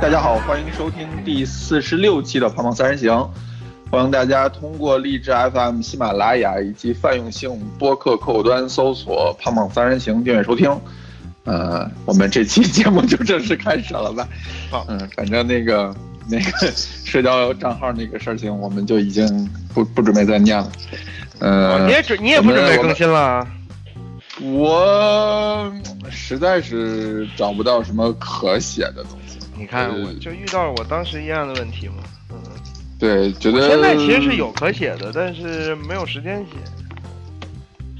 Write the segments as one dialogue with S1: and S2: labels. S1: 大家好，欢迎收听第四十六期的《胖胖三人行》，欢迎大家通过荔枝 FM、喜马拉雅以及泛用性播客客户端搜索“胖胖三人行”订阅收听。呃，我们这期节目就正式开始了吧？
S2: 好
S1: 嗯，反正那个那个 社交账号那个事情，我们就已经不不准备再念了。呃，
S2: 你也准，你也不准备更新了啊？
S1: 我实在是找不到什么可写的东西。
S2: 你看，
S1: 呃
S2: 我就遇到了我当时一样的问题嘛。嗯，
S1: 对，觉得
S2: 现在其实是有可写的，但是没有时间写。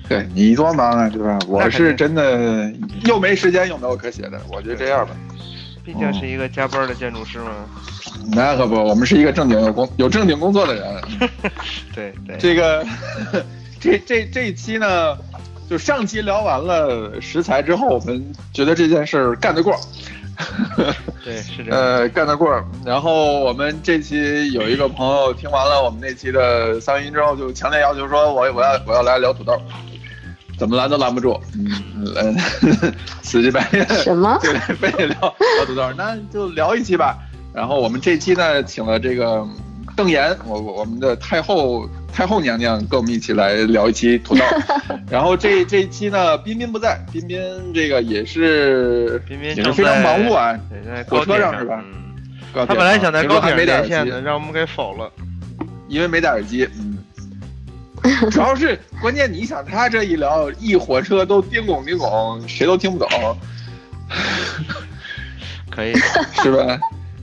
S1: 对你多忙啊，对吧？我
S2: 那肯
S1: 是
S2: 定
S1: 真的又没时间，又没有可写的，我觉得这样吧。
S2: 毕竟是一个加班的建筑师嘛。
S1: 那可不，我们是一个正经有工有正经工作的人。
S2: 对对，
S1: 这个 这这这一期呢，就上期聊完了食材之后，我们觉得这件事儿 干得过。
S2: 对是这样
S1: 呃，干得过。然后我们这期有一个朋友听完了我们那期的三文鱼之后，就强烈要求说我我要我要来聊土豆，怎么拦都拦不住。嗯，呃 死乞白赖
S3: 什么
S1: 对，非得聊聊土豆，那就聊一期吧。然后我们这期呢，请了这个邓岩，我我我们的太后太后娘娘跟我们一起来聊一期土豆。 然后这这一期呢，彬彬不在，彬彬这个也是
S2: 彬彬
S1: 也是
S2: 正
S1: 非常
S2: 在
S1: 忙碌啊，
S2: 对现在
S1: 火
S2: 高
S1: 车
S2: 铁
S1: 上是吧？
S2: 嗯
S1: 高铁
S2: 他本来想在
S1: 听说
S2: 高
S1: 还
S2: 铁
S1: 没
S2: 上
S1: 戴耳
S2: 连
S1: 机
S2: 线的，让我们给否了。
S1: 因为没戴耳机， 嗯。主要是关键，你想他这一聊，一火车都叮咣叮咣，谁都听不懂，
S2: 可以，
S1: 是 吧？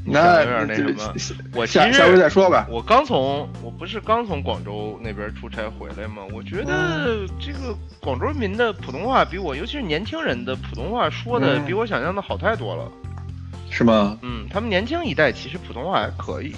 S1: 那
S2: 有点那什么
S1: 下
S2: 我其
S1: 下下回
S2: 实
S1: 再说吧。
S2: 我刚从我不是刚从广州那边出差回来吗？我觉
S1: 嗯
S2: 得这个广州民的普通话比我，尤其是年轻人的普通话说的
S1: 嗯
S2: 比我想象的好太多了。
S1: 是吗？
S2: 嗯，他们年轻一代其实普通话还可以，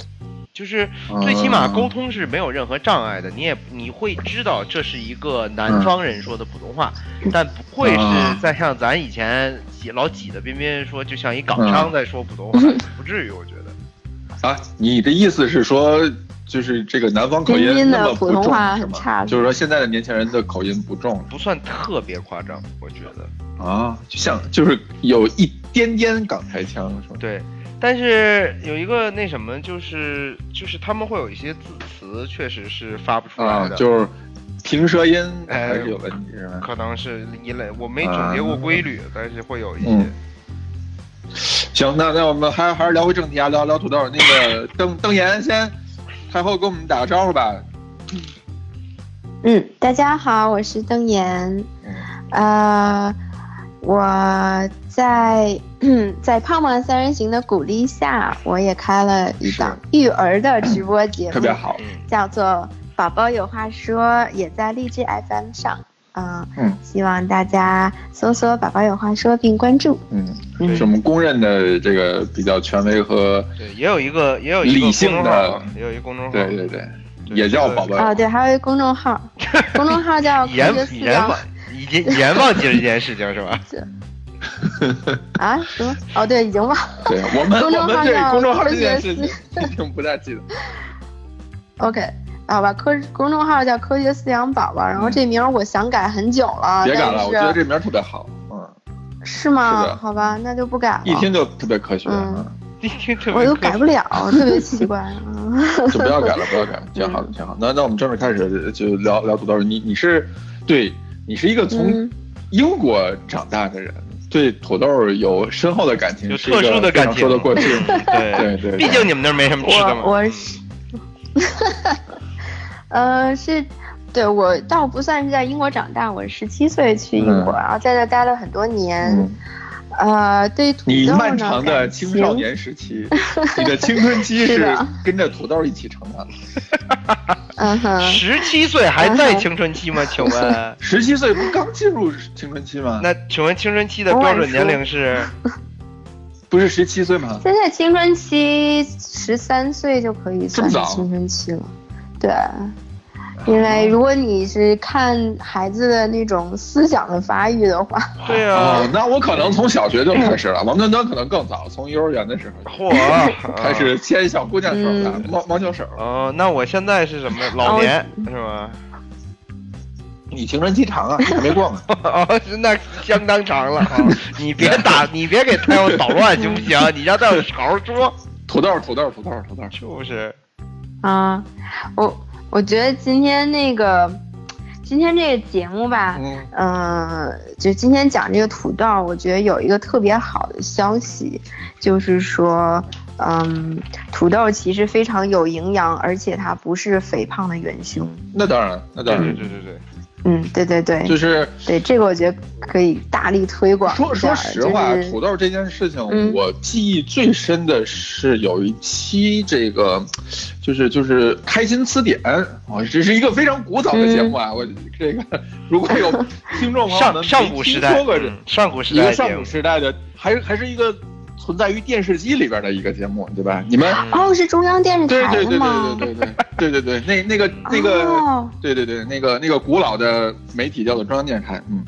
S2: 就是
S1: 嗯
S2: 最起码沟通是没有任何障碍的。你也你会知道这是一个
S1: 嗯
S2: 南方人说的普通话，但不会是再像咱以前挤老挤的彬彬说，就像一港
S1: 嗯
S2: 商在说普 通话，不至于，我觉得。
S1: 啊，你的意思是说，就是这个南方口
S3: 彬
S1: 音
S3: 彬
S1: 那
S3: 的
S1: 么不
S3: 普通话
S1: 重是
S3: 很
S1: 吗？
S3: 差的
S1: 就是说现在的年轻人的口音不重
S2: 不算特别夸张，我觉得
S1: 啊，就像就是有一点点港台腔是吗？
S2: 对。但是有一个那什么，就是就是他们会有一些字词，确实是发不出来
S1: 啊，
S2: 的，
S1: 就是平舌音
S2: 哎
S1: 还是有问题是吧？
S2: 可能是一类，我没总结过规律，但是会有一些。
S1: 嗯
S2: 哎
S1: 行，那那我们还还是聊回正题啊，聊聊土豆。那个邓邓岩先，太后给我们打个招呼吧。
S3: 嗯，大家好，我是邓岩。呃，我在嗯在胖胖三人行的鼓励下，我也开了一档育儿的直播节目，
S1: 特别，好，
S2: 嗯，
S3: 叫做《宝宝有话说》，也在荔枝 FM 上。嗯，
S1: 嗯
S3: 希望大家搜索“宝宝有话说”并关注。
S1: 嗯，
S3: 嗯
S1: 是我们公认的这个比较权威和
S2: 对，也有一个也有一个
S1: 理性
S2: 公众号啊
S1: 的，
S2: 也有一个公众号，
S1: 对对对，
S2: 对
S1: 也叫宝宝。
S3: 哦，对，还有一个公 众号，公众号叫“
S2: 以
S3: 科
S2: 言
S3: 学
S2: 以
S3: 饲
S2: 言
S3: 养
S2: 忘以言以言忘记了这件事情是吧？”
S3: 啊？什么？哦，对，已经忘了。
S1: 对我们
S3: 公众
S1: 我
S3: 号
S1: 们对
S3: 叫
S1: 公众号
S3: 科
S1: 这件
S3: 学
S1: 事情已 经不太记得。
S3: OK，好吧，科公众号叫科学饲养宝宝，然后
S1: 嗯
S3: 这名儿我想改很久了，
S1: 别改了，我觉得
S3: 但是啊
S1: 这名儿特别好，嗯，
S3: 是吗
S1: 是的
S3: 好吧，那就不改了。
S1: 一听就特别科学，
S3: 嗯
S1: 嗯，
S2: 一听特别
S3: 我又
S2: 客
S3: 改
S2: 气
S3: 不了，特别 奇怪。嗯
S1: 就不要改了，不要改 了，挺好的，挺好的。那那我们正式开始就聊聊土豆儿。你你是对你是一个从
S3: 嗯
S1: 英国长大的人，对土豆儿有深厚的感情，
S2: 有
S1: 是一个
S2: 特殊的感
S1: 非常说得 过去。
S2: 对
S1: 对对对
S2: 毕竟你们那儿没什么吃的嘛。
S3: 我我是呃，是，对我倒不算是在英国长大，我十七岁去英国，
S1: 嗯
S3: 然后在那待了很多年
S1: 嗯。，
S3: 呃，对土
S1: 你
S3: 豆
S1: 漫
S3: 呢
S1: 长的
S3: 感
S1: 青少
S3: 情
S1: 年时 期，你的青春期
S3: 是
S1: 是
S3: 的
S1: 跟着土豆儿一起成长的。？
S3: 嗯哼，
S2: 十七岁还在青春期吗？请问
S1: 十七岁不刚进入青春期吗？
S2: 那请问青春期的标准年龄是？
S1: 不是十七岁吗？
S3: 现在青春期十三岁就可以
S1: 这么
S3: 算是
S1: 早啊
S3: 青春期了，对，因
S1: 哦
S3: 为如果你是看孩子的那种思想的发育 的话，
S2: 对
S1: 哦
S2: 啊，，
S1: 那我可能从小学就开始了，王端端可能更早，从幼儿园的时候
S2: 嚯，
S1: 开始牵小姑娘手了，
S3: 嗯
S1: 猫猫脚手。
S3: 哦
S2: 哦，那我现在是什么老年是吗？
S1: 你情人期长啊，你还没过 呢。
S2: 哦，是那相当长了啊！你别打，你别给太后捣乱行不行？你让太后好好说。
S1: 土豆，土豆，土豆，土豆，
S2: 是不 是？
S3: 啊，我我觉得今天那个，今天这个节目吧，
S2: 嗯
S3: 嗯、就今天讲这个土豆儿，我觉得有一个特别好的消息，就是说，嗯，土豆其实非常有营养，而且它不是肥胖的元凶。
S1: 那当然，那当
S2: 对对
S1: 然，
S2: 对对对，
S3: 嗯，对对对，
S1: 就是
S3: 对这个我觉得可以大力推广一下
S1: 说说
S3: 儿。
S1: 实话，
S3: 就是
S1: 土豆这件事情，
S3: 嗯
S1: 我记忆最深的是有一期这个，就是就是开心词典，哦，这是一个非常古早的节目
S3: 嗯
S1: 啊。我这个如果有听众朋友
S2: 上
S1: 们
S2: 上古时代
S1: 没听说过这
S2: 嗯上古时
S1: 一
S2: 代
S1: 个
S2: 的
S1: 上
S2: 节目
S1: 古时代的，还是还是一个存在于电视机里边的一个节目，对吧？你们
S2: 嗯
S3: 哦，是中央电视
S1: 对
S3: 台
S1: 对
S3: 的
S1: 对
S3: 吗？
S1: 对对对对对对对，那那个那个。
S3: 哦
S1: 对对对，那个那个古老的媒体叫做中央电视台，嗯，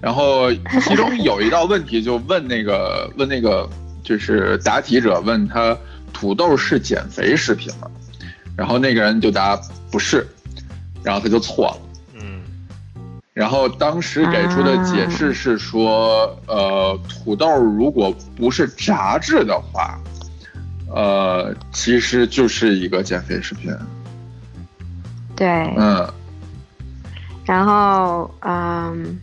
S1: 然 后其中有一道问题就问那个问那个就是答题者问他土豆是减肥食品吗？然后那个人就答不是，然后他就错了。
S2: 嗯
S1: 然后当时给出的解释是说，呃，土豆如果不是炸制的话，呃，其实就是一个减肥食品。
S3: 对，
S1: 嗯，
S3: 然后嗯。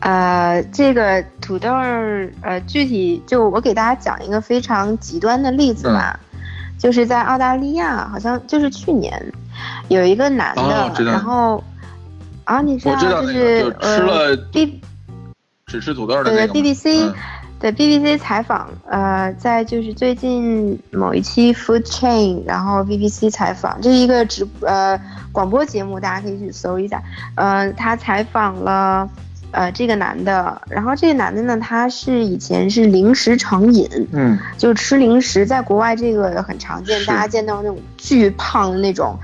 S3: 呃，这个土豆儿，呃，具体就我给大家讲一个非常极端的例
S1: 嗯
S3: 子吧，就是在澳大利亚，好像就是去年，有一个男的，
S1: 哦知道
S3: 然后啊，你知道，
S1: 我知道
S3: 就
S1: 那
S3: 是
S1: 个，就吃
S3: 呃
S1: 了
S3: B
S1: 只吃土豆的
S3: 对
S1: 那个
S3: 对
S1: 吗。
S3: BBC
S1: 嗯
S3: 对 BBC 采访，呃，在就是最近某一期 Food Chain，然后 BBC 采访，这是一个直呃广播节目，大家可以去搜一下。呃，他采访了呃这个男的，然后这个男的呢，他是以前是零食成瘾，
S1: 嗯
S3: 就是吃零食，在国外这个很常见，
S1: 是
S3: 大家见到那种巨胖的那种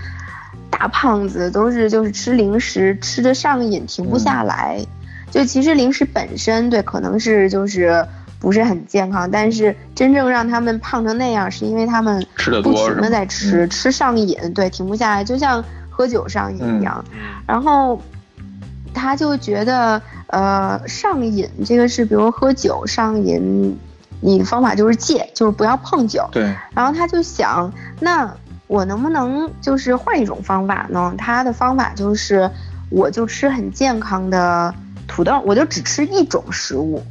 S3: 大胖子，都是就是吃零食吃的上瘾，停不
S1: 嗯
S3: 下来。就其实零食本身对可能是就是不是很健康，但是真正让他们胖成那样，是因为他们
S1: 吃得多
S3: 不停
S1: 是吗
S3: 的在吃，
S1: 嗯
S3: 吃上瘾，对，停不下来，就像喝酒上瘾
S1: 嗯
S3: 一样。
S2: 嗯
S3: 然后他就觉得，呃，上瘾这个是，比如喝酒上瘾，你的方法就是戒，就是不要碰酒，。
S1: 对，
S3: 然后他就想，那我能不能就是换一种方法呢？他的方法就是，我就吃很健康的土豆，我就只吃一种食物，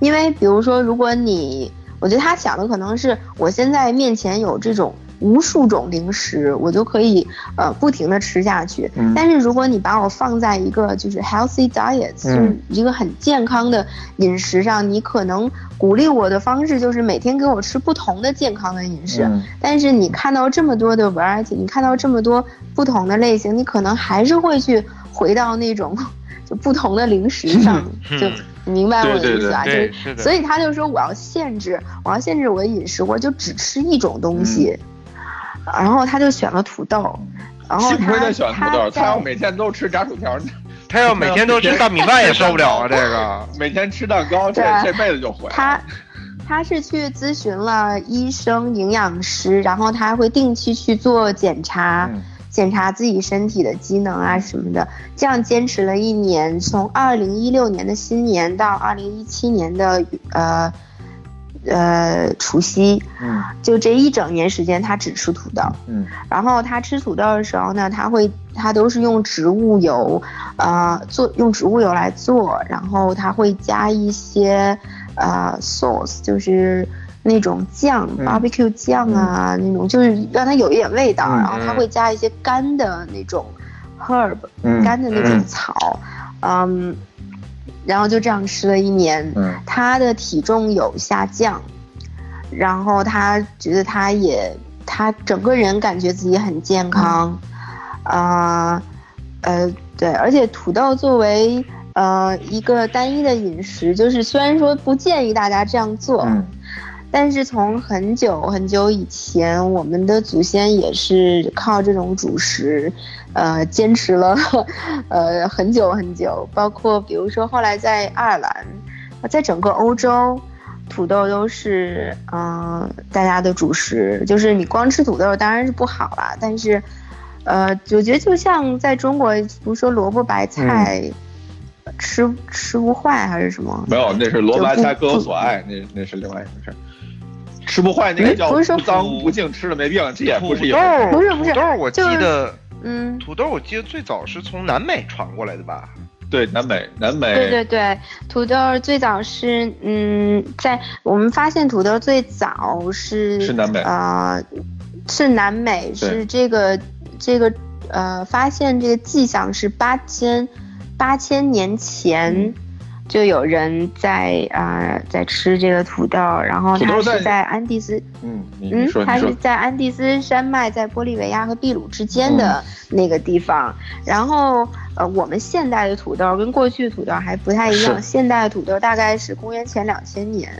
S3: 因为比如说，如果你，我觉得他想的可能是，我现在面前有这种。无数种零食，我就可以呃不停的吃下去。
S1: 嗯
S3: 但是如果你把我放在一个就是 healthy diet，、就是
S1: 嗯
S3: 一个很健康的饮食上，你可能鼓励我的方式就是每天给我吃不同的健康的饮食。
S1: 嗯
S3: 但是你看到这么多的 variety，你看到这么多不同的类型，你可能还是会去回到那种 就不同的零食上，
S2: 嗯
S3: 就你明白我的
S1: 对对
S3: 意思吧？
S2: 对
S3: 啊就是
S2: 的
S3: 所以他就说我要限制，我要限制我的饮食，我就只吃一种东西。然后他就选了土豆，然后
S1: 幸亏
S3: 他
S1: 他选土豆，
S3: 在
S1: 他要每天都吃炸薯条，
S2: 他要每天都吃大米饭也受不了啊！这个，
S1: 每天吃蛋糕，这
S3: 对
S1: 这辈子就毁了。
S3: 他他是去咨询了医生、营养师，然后他还会定期去做检查，
S1: 嗯
S3: 检查自己身体的机能啊什么的。这样坚持了一年，从二零一六年的新年到二零一七年的呃呃除夕，
S1: 嗯
S3: 就这一整年时间，他只吃土豆。
S1: 嗯
S3: 然后他吃土豆的时候呢，他会他都是用植物油，呃，做用植物油来做，然后他会加一些呃 sauce，就是那种酱、
S1: 嗯
S3: barbecue 酱啊，那种就是让它有一点味道，
S1: 嗯
S3: 然后他会加一些干的那种 herb，、
S1: 嗯
S3: 干的那
S1: 嗯
S3: 种草，嗯，然后就这样吃了一年，
S1: 嗯
S3: 他的体重有下降，然后他觉得他也他整个人感觉自己很健康，啊、呃，对，而且土豆作为呃一个单一的饮食，就是虽然说不建议大家这样做，
S1: 嗯
S3: 但是从很久很久以前，我们的祖先也是靠这种主食，呃，坚持了 呃很久很久。包括比如说后来在爱尔兰，呃在整个欧洲，土豆都是嗯、呃大家的主食。就是你光吃土豆当然是不好啦，但是呃，我觉得就像在中国，比如说萝卜白菜，吃吃不坏还是什么？
S1: 没有，那是萝卜白菜各有所爱，那那是另外一回事儿。吃不坏那个叫
S3: 哎不是说
S1: 不脏不净，吃了没病，这也
S2: 土
S1: 不是一
S2: 豆
S1: 回事儿。
S2: 儿
S3: 不是不是
S2: 土豆儿我记
S3: 就是
S2: 得
S3: 嗯，
S2: 土豆儿我记得最早是从南美传过来的吧？
S1: 对，南美，南美，
S3: 对对对，土豆儿最早是嗯，在我们发现土豆儿最早是
S1: 是南美
S3: 呃，是南美
S1: 对
S3: 是这个这个呃，发现这个迹象是八千八千年前。
S1: 嗯
S3: 就有人在啊、呃在吃这个土豆儿，然后
S1: 土豆
S3: 他
S1: 儿
S3: 是
S1: 在
S3: 在安第斯
S1: 嗯，你你
S3: 嗯
S1: 说，
S3: 它
S1: 你
S3: 是
S1: 说，
S3: 在安第斯山脉，在玻利维亚和秘鲁之间的
S2: 嗯
S3: 那个地方。然后，呃，我们现代的土豆跟过去的土豆还不太一样，
S1: 是
S3: 现代的土豆大概是公元前两千年，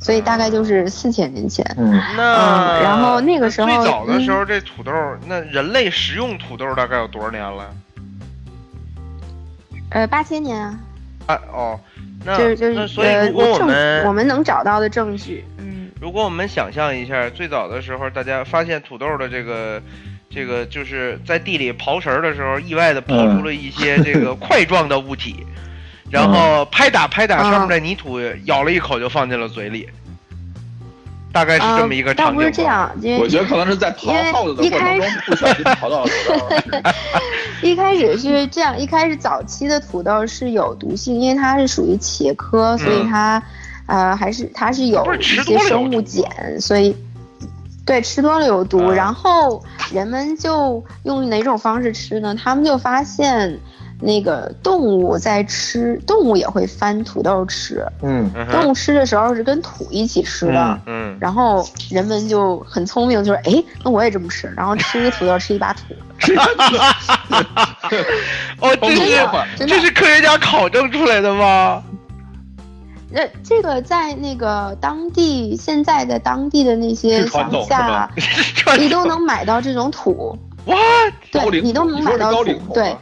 S3: 所以大概就是四千年前。
S1: 嗯，
S2: 那、
S3: 嗯然后那个时候嗯
S2: 最早的时候，这土豆儿，那人类食用土豆儿大概有多少年了？
S3: 呃，八千年啊，
S2: 啊哦，那
S3: 就是就
S2: 那
S3: 是
S2: 所以
S3: 呃
S2: 如果我
S3: 证
S2: 们
S3: 我们能找到的证据，嗯，
S2: 如果我们想象一下，最早的时候，大家发现土豆的这个，这个就是在地里刨食儿的时候，意外的刨出了一些这个块状的物体，然后拍打拍打
S3: 嗯
S2: 上面的泥土，咬了一口就放进了嘴里，大概是这么一个
S3: 呃倒
S2: 场景吧。
S3: 不是这样，因为
S1: 我觉得可能是在刨
S3: 因为
S1: 耗子的
S3: 一
S1: 过程
S3: 开
S1: 中
S3: 始
S1: 不小心刨到了土 豆儿。
S3: 一开始是这样，一开始早期的土豆是有毒性，因为它是属于茄科，所以它，呃，还是它是有
S2: 嗯不是
S3: 一
S2: 吃
S3: 些
S2: 多了有
S3: 生物
S2: 毒
S3: 碱，所以。对，吃多了有毒，
S2: 啊
S3: 然后人们就用哪种方式吃呢？他们就发现，那个动物在吃，动物也会翻土豆吃，
S1: 嗯，
S2: 嗯
S3: 动
S2: 哼，
S3: 物吃的时候是跟土一起吃的，
S1: 嗯
S2: 嗯，
S3: 然后人们就很聪明，就是哎，那我也这么吃，然后吃一个土豆吃一把土，
S2: 哦，这
S1: 真
S2: 是
S1: 的
S3: 真的
S2: 这是科学家考证出来的吗？
S3: 那这个在那个当地，现在在当地的那些
S1: 是传
S3: 乡
S1: 统
S3: 下，
S2: 这
S3: 你都能买到这种土，
S2: what？
S1: 高
S3: 对
S1: 岭
S3: 你都
S1: 土
S3: 能
S1: 你说
S3: 买
S1: 是
S3: 到
S1: 高
S3: 土
S1: 岭土，啊
S3: 对，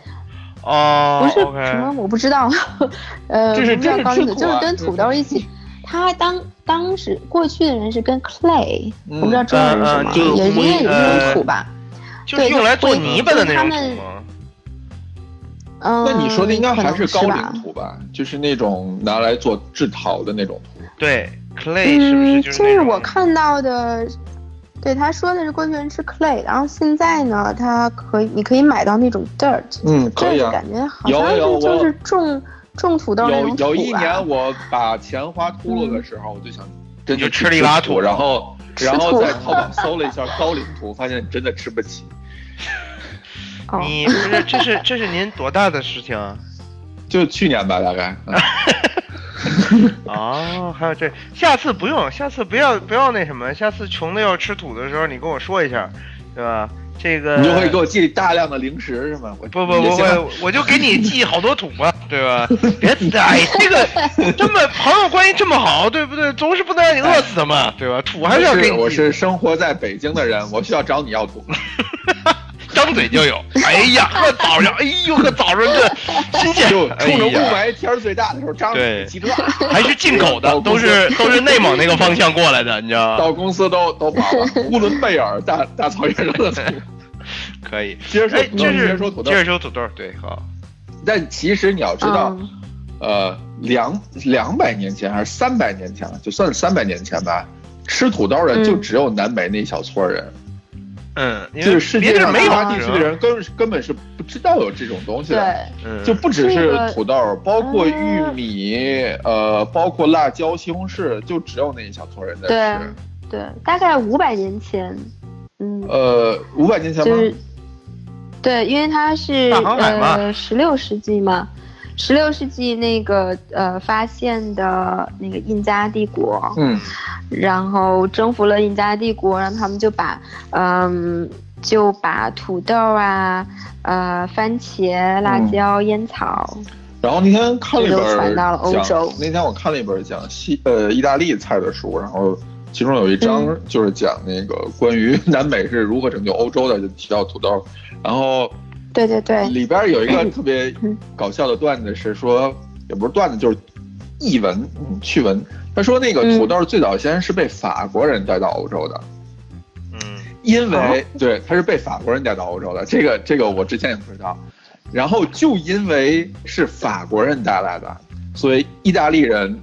S2: 哦，
S3: 不是
S2: o
S3: 什么
S2: k
S3: 我不知道， 呃，
S1: 这是
S3: 不知
S1: 这
S3: 道
S1: 是
S3: 高岭土，
S1: 吃
S3: 就
S1: 土啊
S3: 是跟土豆 一起。他当当时过去的人是跟 clay，、
S1: 嗯
S3: 我不知道中文是什么，
S2: 嗯嗯就是呃
S3: 也
S2: 土
S3: 应该有这种土吧？
S2: 就是
S3: 对
S2: 用来做
S3: 就
S2: 泥巴的那种土
S3: 就是他们
S2: 吗？
S3: 嗯，
S1: 那你说的应该还
S3: 可能
S1: 高
S3: 吧
S1: 岭土吧？就是那种拿来做制陶的那种土。
S2: 对，clay 是不是就是
S3: 嗯这
S2: 那
S3: 是
S2: 种
S3: 我看到的，对他说的是过去人吃 clay，然后现在呢，他可以你可以买到那种 dirt，
S1: 嗯，可以
S3: dirt
S1: 啊
S3: 感。觉好
S1: 有
S3: 像
S1: 有
S3: 是就
S1: 我
S3: 是种种土豆那
S1: 有
S3: 种
S1: 有一
S3: 土吧啊嗯
S1: 年我把钱花秃噜的时候，我就想真
S2: 你就
S1: 的
S2: 吃了一把土
S1: 土，然后
S3: 吃
S1: 然后
S3: 土
S1: 在淘宝搜了一下高岭土，发现真的吃不起。
S3: 哦
S2: 你不是这是这是您多大的事情啊？
S1: 就去年吧，大 概。嗯
S2: 哦，还有这，下次不用，下次不要不要那什么，下次穷的要吃土的时候，你跟我说一下，对吧？这个
S1: 你就会给我寄大量的零食是吗？我
S2: 不不不
S1: 也行啊
S2: 不，我就给你寄好多土嘛，对 吧？别哎，这个这么朋友关系这么好，对不对？总是不能让你饿死的嘛，对吧？土还是要
S1: 我
S2: 给
S1: 是
S2: 你
S1: 我
S2: 寄，
S1: 是生活在北京的人，我需要找你要 土。
S2: 张嘴就 有。哎呀，我早上，哎呦，我早上这新鲜，
S1: 就
S2: 哎
S1: 冲着雾
S2: 呀
S1: 霾天儿最大的时候，张
S2: 对
S1: 嘴急着
S2: 还是进口的，都是都是内蒙那个方向过来的，你知道吗？
S1: 到公司都都跑了。乌伦贝尔大大草原上 的土，
S2: 可以。
S1: 接着说
S2: 哎，
S1: 土豆，
S2: 这
S1: 接
S2: 是
S1: 着嗯说土豆
S2: 接。着说土豆，对，好，
S1: 但其实你要知道，
S3: 嗯
S1: 呃，两两百年前还是三百年前了，就算是三百年前吧，吃土豆的
S3: 嗯
S1: 就只有南美那一小撮人，
S2: 嗯，因
S1: 这
S2: 为
S1: 个世
S2: 别
S1: 界
S2: 地儿
S1: 上
S2: 没
S1: 其
S2: 有啊
S1: 他地区的
S2: 人，
S1: 人根根本是不知道有这种东西的。
S3: 对，
S2: 嗯，
S1: 就不只
S3: 这
S1: 是
S3: 个
S1: 土豆，包括玉
S3: 嗯
S1: 米，呃，包括辣椒、西红柿，就只有那一小撮人在
S3: 对
S1: 吃。
S3: 对，大概五百年前，嗯，
S1: 呃，五百年前
S3: 就
S1: 吗？
S3: 是对，因为它是
S2: 大航海嘛
S3: 呃十六世纪嘛，十六世纪那个呃发现的那个印加帝国，
S1: 嗯，
S3: 然后征服了印加帝国，然后他们就把嗯就把土豆啊、呃番茄、辣椒、
S1: 嗯
S3: 烟草，
S1: 然后那天看了一
S3: 这都
S1: 本
S3: 传到了欧
S1: 讲
S3: 洲，
S1: 那天我看了一本讲西呃意大利菜的书，然后其中有一章
S3: 嗯
S1: 就是讲那个关于 南美是如何拯救欧洲的，就提到土豆，然后
S3: 对对对，嗯
S1: 里边有一个特别搞笑的段子是说，也不是段子，就是译文、嗯趣闻。他说那个
S3: 嗯
S1: 土豆最早先是被法国人带到欧洲的，
S2: 嗯，
S1: 因为对他是被法国人带到欧洲的，这个这个我之前也不知道。然后就因为是法国人带来的，所以意大利人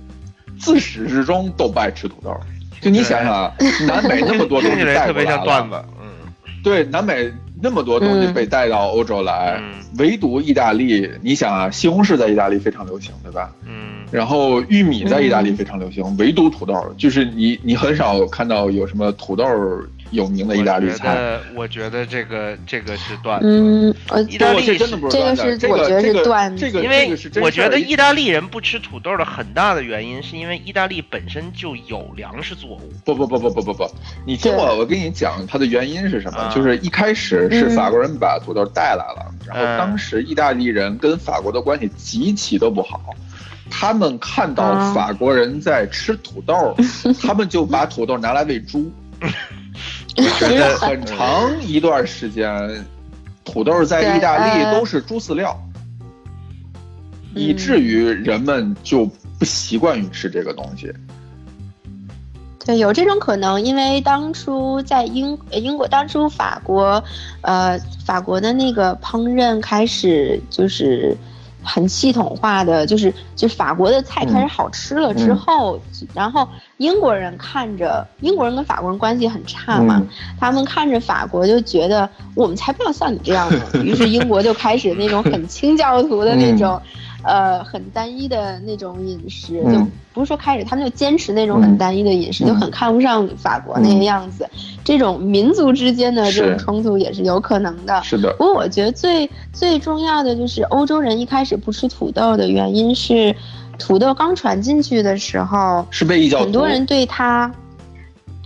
S1: 自始至终都不爱吃土豆。就你想想啊，南美那么多东
S2: 听
S1: 西
S2: 起来
S1: 带
S2: 特
S1: 过
S2: 别
S1: 来
S2: 像段
S1: 了，
S2: 子，嗯，
S1: 对，南美那么多东西被带到欧洲来，
S2: 嗯
S1: 唯独意大利，你想啊，西红柿在意大利非常流行，对吧？
S2: 嗯，
S1: 然后玉米在意大利非常流行，唯独土豆，就是你你很少看到有什么土豆有名的意大利
S2: 我觉
S1: 菜。
S2: 得，我觉得这个这个是段子。
S3: 嗯，我
S2: 意大
S1: 这
S2: 利
S1: 这真的不是
S3: 这
S1: 段
S3: 个
S1: 子
S3: 是我觉得
S1: 这
S3: 是
S1: 个
S3: 段子
S1: 这个
S2: 因
S1: 这
S2: 为
S1: 个是真
S2: 我觉
S1: 事儿
S2: 得意大利人不吃土豆的很大的原因，是因为意大利本身就有粮食作物。
S1: 不不不不不不不，你听我，
S3: 对
S1: 我跟你讲它的原因是什么？
S2: 啊
S1: 就是一开始是
S3: 嗯
S1: 法国人把土豆带来了，然后
S2: 嗯
S1: 当时意大利人跟法国的关系极其的不好，他们看到
S3: 啊
S1: 法国人在吃土 豆，他们就把土豆拿来喂 猪。我觉得很长一段时间，土豆在意大
S3: 对
S1: 利
S3: 呃
S1: 都是猪饲料，
S3: 嗯
S1: 以至于人们就不习惯于吃这个东西。
S3: 对，有这种可能，因为当初在英呃英国，当初法国，呃，法国的那个烹饪开始就是很系统化的，就是就法国的菜开始
S1: 嗯
S3: 好吃了之
S1: 嗯
S3: 后，然后英国人看着英国人跟法国人关系很差嘛，
S1: 嗯
S3: 他们看着法国就觉得我们才不要像你这样呢。 于是英国就开始那种很清教徒的那种，呃，很单一的那种饮食，
S1: 嗯
S3: 就不是说开始，他们就坚持那种很单一的饮食，
S1: 嗯
S3: 就很看不上法国那个样子。这种民族之间的这
S1: 是
S3: 种冲突也是有可能的。
S1: 是的，
S3: 不过我觉得最最重要的就是欧洲人一开始不吃土豆的原因是，土豆刚传进去的时候，
S1: 是被异教徒
S3: 很多人对他，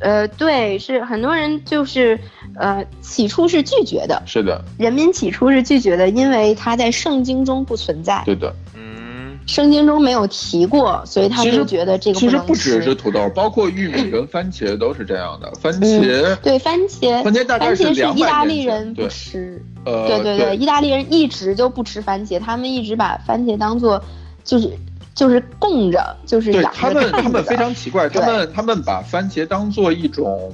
S3: 呃，对，是很多人就是呃，起初是拒绝的，
S1: 是的，
S3: 人民起初是拒绝的，因为他在圣经中不存在，
S1: 对的。
S2: 嗯，
S3: 圣经中没有提过，所以他
S1: 其实
S3: 们觉得这个
S1: 其实
S3: 能
S1: 不只是
S3: 吃。嗯
S1: 土豆，包括玉米跟番茄都是这样的。番茄，
S3: 对，番茄，
S1: 番茄大概是
S3: 番
S1: 200
S3: 意大利
S1: 年前
S3: 人不
S1: 对
S3: 吃，
S1: 呃，
S3: 对对对，意大利人一直就不吃番茄，他们一直把番茄当做就是就是供着，就是
S1: 对
S3: 养
S1: 他
S3: 着
S1: 们
S3: 看
S1: 他们
S3: 着
S1: 非
S3: 的。
S1: 常奇怪，他
S3: 对
S1: 们他们把番茄当做一种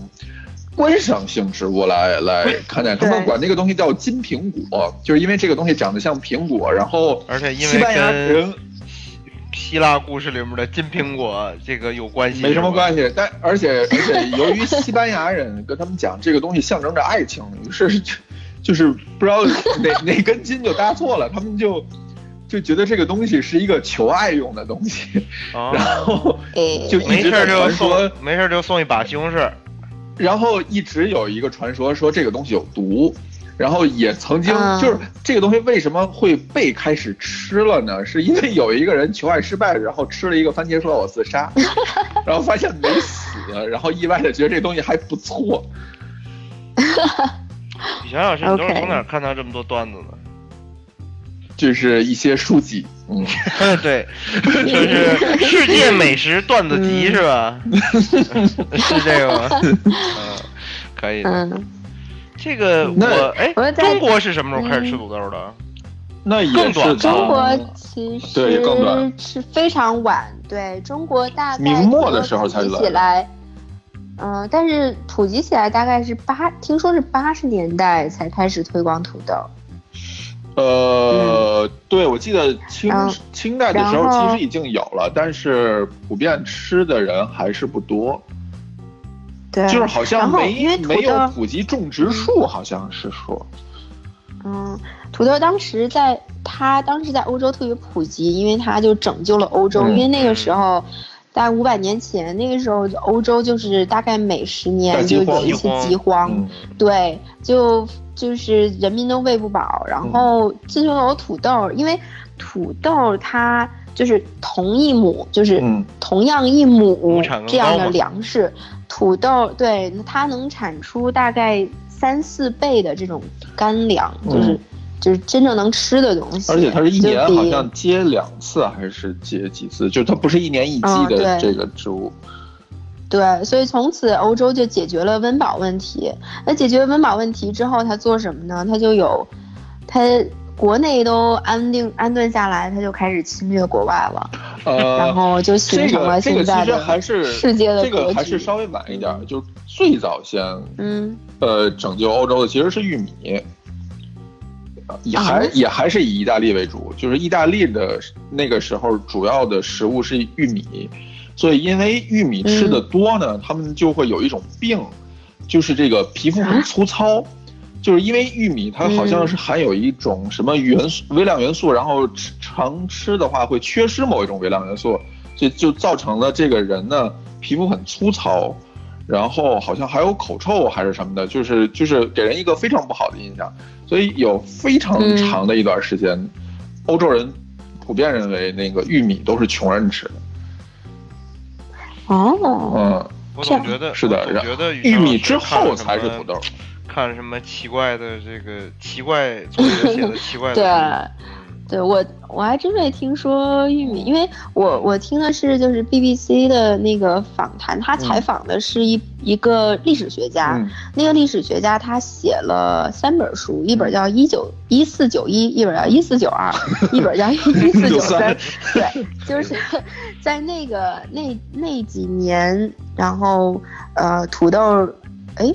S1: 观赏性植物来来看待，他们
S3: 对
S1: 管那个东西叫金苹果，就是因为这个东西长得像苹果，然后
S2: 而且因
S1: 西
S2: 为
S1: 班牙人
S2: 跟希腊故事里面的金苹果这个有关系，
S1: 没什么
S2: 系。
S1: 关系，但而且而且由于西班牙人跟他们讲这个东西象征着爱情，于是就就是不知道哪哪根筋就搭错了，他们就就觉得这个东西是一个求爱用的东西，
S2: 哦
S1: 然后
S3: 哎
S1: 就
S2: 没
S1: 一直
S2: 事
S1: 在
S2: 儿就
S1: 传说，
S2: 送，没事儿就送一把西红柿。
S1: 然后一直有一个传说说这个东西有毒。然后也曾经
S3: 嗯
S1: 就是这个东西为什么会被开始吃了呢？是因为有一个人求爱失败，然后吃了一个番茄说我自杀， 然后发现没死，然后意外的觉得这东西还不错，
S2: 李翔老师，你都是
S3: OK
S2: 从哪儿看到这么多段子呢？
S1: 就是一些书籍，嗯，
S2: 对， 就是世界美食段子集
S3: 嗯
S2: 是吧？是这个吗？嗯，可以的。
S3: 嗯，
S2: 这个
S1: 那
S2: 我哎
S3: 我，在
S2: 中国是什么时候开始吃土豆的？
S1: 那也
S2: 更短
S1: 是
S3: 中国
S1: 从
S3: 其实
S1: 对更短
S3: 是非常晚，对中国大概
S1: 明末的时候才
S3: 普及
S1: 来
S3: 起来，嗯、但是普及起来大概是八，听说是八十年代才开始推广土豆。
S1: 呃，对，我记得清
S3: 然后
S1: 清代的时
S3: 嗯然
S1: 候
S3: 后
S1: 其实已经有了，但是普遍吃的人还是不多，
S3: 对，
S1: 就是好
S3: 然
S1: 像
S3: 后
S1: 没
S3: 因为土
S1: 没有
S3: 豆
S1: 普及种植树，好像是说，
S3: 嗯，土豆当时在它当时在欧洲特别普及，因为它就拯救了欧洲，
S1: 嗯
S3: 因为那个时候。大概五百年前，那个时候欧洲就是大概每十
S1: 大
S3: 年
S1: 饥
S3: 就
S1: 荒
S3: 有一次
S2: 饥
S3: 饥荒，
S1: 嗯，
S3: 对，就就是人民都喂不饱，然
S1: 嗯
S3: 后自从有土豆，因为土豆它就是同一亩，就是
S1: 嗯
S3: 同样一
S2: 亩
S3: 亩
S2: 产更
S3: 这样
S2: 高
S3: 的
S2: 嘛
S3: 粮食，土豆对它能产出大概三四倍的这种干粮，就是
S1: 嗯
S3: 就是真正能吃的东西，
S1: 而且它是一
S3: 就
S1: 年
S3: 比
S1: 好像结两次还是结几次，就它不是一年一季
S3: 嗯
S1: 的
S3: 对
S1: 这个植物，
S3: 对，所以从此欧洲就解决了温饱问题。那解决温饱问题之后，他做什么呢？他就有，他国内都安定安顿下来，他就开始侵略国外了，
S1: 呃，
S3: 然后就形成了
S1: 这
S3: 现
S1: 个这
S3: 在
S1: 个其实
S3: 的
S1: 还是
S3: 世界的
S1: 这个
S3: 格
S1: 还是
S3: 局。
S1: 稍微晚一点儿，就最早先
S3: 嗯，
S1: 呃拯救欧洲的其实是玉米，也还也还是以意大利为主，就是意大利的那个时候主要的食物是玉米，所以因为玉米吃的多呢，他们就会有一种病，就是这个皮肤很粗糙。就是因为玉米，它好像是含有一种什么元素、微量元素，然后吃常吃的话会缺失某一种微量元素，所以就造成了这个人呢皮肤很粗糙，然后好像还有口臭还是什么的，就是就是给人一个非常不好的印象。所以有非常长的一段时间，欧洲人普遍认为那个玉米都是穷人吃的。
S3: 哦，
S1: 嗯，
S2: 我
S3: 这
S2: 总
S3: 样
S2: 觉得
S1: 是的
S2: 我总觉得
S1: 嗯玉
S2: 宇
S1: 米
S2: 宙
S1: 之后
S2: 看什
S1: 才是
S2: 么
S1: 土豆。
S2: 看什么奇怪的这个奇怪作者写的奇 怪的
S3: 对
S2: 书，
S3: 对我我还真没听说玉米，因为我我听的是就是 BBC 的那个访谈，他采访的是一、一个历史学家，
S1: 嗯
S3: 那个历史学家他写了三本书，一本叫《一九一四九一》，一本叫《一四九 二》，一本叫《一四九三》。对，就是 在那个那那几年，然后呃，土豆，哎，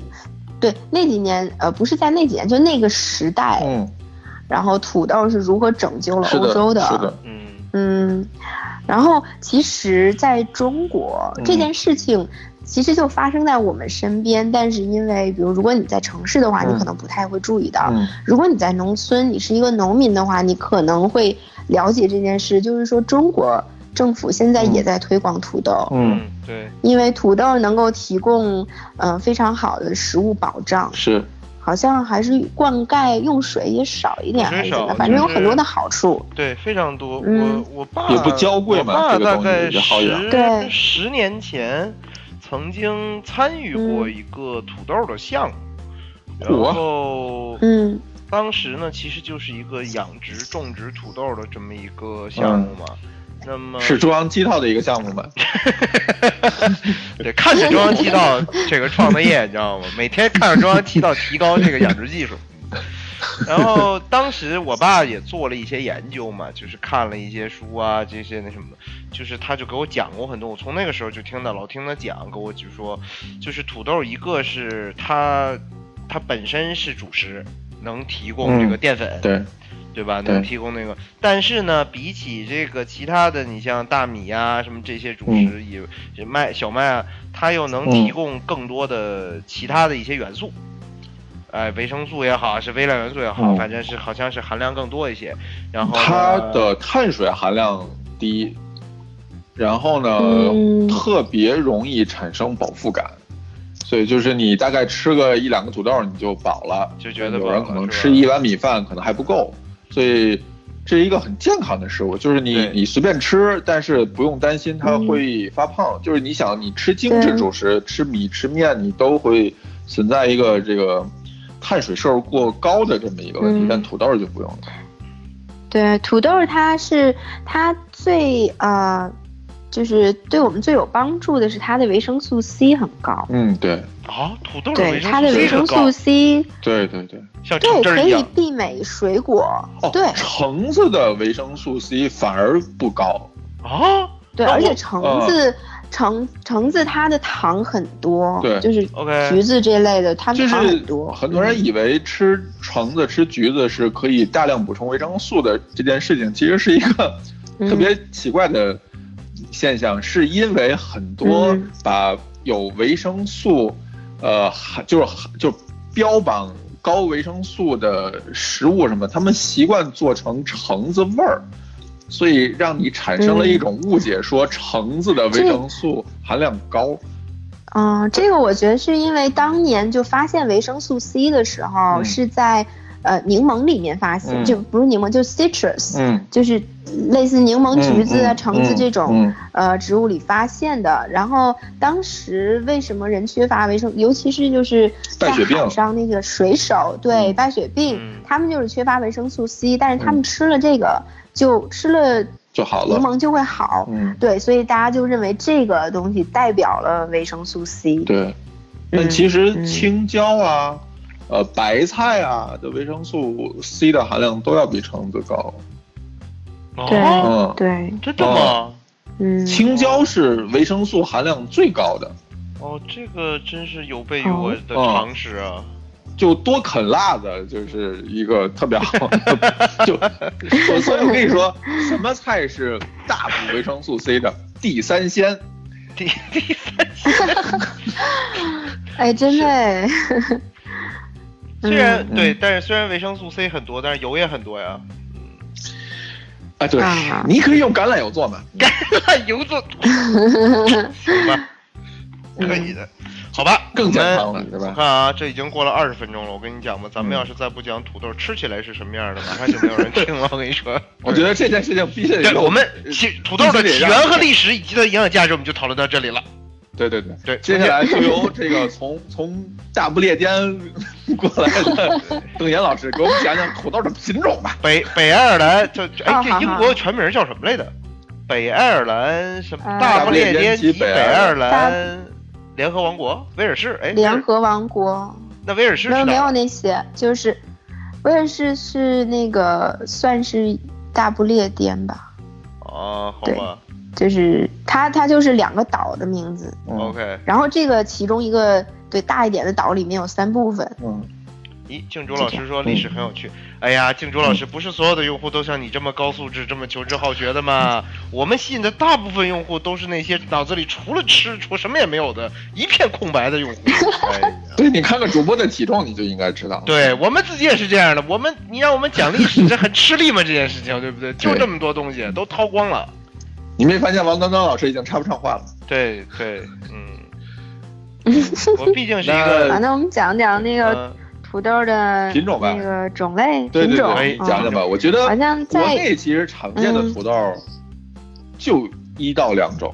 S3: 对，那几年呃，不是在那几年，就那个时代，
S1: 嗯，
S3: 然后土豆是如何拯救了
S1: 是
S3: 欧
S1: 的，
S3: 洲
S1: 是的，
S2: 嗯，
S3: 嗯，然后其实在中国、
S1: 嗯
S3: 这件事情，其实就发生在我们身边，但是因为比如如果你在城市的话，
S1: 嗯
S3: 你可能不太会注意到；
S1: 嗯
S3: 如果你在农村，你是一个农民的话，你可能会了解这件事。就是说，中国政府现在也在推广土豆，
S1: 嗯，
S2: 嗯对，
S3: 因为土豆能够提供呃非常好的食物保障，
S1: 是。
S3: 好像还是灌溉用水也少一点，
S2: 水
S3: 还是怎
S2: 少
S3: 么样，反正有
S2: 就是
S3: 很多的好处。
S2: 对，非常多。
S3: 嗯
S2: 我我爸
S1: 也不娇贵嘛
S2: 我爸
S1: 这个
S2: 大
S1: 东西
S2: 概
S1: 也好养
S2: 十
S3: 对
S2: 十年前曾经参与
S3: 嗯
S2: 过一个土豆的项目，
S1: 嚯
S2: 然后
S3: 嗯
S2: 当时呢，其实就是一个养殖种植土豆的这么一个项目嘛。那么
S1: 嗯是中央七套的一个项目嘛？
S2: 对，看着中央七套这个创的业，你知道吗？每天看着中央七套提高这个养殖技术。然后当时我爸也做了一些研究嘛，就是看了一些书啊，这些那什么的，就是他就给我讲过很多。我从那个时候就听他老听他讲，给我就说，就是土豆一个是它它本身是主食，能提供这个
S1: 嗯
S2: 淀粉，
S1: 对，
S2: 对吧？
S1: 对
S2: 能提供那个，但是呢，比起这个其他的，你像大米呀、什么这些主
S1: 嗯
S2: 食，也也麦小麦啊，它又能提供更多的其他的一些元素，哎，维生素也好，是微量元素也好，
S1: 嗯
S2: 反正是好像是含量更多一些。然后呢
S1: 它的碳水含量低，然后呢，
S3: 嗯
S1: 特别容易产生饱腹感。所以就是你大概吃个一两个土豆你就饱了，
S2: 就觉得饱
S1: 有
S2: 了
S1: 人可能
S2: 是吧
S1: 吃一碗米饭可能还不够，所以这是一个很健康的食物，就是你
S2: 对
S1: 你随便吃，但是不用担心它
S3: 嗯
S1: 会发胖。就是你想你吃精致
S3: 对
S1: 主食，吃米吃面，你都会存在一个这个碳水摄入过高的这么一个问题，
S3: 嗯
S1: 但土豆就不用了。
S3: 对，土豆儿它是它最呃，就是对我们最有帮助的是它的维生素 C 很高，
S1: 嗯，对，
S2: 啊，土豆
S3: 对它的
S2: 维
S3: 维
S2: 生素
S3: 生
S2: C 很高
S3: 素 C，
S1: 对对对，
S2: 像橙
S3: 对，
S2: 汁儿
S3: 可
S2: 一
S3: 以
S2: 样，
S3: 媲美水果，
S1: 哦，
S3: 对
S1: 橙子的维生素 C 反而不高，
S2: 啊。
S3: 对，
S2: 那
S3: 而
S2: 我
S3: 且橙子。橙橙子它的糖很多，
S1: 对
S3: 就是
S2: OK
S3: 橘子这类的，它
S1: 就
S3: 们
S1: 是
S3: 糖很多。
S1: 很多人以为吃橙子、吃橘子是可以大量补充维生素的这件事情，其实是一个
S3: 嗯
S1: 特别奇怪的现象，是因为很多
S3: 嗯
S1: 把有维生素，呃，含就是就标榜高维生素的食物什么，他们习惯做成橙子味儿。所以让你产生了一种误解，说橙子的维生素含量高。
S3: 嗯，这个我觉得是因为当年就发现维生素 C 的时候
S1: 嗯
S3: 是在、呃柠檬里面发现，
S1: 嗯
S3: 就不是柠檬，就 citrus，、
S1: 嗯，
S3: 就是类似柠檬、橘子啊、
S1: 嗯嗯
S3: 橙子这种、
S1: 嗯
S3: 呃植物里发现的。然后当时为什么人缺乏维生，尤其是就是在
S1: 败血病
S3: 海上那个水手对
S1: 嗯
S3: 败血病
S2: 嗯，
S3: 他们就是缺乏维生素 C，但是他们吃了这个就吃了
S1: 就好
S3: 柠
S1: 了。
S3: 檬就会好。
S1: 嗯，
S3: 对，所以大家就认为这个东西代表了维生素 C。
S1: 对。但其实青椒啊、呃白菜啊的维生素 C 的含量都要比橙子高。
S2: 哦，
S1: 嗯
S3: 对对，
S2: 真的吗？
S3: 嗯，
S1: 青椒是维生素含量最高的，
S2: 哦，这个真是有悖于我的
S1: 哦
S2: 常识啊！
S1: 就多啃辣子就是一个特别好 的。就所所以我跟你说，什么菜是大补维生素 C 的？地三鲜。
S2: 第第三，
S3: 哎，真的哎，
S2: 虽然、
S1: 嗯
S2: 对，但是虽然维生素 C 很多，但是油也很多 呀。
S1: 啊，对
S3: 啊，
S1: 你可以用橄榄油做嘛。
S2: 油做 行吧，
S1: 嗯
S2: 可以的，好吧，
S1: 更健康嗯
S2: 我
S3: 嗯
S2: 们
S1: 对吧
S2: 我看啊，这已经过了二十分钟了，我跟你讲吧，咱们要是再不讲土豆吃起来是什么样的，马上就没有人听了。我跟你 说，
S1: 我觉得这件事情必须得
S2: 对
S1: 用
S2: 我们其土豆的起源和历史以及它的营养价值，我们就讨论到这里了。
S1: 对对对
S2: 对
S1: 接下来就由这个从从大不列颠过来的邓岩老师给我们讲讲土豆的品种吧。
S2: 北北爱尔兰，这这哎，
S3: 哦
S2: 这
S3: 好
S2: 英
S3: 好
S2: 国全名叫什么来着？北爱尔兰什么？
S3: 啊
S2: 大不列颠及
S1: 大不列颠及
S2: 北
S1: 北
S2: 爱
S1: 爱
S2: 尔
S1: 尔
S2: 兰联合王国，威尔士。哎，
S3: 联合王国
S2: 那威尔士
S3: 没
S2: 是
S3: 有没
S2: 哪
S3: 有
S2: 儿？
S3: 那些，就是威尔士是那个算是大不列颠吧，
S2: 啊，好
S3: 对
S2: 吧
S3: 就是它它就是两个岛的名字，
S2: ，OK。
S3: 然后这个其中一个对大一点的岛里面有三部分，
S1: 嗯，
S2: 咦，静竹老师说历史很有趣。哎呀，静竹老师，不是所有的用户都像你这么高素质、这么求知好学的嘛？我们吸引的大部分用户都是那些脑子里除了吃、除什么也没有的一片空白的用户。 哎呀，
S1: 对你看看主播的体重，你就应该知道。
S2: 对我们自己也是这样的。我们你让我们讲历史，这很吃力嘛？这件事情对不对？就这么多东西都掏光了。
S1: 你没发现王刚刚老师已经插不上话了？
S2: 对对，嗯，我毕竟是一
S3: 啊，
S2: 个
S3: 那我们讲讲那个
S2: 呃
S3: 土豆的
S1: 呃品种吧
S3: 那个种类
S1: 对
S3: 品
S1: 对
S3: 种，
S1: 对，
S2: 品
S1: 你
S2: 种
S1: 讲
S3: 嗯
S1: 讲吧。我觉得
S3: 好像
S1: 国
S3: 在嗯
S1: 内其实常见的土豆就一到两种，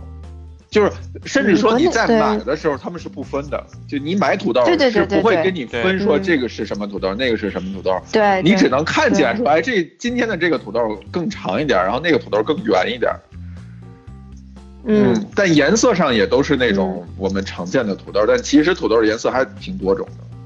S1: 就是甚至说你在
S3: 嗯国内
S1: 买的时候他们是不分的，就你买土豆
S3: 对对对
S1: 是不会
S3: 对对
S1: 跟你分
S3: 对
S1: 说
S3: 嗯
S1: 这个是什么土豆，那个是什么土豆。
S3: 对，
S1: 你
S3: 哎对嗯
S1: 只能看起来说，哎，这今天的这个土豆更长一点，然后那个土豆更圆一点。
S3: 嗯，，
S1: 但颜色上也都是那种我们常见的土豆，但其实土豆的颜色还挺多种的。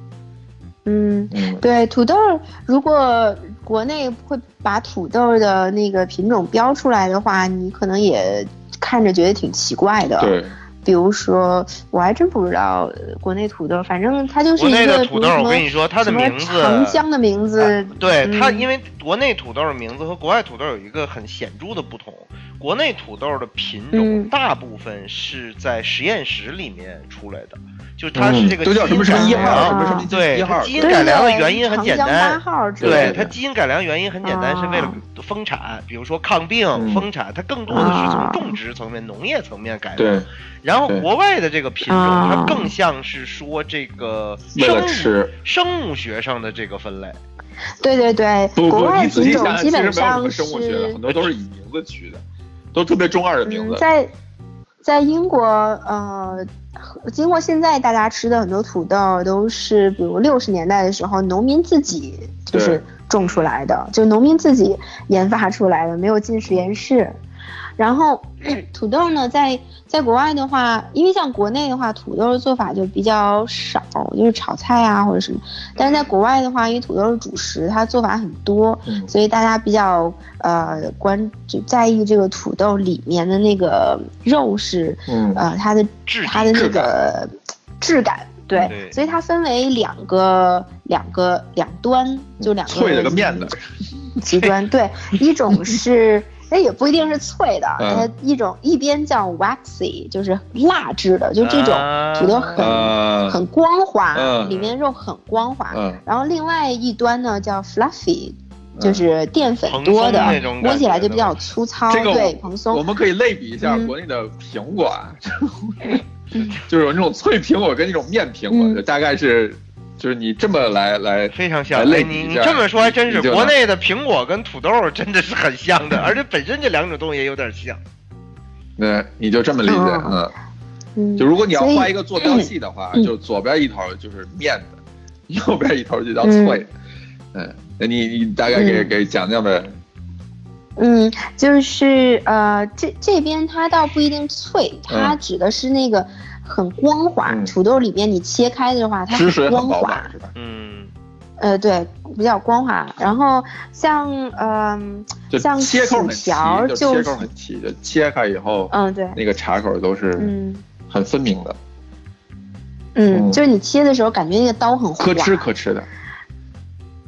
S3: 嗯，
S1: 嗯，
S3: 对，土豆儿如果国内会把土豆儿的那个品种标出来的话，你可能也看着觉得挺奇怪的。，
S1: 对，
S3: 比如说，我还真不知道呃国内土豆，反正它就是
S2: 国
S3: 一
S2: 内
S3: 个
S2: 的
S3: 比
S2: 土
S3: 如
S2: 豆，
S3: 什
S2: 我
S3: 么
S2: 跟你说，它的
S3: 什么
S2: 名字呃哎
S3: 长江的名字，
S2: 对
S3: 嗯
S2: 它，因为国内土豆的名字和国外土豆有一个很显著的不同。国内土豆的品种
S3: 嗯
S2: 大部分是在实验室里面出来的，就是它是这个
S1: 嗯都叫什么
S2: 基
S1: 什
S2: 因
S1: 么一
S2: 改
S1: 号，
S2: 良啊
S1: 什么什么
S2: 对
S1: 一号，
S2: 基因
S3: 对
S2: 改良的原因很简单
S3: 长江八号之类
S2: 对
S1: 对
S2: 它
S3: 的。
S2: 基因改良原因很简单，是为了丰产，比如说抗病、
S1: 嗯
S2: 丰产，它更多的是从
S3: 啊
S2: 种植层面、农业层面改良。
S1: 对，
S2: 然后
S1: 对
S2: 国外的这个品种，
S3: 啊
S2: 它更像是说这个
S1: 为
S2: 生
S1: 了
S2: 物
S1: 吃。
S2: 生物学上的这个分类。
S3: 对对对，
S1: 不
S3: 国
S1: 不，
S3: 外
S1: 你仔
S3: 品
S1: 细
S3: 种
S1: 想想，
S3: 基
S1: 其实没有什么
S3: 本上
S1: 生物学的，
S3: 是
S1: 很多都是以名字取的，都特别中二的名
S3: 嗯，
S1: 字。
S3: 在在英国，呃，和经过现在大家吃的很多土豆都是，比如六十年代的时候，农民自己就是
S1: 对
S3: 种出来的，就农民自己研发出来的，没有进实验室。然后 土豆呢，在在国外的话，因为像国内的话，土豆的做法就比较少，就是炒菜啊或者什么。但是在国外的话，因为土豆是主食，它做法很多，
S1: 嗯
S3: 所以大家比较呃关就在意这个土豆里面的那个肉是
S1: 嗯
S3: 呃它的
S2: 质地
S3: 它的那个质感，对，
S2: 对
S3: 所以它分为两个两个两端，就两个
S1: 脆的跟面的，
S3: 极端，对，一种是。那也不一定是脆的，
S1: 嗯
S3: 它一种一边叫 waxy，就是蜡质的，就这种
S2: 啊
S3: 土豆很、
S1: 呃，
S3: 很光滑，
S1: 嗯
S3: 里面肉很光滑，
S1: 嗯
S3: 然后另外一端呢叫 fluffy，
S1: 嗯
S3: 就是淀粉多的
S2: 蓬松那种感觉，
S3: 摸起来就比较粗糙，
S1: 这个
S3: 哦对，
S1: 我
S3: 蓬
S1: 我
S3: 松。
S1: 们可以类比一下
S3: 嗯
S1: 国内的苹果啊， 就是有那种脆苹果跟那种面苹果，
S3: 嗯
S1: 就大概是，就是你这么来来，
S2: 非常像。
S1: 来类
S2: 哎
S1: 比
S2: 你
S1: 一
S2: 你
S1: 下
S2: 这么说还真是，
S1: 你就
S2: 国
S1: 能
S2: 内的苹果跟土豆真的是很像的，而且本身这两种东西也有点像。
S1: 对，你就这么理解，
S3: 哦
S1: 嗯，
S3: 嗯
S1: 就，如果你要
S3: 所以
S1: 画一个坐标系的话，
S3: 嗯
S1: 就左边一头就是面的，右边一头就叫脆，嗯，那你你大概给
S3: 嗯
S1: 给讲讲呗，
S3: 嗯，就是呃，这这边它倒不一定脆，它指的是那个很光滑。
S1: 嗯
S3: 土豆里面你切开的话，它
S1: 汁水很
S3: 光
S1: 饱
S3: 滑
S1: 满，是吧？
S2: 嗯，
S3: 呃，对，比较光滑。然后像嗯、
S1: 就
S3: 像
S1: 切口
S3: 薯
S1: 很齐
S3: 条，
S1: 就
S3: 就
S1: 切
S3: 是
S1: 口很齐，就切开以后，
S3: 嗯，对，
S1: 那个茶口都是
S3: 嗯
S1: 很分明的，
S3: 嗯，
S1: 嗯
S3: 就是你切的时候感觉那个刀很滑，嗯
S1: 可吃 可吃的。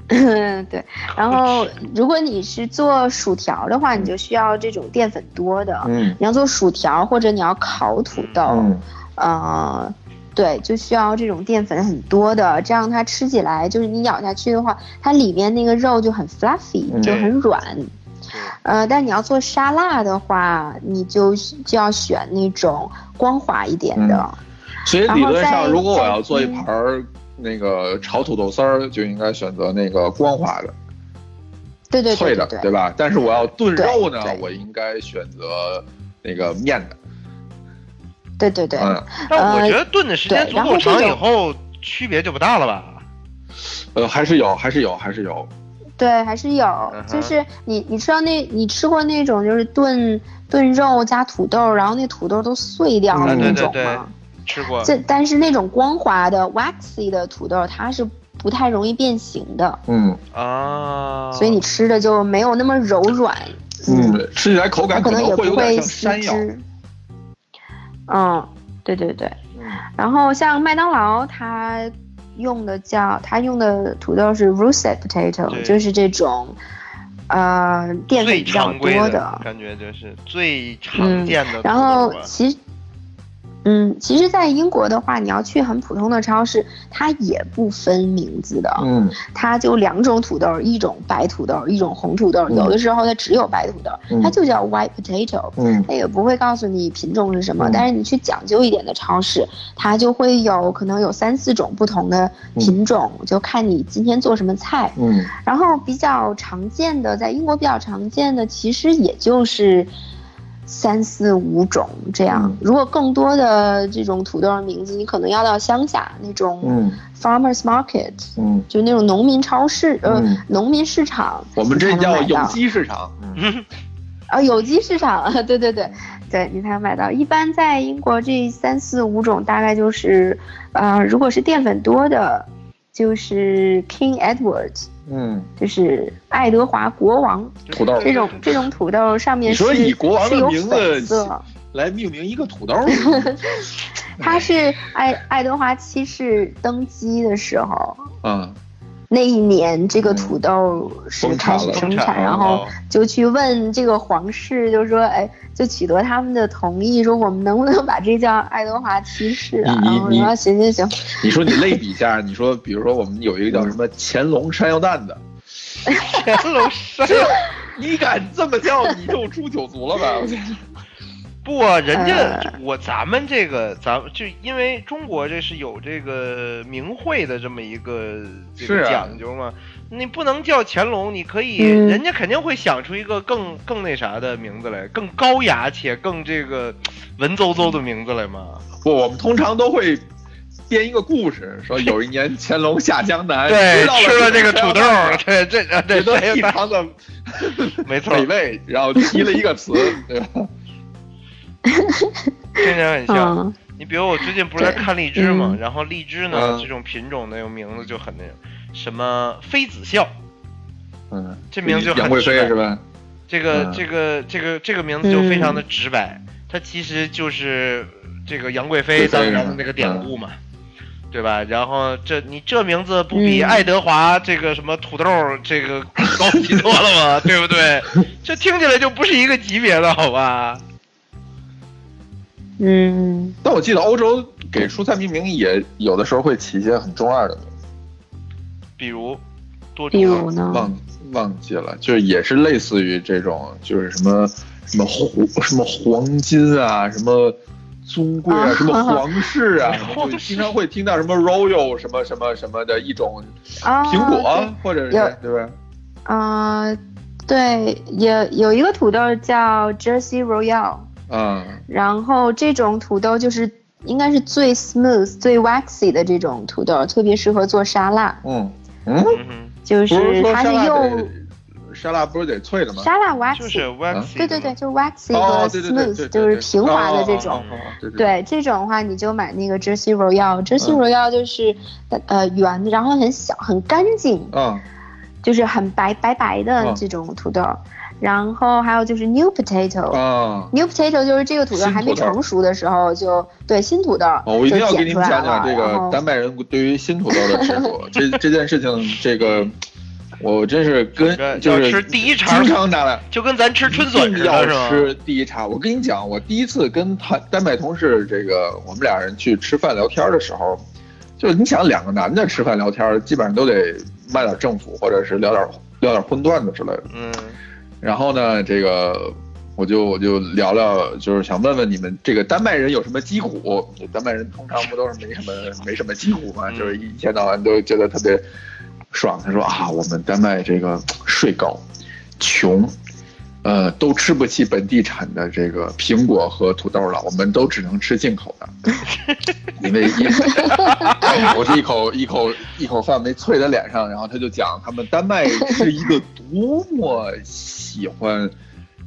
S3: 对，然后如果你是做薯条的话，你就需要这种淀粉多的。
S1: 嗯
S3: 你要做薯条，或者你要烤土豆，
S1: 嗯
S3: 呃，对，就需要这种淀粉很多的，这样它吃起来就是你咬下去的话，它里面那个肉就很 fluffy，
S1: 嗯
S3: 就很软。
S2: 对
S3: 呃，但你要做沙拉的话，你就就要选那种光滑一点的。
S1: 嗯所以理论
S3: 然后
S1: 上，
S3: 再嗯
S1: 如果我要做一
S3: 再
S1: 盘儿那个炒土豆丝儿，就应该选择那个光滑的、
S3: 对对
S1: 脆
S3: 对
S1: 的
S3: 对，对，
S1: 对吧？但是我要炖
S3: 对
S1: 肉呢
S3: 对，
S1: 我应该选择那个面的。
S3: 对对对。
S1: 嗯，
S2: 但我觉得炖的时间
S3: 对
S2: 足
S3: 然后
S2: 够长
S3: 这
S2: 以
S3: 种
S2: 后，区别就不大了吧？
S1: 呃，还是有，还是有，还是有。
S3: 对，还是有，
S2: 嗯哼
S3: 就是你你吃到那，你吃过那种就是炖炖肉加土豆，然后那土豆都碎掉了
S1: 嗯对
S3: 那
S2: 对
S3: 种吗？
S2: 对吃过，
S3: 这但是那种光滑的 waxy 的土豆，它是不太容易变形的，
S1: 嗯
S2: 啊，
S3: 所以你吃的就没有那么柔软，
S1: 哦嗯，吃起来口
S3: 它
S1: 感
S3: 可能
S1: 能
S3: 也
S1: 会有
S3: 不
S1: 点
S3: 会
S1: 像
S3: 吸
S1: 山药。
S3: 汁。嗯，对对对。
S1: 嗯
S3: 然后像麦当劳，它用的叫它用的土豆是 russet potato，
S2: 对
S3: 就是这种，呃，淀粉
S2: 最
S3: 比较
S2: 常规
S3: 多
S2: 感觉就是最常见的土豆吧。啊
S3: 然后其实，嗯，其实，在英国的话，你要去很普通的超市，它也不分名字的，
S1: 嗯
S3: 它就两种土豆，一种白土豆，一种红土豆。
S1: 嗯
S3: 有的时候它只有白土豆，
S1: 嗯
S3: 它就叫 white potato。
S1: 嗯
S3: 它也不会告诉你品种是什么，
S1: 嗯
S3: 但是你去讲究一点的超市，它就会有可能有三四种不同的品种，就看你今天做什么菜。
S1: 嗯
S3: 然后比较常见的，在英国比较常见的，其实也就是三四五种这样
S1: 嗯。
S3: 如果更多的这种土豆的名字，你可能要到乡下那种
S1: 嗯
S3: farmers market，
S1: 嗯，
S3: 就那种农民超市，呃
S1: 嗯，
S3: 农民市场
S1: 我
S3: 你才能买到。
S1: 们这叫有机市场。嗯
S3: 啊，有机市场啊， 对对对，对你才能买到。一般在英国这三四五种大概就是，呃，如果是淀粉多的，就是 King Edward，
S1: 嗯，
S3: 就是爱德华国王
S1: 土豆
S3: 这种这种土豆上面
S1: 你
S3: 是
S1: 说以国王
S3: 是
S1: 的
S3: 有
S1: 名
S3: 粉
S1: 字
S3: 色，
S1: 来命名一个 土豆儿，
S3: 它是爱爱德华七世登基的时候。
S1: 啊，
S3: 那一年，这个
S1: 嗯
S3: 土豆是
S1: 崩
S3: 开
S1: 产
S3: 始
S1: 了
S3: 生
S2: 崩
S3: 产，
S2: 产了
S3: 然
S2: 哦
S3: 后就去问这个皇室，就说，哎，就取得他们的同意，说我们能不能把这叫爱德华七世啊？
S1: 你
S3: 然后
S1: 你
S3: 说行行行，
S1: 你说你类比一下，你说比如说我们有一个叫什么乾隆山药蛋的，
S2: 乾隆山
S1: 这你敢这么叫，你就诛九族了吧？我觉得
S2: 不啊，人家
S3: 呃
S2: 我咱们这个，咱们就因为中国这是有这个名讳的这么一个这
S1: 是
S2: 个
S1: 啊
S2: 讲究嘛，你不能叫乾隆，你可以，
S3: 嗯
S2: 人家肯定会想出一个更更那啥的名字来，更高雅且更这个文绉绉的名字来嘛。
S1: 不，我们通常都会编一个故事，说有一年乾隆下江南，
S2: 对
S1: 哎知道，
S2: 吃了这个
S1: 山
S2: 土
S1: 药
S2: 豆
S1: 蛋
S2: 儿，对，这啊
S1: 这
S2: 这
S1: 都
S2: 谁
S1: 异
S2: 也
S1: 常的
S2: 没错，
S1: 美味，然后提了一个 词，对吧？
S2: 听起来很像。
S3: 嗯，
S2: 你比如我最近不是在
S3: 对
S2: 看荔枝嘛，
S3: 嗯
S2: 然后荔枝
S1: 嗯
S2: 呢这种品种呢，有名字就很那什么妃子笑，
S1: 嗯，
S2: 这名字就很
S1: 杨贵妃
S2: 帅
S1: 是吧？
S2: 这个、
S1: 嗯
S2: 这个这个这个名字就非常的直白，它其实就是这个杨贵妃
S1: 贵妃
S2: 当年
S1: 是
S2: 的
S1: 吧嗯
S2: 那个典故嘛，对吧？然后这你这名字不比
S3: 嗯
S2: 爱德华这个什么土豆儿这个高级多了吗？ 对不对？这听起来就不是一个级别的好吧？
S3: 嗯，
S1: 但我记得欧洲给蔬菜命名也有的时候会起一些很中二的名字，
S2: 比如多种啊
S3: 比如呢？
S1: 忘忘记了，就是也是类似于这种，就是什么什么黄什么黄金啊，什么尊贵啊，
S3: 啊
S1: 什么皇室 啊，
S2: 皇
S1: 什么就
S2: 室
S1: 经常会听到什么 royal 什么什么什么的一种
S3: 啊，
S1: 苹果，或者是
S3: 有
S1: 对吧？
S3: 啊、呃对，有有一个土豆叫 Jersey Royal，
S1: 嗯
S3: 然后这种土豆就是应该是最 smooth、最 waxy 的这种土豆，特别适合做沙拉。
S1: 嗯嗯，
S2: 嗯哼，
S3: 就
S1: 不是
S3: 是
S1: 说
S3: 它
S1: 沙
S3: 是
S1: 拉
S3: 又
S1: 得沙拉不是得脆的吗？
S3: 沙拉 waxy，
S2: 就是
S1: 嗯
S2: waxy，
S3: 对对对，就 waxy
S1: 哦
S3: 和
S1: 对对对对
S3: smooth，
S1: 对对
S3: 就是平滑的这
S1: 哦
S3: 种。
S1: 哦哦哦对对对
S3: 对这种的话，你就买那个 Jersey Royal。Jersey
S1: 嗯
S3: Royal 就是呃圆，然后很小，很干净，
S1: 嗯
S3: 就是很白白白的
S1: 嗯
S3: 这种土豆。然后还有就是 New Potato，
S1: 啊，
S3: New potato 就是这个土豆
S1: 新
S3: 还没
S1: 土豆
S3: 成熟的时候就对新土豆
S1: 哦，我一
S3: 就
S1: 定要给
S3: 捡
S1: 你
S3: 出
S1: 们
S3: 来
S1: 讲讲
S3: 了，
S1: 这
S3: 然
S1: 个
S3: 后
S1: 丹麦人对于新土豆的执着，这这件事情，这个我真是跟就
S2: 要
S1: 是
S2: 吃第一茬
S1: 经，常拿来。
S2: 就跟咱吃春
S1: 一
S2: 笋
S1: 定
S2: 似
S1: 要
S2: 的，是吗？
S1: 吃第一茬。我跟你讲，我第一次跟他丹麦同事这个我们俩人去吃饭聊天的时候，就是你想两个男的吃饭聊天，基本上都得卖点政府或者是聊点聊点荤段子之类的。
S2: 嗯，
S1: 然后呢，这个我就我就聊聊，就是想问问你们这个丹麦人有什么击鼓？丹麦人通常不都是没什么 没什么击鼓嘛，
S2: 嗯
S1: 就是一天到晚都觉得特别爽。他说啊，我们丹麦这个税高，穷。呃，都吃不起本地产的这个苹果和土豆了，我们都只能吃进口的，因为因为我是一口一口一口饭没啐在脸上，然后他就讲他们丹麦是一个多么喜欢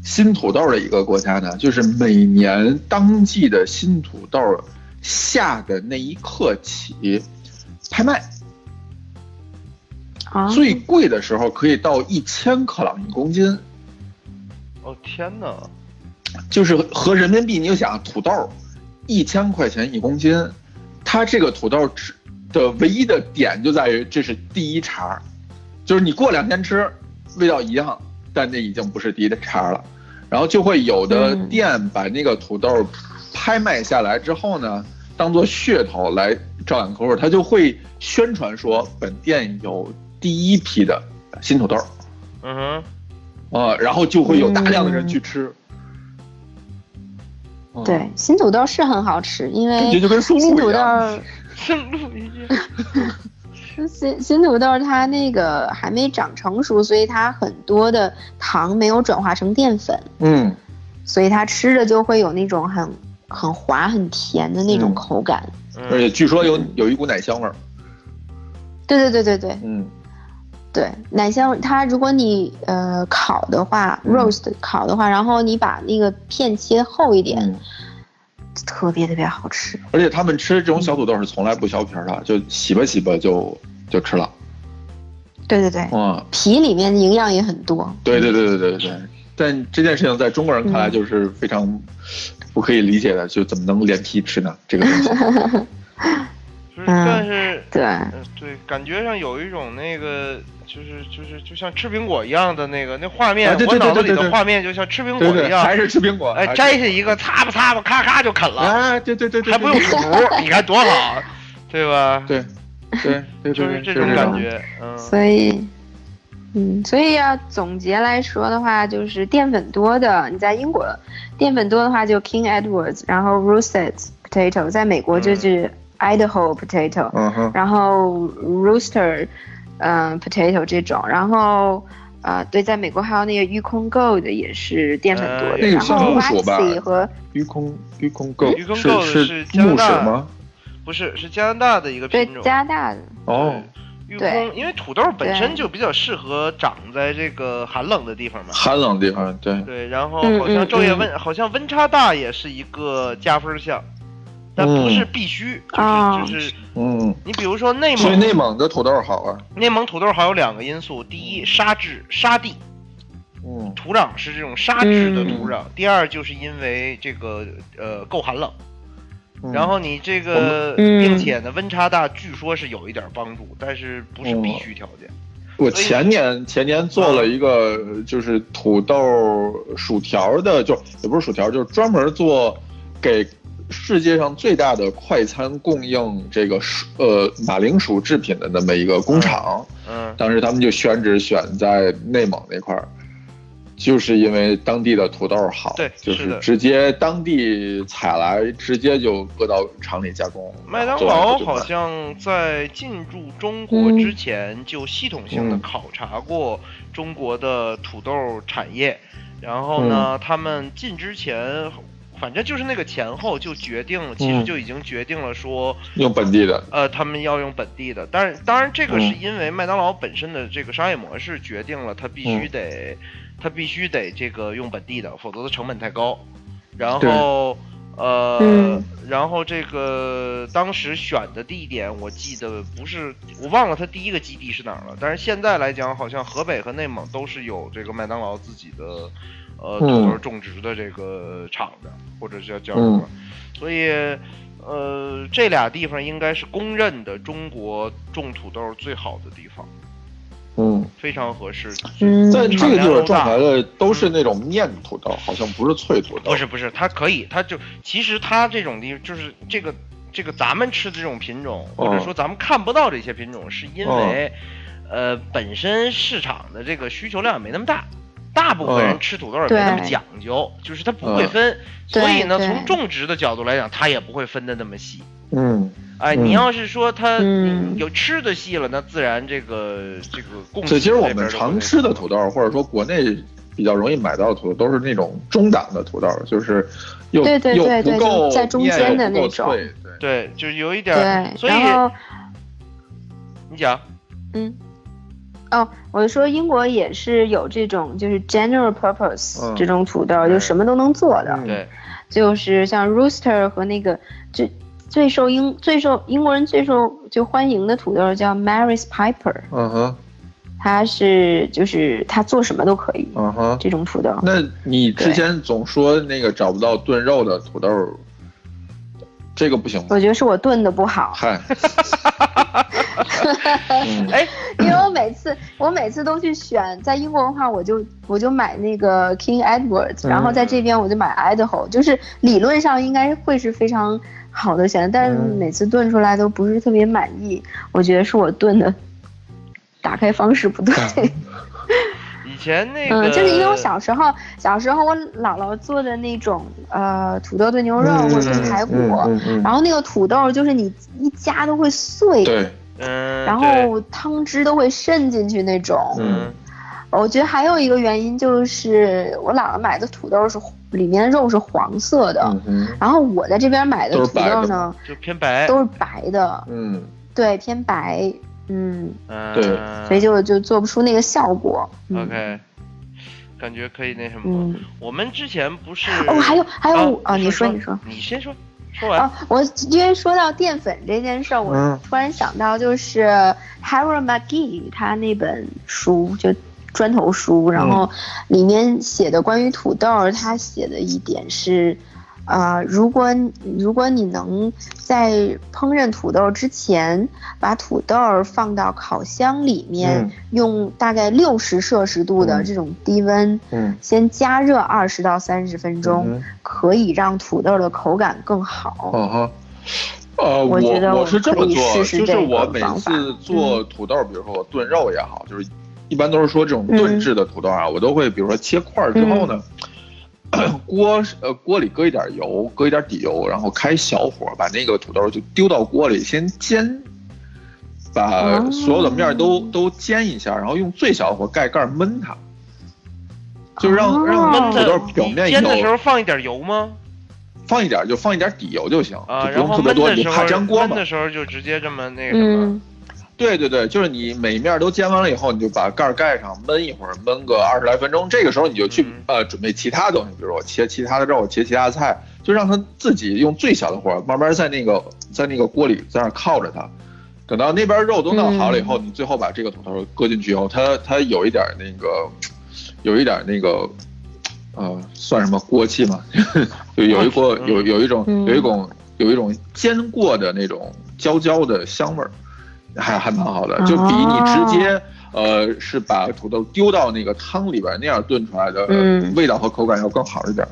S1: 新土豆的一个国家呢，就是每年当季的新土豆下的那一刻起拍卖，
S3: 啊，
S1: 最贵的时候可以到一千克朗一公斤，
S2: 哦天哪，
S1: 就是和人民币，你就想土豆一千块钱一公斤，它这个土豆吃的唯一的点就在于这是第一茬儿，就是你过两天吃，味道一样，但那已经不是第一的茬儿了。然后就会有的
S3: 嗯
S1: 店把那个土豆拍卖下来之后呢，当做噱头来招揽客户，他就会宣传说本店有第一批的新土豆，
S2: 嗯 哼，
S1: 啊，然后就会有大量的人去吃。嗯
S3: 对新土豆是很好吃，因
S1: 感觉
S3: 为
S1: 就跟松
S3: 新
S1: 露
S3: 土
S1: 一
S3: 豆
S1: 样。
S2: 圣路易，
S3: 新新土豆它那个还没长成熟，所以它很多的糖没有转化成淀粉，
S1: 嗯，
S3: 所以它吃着就会有那种很很滑很甜的那种
S1: 嗯
S3: 口感。
S1: 而且据说有有一股奶香味儿。
S3: 对对对对对
S1: 嗯
S3: 对，奶香它如果你呃烤的话
S1: 嗯
S3: ，roast 烤的话，然后你把那个片切厚一点，
S1: 嗯，
S3: 特别特别好吃。
S1: 而且他们吃这种小土豆是从来不削皮儿的，就洗吧洗吧就就吃了。
S3: 对对对，
S1: 嗯，
S3: 皮里面的营养也很多。
S1: 对对对对对对。但这件事情在中国人看来就是非常不可以理解的，就怎么能连皮吃呢？这个东 西。嗯
S2: 就是但是。
S3: 对，
S2: 嗯，对，感觉上有一种那个，就是就是就像吃苹果一样的那个那画面，
S1: 啊对对
S2: 我脑
S1: 对
S2: 子
S1: 对
S2: 里
S1: 对
S2: 的画面就像吃苹
S1: 对
S2: 果一
S1: 对，
S2: 样，
S1: 还是吃苹果。
S2: 哎，
S1: 还是
S2: 摘下一个，擦吧擦吧，咔咔就啃了，
S1: 啊，对对对对，
S2: 还不用
S1: 对
S2: 吐，你看多好，对吧？，
S1: 对对 对，对
S2: 就是
S1: 对对
S2: 这种
S1: 对
S2: 感觉，嗯，
S3: 所以，嗯，所以要总结来说的话，就是淀粉多的，你在英国淀粉多的话就 King Edwards，然后 Russet potato，在美国
S2: 嗯
S3: 就
S2: 哦
S3: 是 Idaho potato，、
S1: 嗯哼，
S3: 然后 Rooster，嗯、potato 这种，然后。呃，对，在美国还有那个育空 Gold 也是淀粉多的，
S2: 呃那个
S3: 然后
S1: 算木薯吧
S3: Waxy 和
S1: 鱼空鱼空狗
S2: 鱼空
S1: 是
S2: 狗
S1: 是
S2: 是加拿
S1: 木
S2: 大
S1: 屎吗？
S2: 不是是加拿大的一个
S3: 对
S2: 品种，
S3: 加拿大的，
S1: 哦，
S2: 育
S3: 对
S2: 空，因为土豆本身
S3: 对
S2: 就比较适合长在这个寒冷的地方嘛。
S1: 寒冷地方对，
S2: 对，然后
S3: 嗯
S2: 好像
S3: 嗯
S2: 昼夜
S3: 嗯
S2: 温，好像温差大也是一个加分项，但不是必须，
S3: 啊
S2: 就是就是
S1: 嗯，
S2: 你比如说内
S1: 所以
S2: 蒙，
S1: 内蒙的土豆好啊，
S2: 内蒙土豆还有两个因素，第一沙质沙地
S1: 嗯
S2: 土壤是这种沙质的
S3: 嗯
S2: 土壤，第二就是因为这个呃够寒冷，
S1: 嗯
S2: 然后你这个
S3: 嗯
S2: 并且呢温差大，据说是有一点帮助，但是不是
S1: 哦
S2: 必须条件。
S1: 我前年前年做了一个就是土豆薯条的，就也不是薯条，就是专门做给世界上最大的快餐供应这个薯呃马铃薯制品的那么一个工厂，
S2: 嗯
S1: 当时他们就选址选在内蒙那块儿。就是因为当地的土豆好，
S2: 对
S1: 就是是
S2: 的
S1: 直接当地采来，直接就搁到厂里加工。
S2: 麦当
S1: 啊做完
S2: 劳
S1: 就卖
S2: 好像在进驻中国之前就系统性的考察过中国的土豆产业，然后呢，他们进之前反正就是那个前后就决定了，其实就已经决定了说，
S1: 用本地的，
S2: 呃，他们要用本地的。但是当然，这个是因为麦当劳本身的这个商业模式决定了它必须得，它必须得这个用本地的，否则的成本太高。然后。呃，
S3: 嗯
S2: 然后这个当时选的地点，我记得不是，我忘了它第一个基地是哪儿了。但是现在来讲，好像河北和内蒙都是有这个麦当劳自己的，呃，
S1: 嗯
S2: 土豆种植的这个厂的，或者叫叫什么。所以，呃，这俩地方应该是公认的中国种土豆最好的地方，
S1: 嗯，
S2: 非常合适。
S3: 嗯，
S1: 但这个就是种出来
S2: 产量
S1: 的都是那种面土豆，好像不是脆土豆，
S2: 不是不是，它可以，它就其实它这种地就是这个这个咱们吃的这种品种，
S1: 哦
S2: 或者说咱们看不到这些品种，是因
S1: 嗯
S2: 为、呃本身市场的这个需求量也没那么大。大部分
S1: 哦
S2: 人吃土豆也没那么
S3: 对
S2: 讲究，就是它不会
S1: 嗯
S2: 分，所以呢，
S3: 对对
S2: 从种植的角度来讲，它也不会分的那么细。
S1: 嗯，
S2: 哎，
S1: 嗯
S2: 你要是说它
S3: 嗯
S2: 有吃的细了，那自然这个这个供
S1: 所以其实
S2: 给
S1: 我
S2: 嗯那边
S1: 们
S2: 就
S1: 常
S2: 会
S1: 吃的土豆，或者说国内比较容易买到的土豆，都是那种中档的土豆，就是又
S3: 对对对
S1: 又
S3: 对
S1: 不够
S3: 就在中间的那种
S1: 面又不够脆对，
S2: 对，就是有一点儿。
S3: 对，
S2: 所以
S3: 然后
S2: 你讲，
S3: 嗯，哦，我说英国也是有这种就是 general purpose、
S1: 嗯
S3: 这种土豆，就
S2: 对
S3: 什么都能做的，
S1: 嗯
S2: 对，
S3: 就是像 rooster 和那个最最受英最受英国人最受就欢迎的土豆叫 Mary's Piper，
S1: 嗯哼，
S3: 它是就是它做什么都可以，
S1: 嗯哼。
S3: 这种土豆。
S1: 那你之前总说那个找不到炖肉的土豆，这个不行吗
S3: 我？觉得是我炖的不好，
S1: 嗨，嗯
S2: 哎，
S3: 因为我每次我每次都去选，在英国的话，我就我就买那个 King Edward，
S1: 嗯
S3: 然后在这边我就买 Idaho，就是理论上应该会是非常好的选择，但是
S1: 嗯
S3: 每次炖出来都不是特别满意，我觉得是我炖的打开方式不对。
S1: 嗯
S2: 以前那个，
S3: 嗯，就是因为我小时候，小时候我姥姥做的那种呃土豆炖牛 肉或者是排骨，
S1: 嗯嗯嗯
S3: 然后那个土豆就是你一夹都会碎，
S1: 对，
S2: 嗯，
S3: 然
S2: 对
S3: 后汤汁都会渗进去那种。
S2: 嗯，
S3: 我觉得还有一个原因就是我姥姥买的土豆是里面肉是黄色的，
S1: 嗯哼，
S3: 然后我在这边买的
S1: 都是
S3: 土
S1: 白的
S3: 豆呢
S2: 就偏白，
S3: 都是白的，
S1: 嗯，
S3: 对，偏白，嗯，
S2: 嗯，
S1: 对
S3: 所以就就做不出那个效果。嗯
S2: OK，感觉可以那什么。
S3: 嗯，
S2: 我们之前不是
S3: 哦，还有还有
S2: 啊
S3: 哦，你
S2: 说
S3: 说你说。，
S2: 你先说，说完
S3: 哦，我因为说到淀粉这件事儿，我
S1: 嗯
S3: 突然想到就是 Harold McGee 他那本书就砖头书，
S1: 嗯
S3: 然后里面写的关于土豆儿，他写的一点是。呃，如果如果你能在烹饪土豆之前，把土豆儿放到烤箱里面，
S1: 嗯
S3: 用大概六十摄氏度的
S1: 嗯
S3: 这种低温，
S1: 嗯
S3: 先加热二十到三十分钟，
S1: 嗯哼
S3: 可以让土豆的口感更好。
S1: 哦哈。呃，
S3: 我
S1: 我
S3: 觉得我
S1: 是这么
S3: 可以
S1: 做，
S3: 试试
S1: 就是
S3: 这个
S1: 我每
S3: 方法嗯
S1: 次做土豆，比如说我炖肉也好，就是一般都是说这种
S3: 嗯
S1: 炖制的土豆啊，我都会比如说切块儿之后呢，
S3: 嗯
S1: 锅是呃锅里搁一点油，搁一点底油，然后开小火把那个土豆就丢到锅里先煎，把
S3: 哦
S1: 所有的面儿都、都煎一下，然后用最小的火盖盖儿焖它，就是让、
S3: 哦
S1: 让
S2: 焖
S1: 土
S2: 的
S1: 豆表面
S2: 煎的时
S1: 有
S2: 候放一点油吗？
S1: 放一点就放一点底油就行，
S2: 啊，
S1: 就
S2: 然
S1: 不
S2: 后
S1: 用特别
S2: 焖
S1: 多，
S2: 的
S1: 你
S2: 时候
S1: 怕粘锅
S2: 焖
S1: 嘛
S2: 的。时候就直接这么那个什么，
S3: 嗯，
S1: 对对对，就是你每面都煎完了以后，你就把盖儿盖上，焖一会儿，焖个二十来分钟。这个时候你就去、
S2: 嗯
S1: 呃准备其他东西，比如说我切其他的肉，切其他菜，就让它自己用最小的火，慢慢在那个在那个锅里在那儿靠着它。等到那边肉都弄好了以后，
S2: 嗯
S1: 你最后把这个土豆搁进去以后，它它有一点那个，有一点那个，呃，算什么锅气嘛？ 就有一锅
S2: 嗯
S1: 有有一种
S3: 嗯
S1: 有一种有一种煎过的那种焦焦的香味儿，还还蛮好的，
S3: 哦
S1: 就比你直接、呃是把土豆丢到那个汤里边那样炖出来的
S3: 嗯
S1: 味道和口感要更好一点。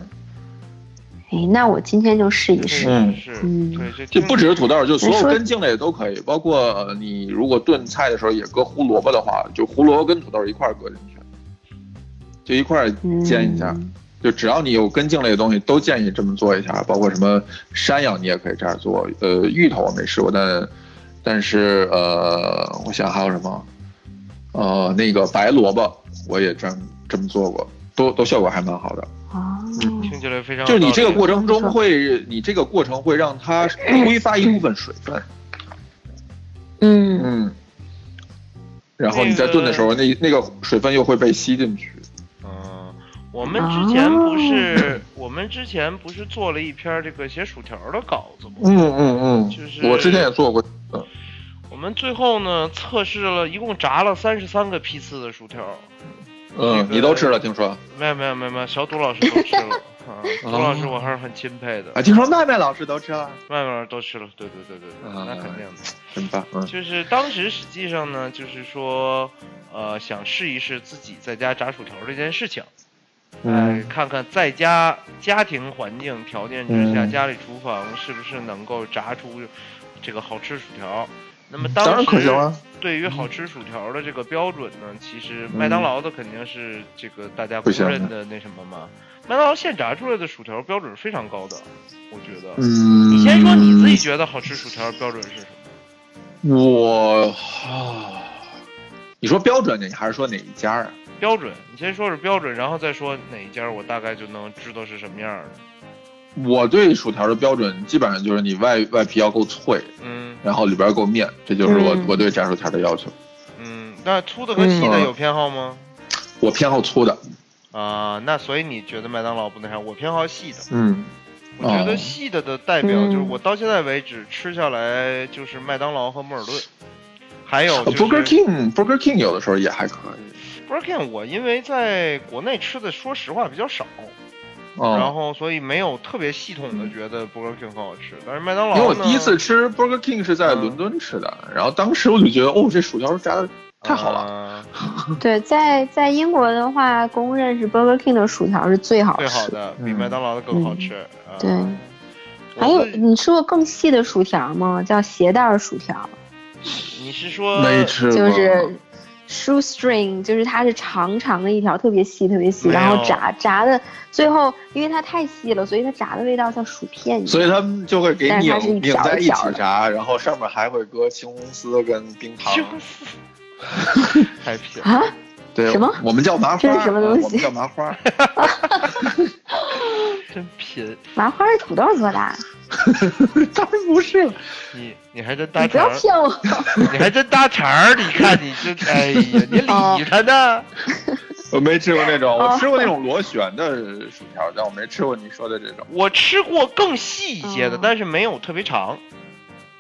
S3: 哎，那我今天就试一试。
S1: 嗯
S2: 是，
S3: 嗯
S2: 对，这
S1: 就
S2: 听
S1: 不只是土豆，就所有
S3: 说
S1: 根茎类都可以，包括呃你如果炖菜的时候也搁胡萝卜的话，就胡萝卜跟土豆一块儿搁进去，就一块儿
S3: 嗯
S1: 煎一下。就只要你有根茎类的东西，都建议这么做一下，包括什么山药你也可以这样做。呃，芋头我没试过，但但是呃，我想还有什么，呃，那个白萝卜我也这样这么做过，都都效果还蛮好的。
S3: 哦，
S2: 听起来非常有
S1: 就是你这个
S2: 道理
S1: 过程中会，你这个过程会让它挥发一部分水分，
S3: 嗯，
S1: 嗯，然后你在炖的时候，那那个水分又会被吸进去，
S2: 嗯，我们之前不是，
S3: 哦
S2: 我们之前不是做了一篇这个写薯条的稿子吗？
S1: 嗯嗯
S2: 就是
S1: 嗯，我之前也做过，
S2: 我们最后呢测试了一共炸了三十三个批次的薯条，
S1: 嗯，你都吃了，听说
S2: 没有没有没有没有，小杜老师都吃了。啊，杜老师我还是很钦佩的
S1: 啊，，听说麦麦老师都吃了，
S2: 外面都吃了，对对对对对，
S1: 啊
S2: 那肯定的。
S1: 真棒，嗯
S2: 就是当时实际上呢，就是说，呃，想试一试自己在家炸薯条这件事情，
S1: 嗯
S3: 嗯
S2: 哎，看看在家家庭环境条件之下，
S1: 嗯
S2: 家里厨房是不是能够炸出这个好吃薯条。那么
S1: 当
S2: 当
S1: 然可行
S2: 时
S1: 啊，嗯
S2: 对于好吃薯条的这个标准呢，其实麦当劳的肯定是这个大家
S1: 不
S2: 公
S1: 行的
S2: 认的那什么嘛。麦当劳现炸出来的薯条标准非常高的，我觉得。
S1: 嗯，
S2: 你先说你自己觉得好吃薯条的标准是什么？
S1: 我啊，你说标准的，你还是说哪一家啊？
S2: 标准，你先说是标准，然后再说哪一家，我大概就能知道是什么样儿的。
S1: 我对薯条的标准基本上就是你外外皮要够脆，
S2: 嗯
S1: 然后里边够面，这就是我、
S3: 嗯
S1: 我对炸薯条的要求。
S2: 嗯，那粗的和细的
S1: 嗯
S2: 有偏好吗？
S1: 我偏好粗的，
S2: 啊、那所以你觉得麦当劳不那啥？我偏好细的，
S1: 嗯，
S2: 我觉得
S1: 哦
S2: 细的的代表
S3: 嗯
S2: 就是我到现在为止吃下来就是麦当劳和摩尔顿，还有哦就是
S1: 呃 Burger King Burger King 有的时候也还可以，
S2: Burger King 我因为在国内吃的说实话比较少，然
S1: 哦，
S2: 后所以没有特别系统的觉得 Burger King 很好吃，但是麦当劳
S1: 因为我
S2: 呢
S1: 第一次吃 Burger King 是在
S2: 嗯
S1: 伦敦吃的，然后当时我就觉得，哦，这薯条炸的太好了，
S2: 啊
S1: 嗯
S3: 对，在在英国的话，公认是 Burger King 的薯条是最好
S2: 最
S3: 吃。
S2: 好的，比
S1: 嗯
S2: 麦当劳的更好吃。啊
S3: 对
S2: 我
S3: 还有，
S2: 自己
S3: 你吃过更细的薯条吗？叫鞋带儿薯条，
S2: 你是说
S1: 没吃过，
S3: 就是 shoestring，就是它是长长的一条，特别细，特别细，
S2: 没有
S3: 然后炸炸的，最后因为它太细了，所以它炸的味道像薯片一样。
S1: 所以他们就会给
S3: 但是它是一
S1: 拧拧在一
S3: 条一条
S1: 起
S3: 的
S1: 炸，然后上面还会搁西红柿跟冰糖。
S2: 西红柿？ 太偏了。
S3: 啊，
S1: 对，
S3: 什么
S1: 我们叫麻花，啊
S3: 这是什么东西
S1: 我们叫麻 花。
S2: 真贫，
S3: 麻花是土豆做的啊，
S1: 当然不是了，
S2: 你你还真搭
S3: 你不
S2: 茬
S3: 要
S2: 儿，
S3: 骗我。
S2: 你还真搭茬儿，你看你这， 哎呀，你理他呢？
S1: 我没吃过那种，
S3: 哦
S1: 我吃过那种螺旋的薯条，但我没吃过你说的这种。
S2: 我吃过更细一些的，
S3: 哦
S2: 但是没有特别长。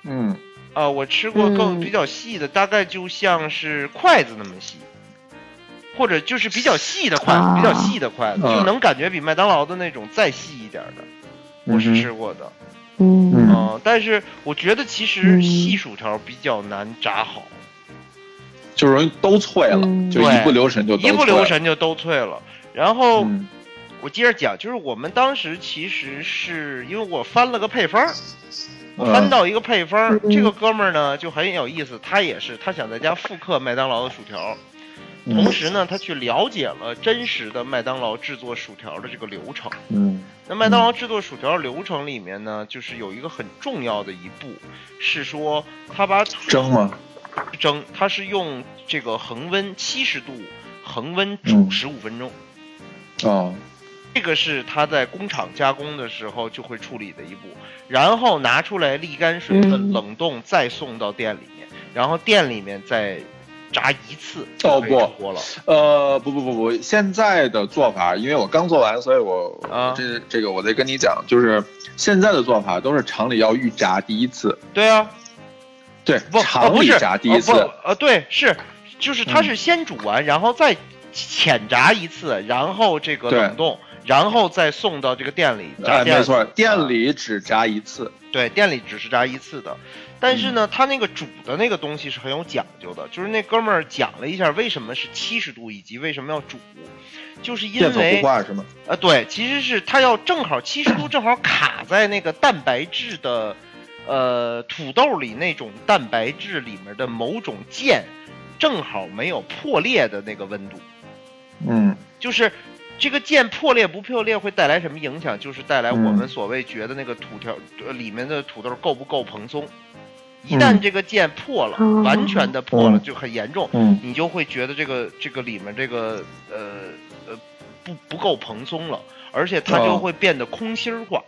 S1: 嗯，
S2: 啊、我吃过更
S3: 嗯
S2: 比较细的，大概就像是筷子那么细，或者就是比较细的筷子，
S3: 啊
S2: 比较细的筷子，
S1: 嗯
S2: 就能感觉比麦当劳的那种再细一点儿的，我是吃过的。
S1: 嗯
S3: 嗯
S2: 嗯，但是我觉得其实
S3: 嗯
S2: 细薯条比较难炸好，
S1: 就容易都脆了，
S3: 嗯
S1: 就一不留神就都
S2: 一
S1: 脆了
S2: 不留。神就都脆了。然后
S1: 嗯
S2: 我接着讲，就是我们当时其实是因为我翻了个配方儿，我
S1: 嗯
S2: 翻到一个配方儿，
S3: 嗯
S2: 这个哥们儿呢就很有意思，他也是他想在家复刻麦当劳的薯条，
S1: 嗯
S2: 同时呢他去了解了真实的麦当劳制作薯条的这个流程。
S1: 嗯
S2: 那麦当劳制作薯条流程里面呢，就是有一个很重要的一步，是说他把
S1: 蒸吗？
S2: 蒸，它是用这个恒温七十度恒温煮
S1: 嗯
S2: 十五分钟，
S1: 哦，
S2: 这个是它在工厂加工的时候就会处理的一步，然后拿出来沥干水分
S3: 嗯
S2: 冷冻，再送到店里面，然后店里面再炸一次
S1: 哦
S2: 就可以
S1: 不
S2: 出锅了，
S1: 呃，不不不不，现在的做法，因为我刚做完，所以我、
S2: 啊
S1: 这这个我得跟你讲，就是现在的做法都是厂里要预炸第一次，
S2: 对啊，
S1: 对，
S2: 不哦
S1: 厂
S2: 不
S1: 里
S2: 是
S1: 炸第一次，
S2: 哦不呃对是，就是它
S1: 嗯
S2: 是先煮完，然后再浅炸一次，然后这个
S1: 对
S2: 冷冻，然后再送到这个店里炸
S1: 哎，
S2: 第二
S1: 没错，
S2: 次
S1: 店
S2: 啊
S1: 里只炸一次。
S2: 对，店里只是炸一次的，但是呢，它那个煮的那个东西是很有讲究的，就是那哥们儿讲了一下为什么是七十度以及为什么要煮，就是因
S1: 淀粉
S2: 为
S1: 糊化是吗？
S2: 呃，对，其实是它要正好七十度正好卡在那个蛋白质的，呃，土豆里那种蛋白质里面的某种键，正好没有破裂的那个温度，
S1: 嗯
S2: 就是这个键破裂不破裂会带来什么影响？就是带来我们
S1: 嗯
S2: 所谓觉得那个土条、呃里面的土豆够不够蓬松。一旦这个键破了，
S3: 嗯
S2: 完全的破了，
S1: 哦嗯
S2: 就很严重，
S1: 嗯
S2: 你就会觉得这个这个里面这个呃呃不不够蓬松了。而且它
S1: 哦
S2: 就会变得空心儿化。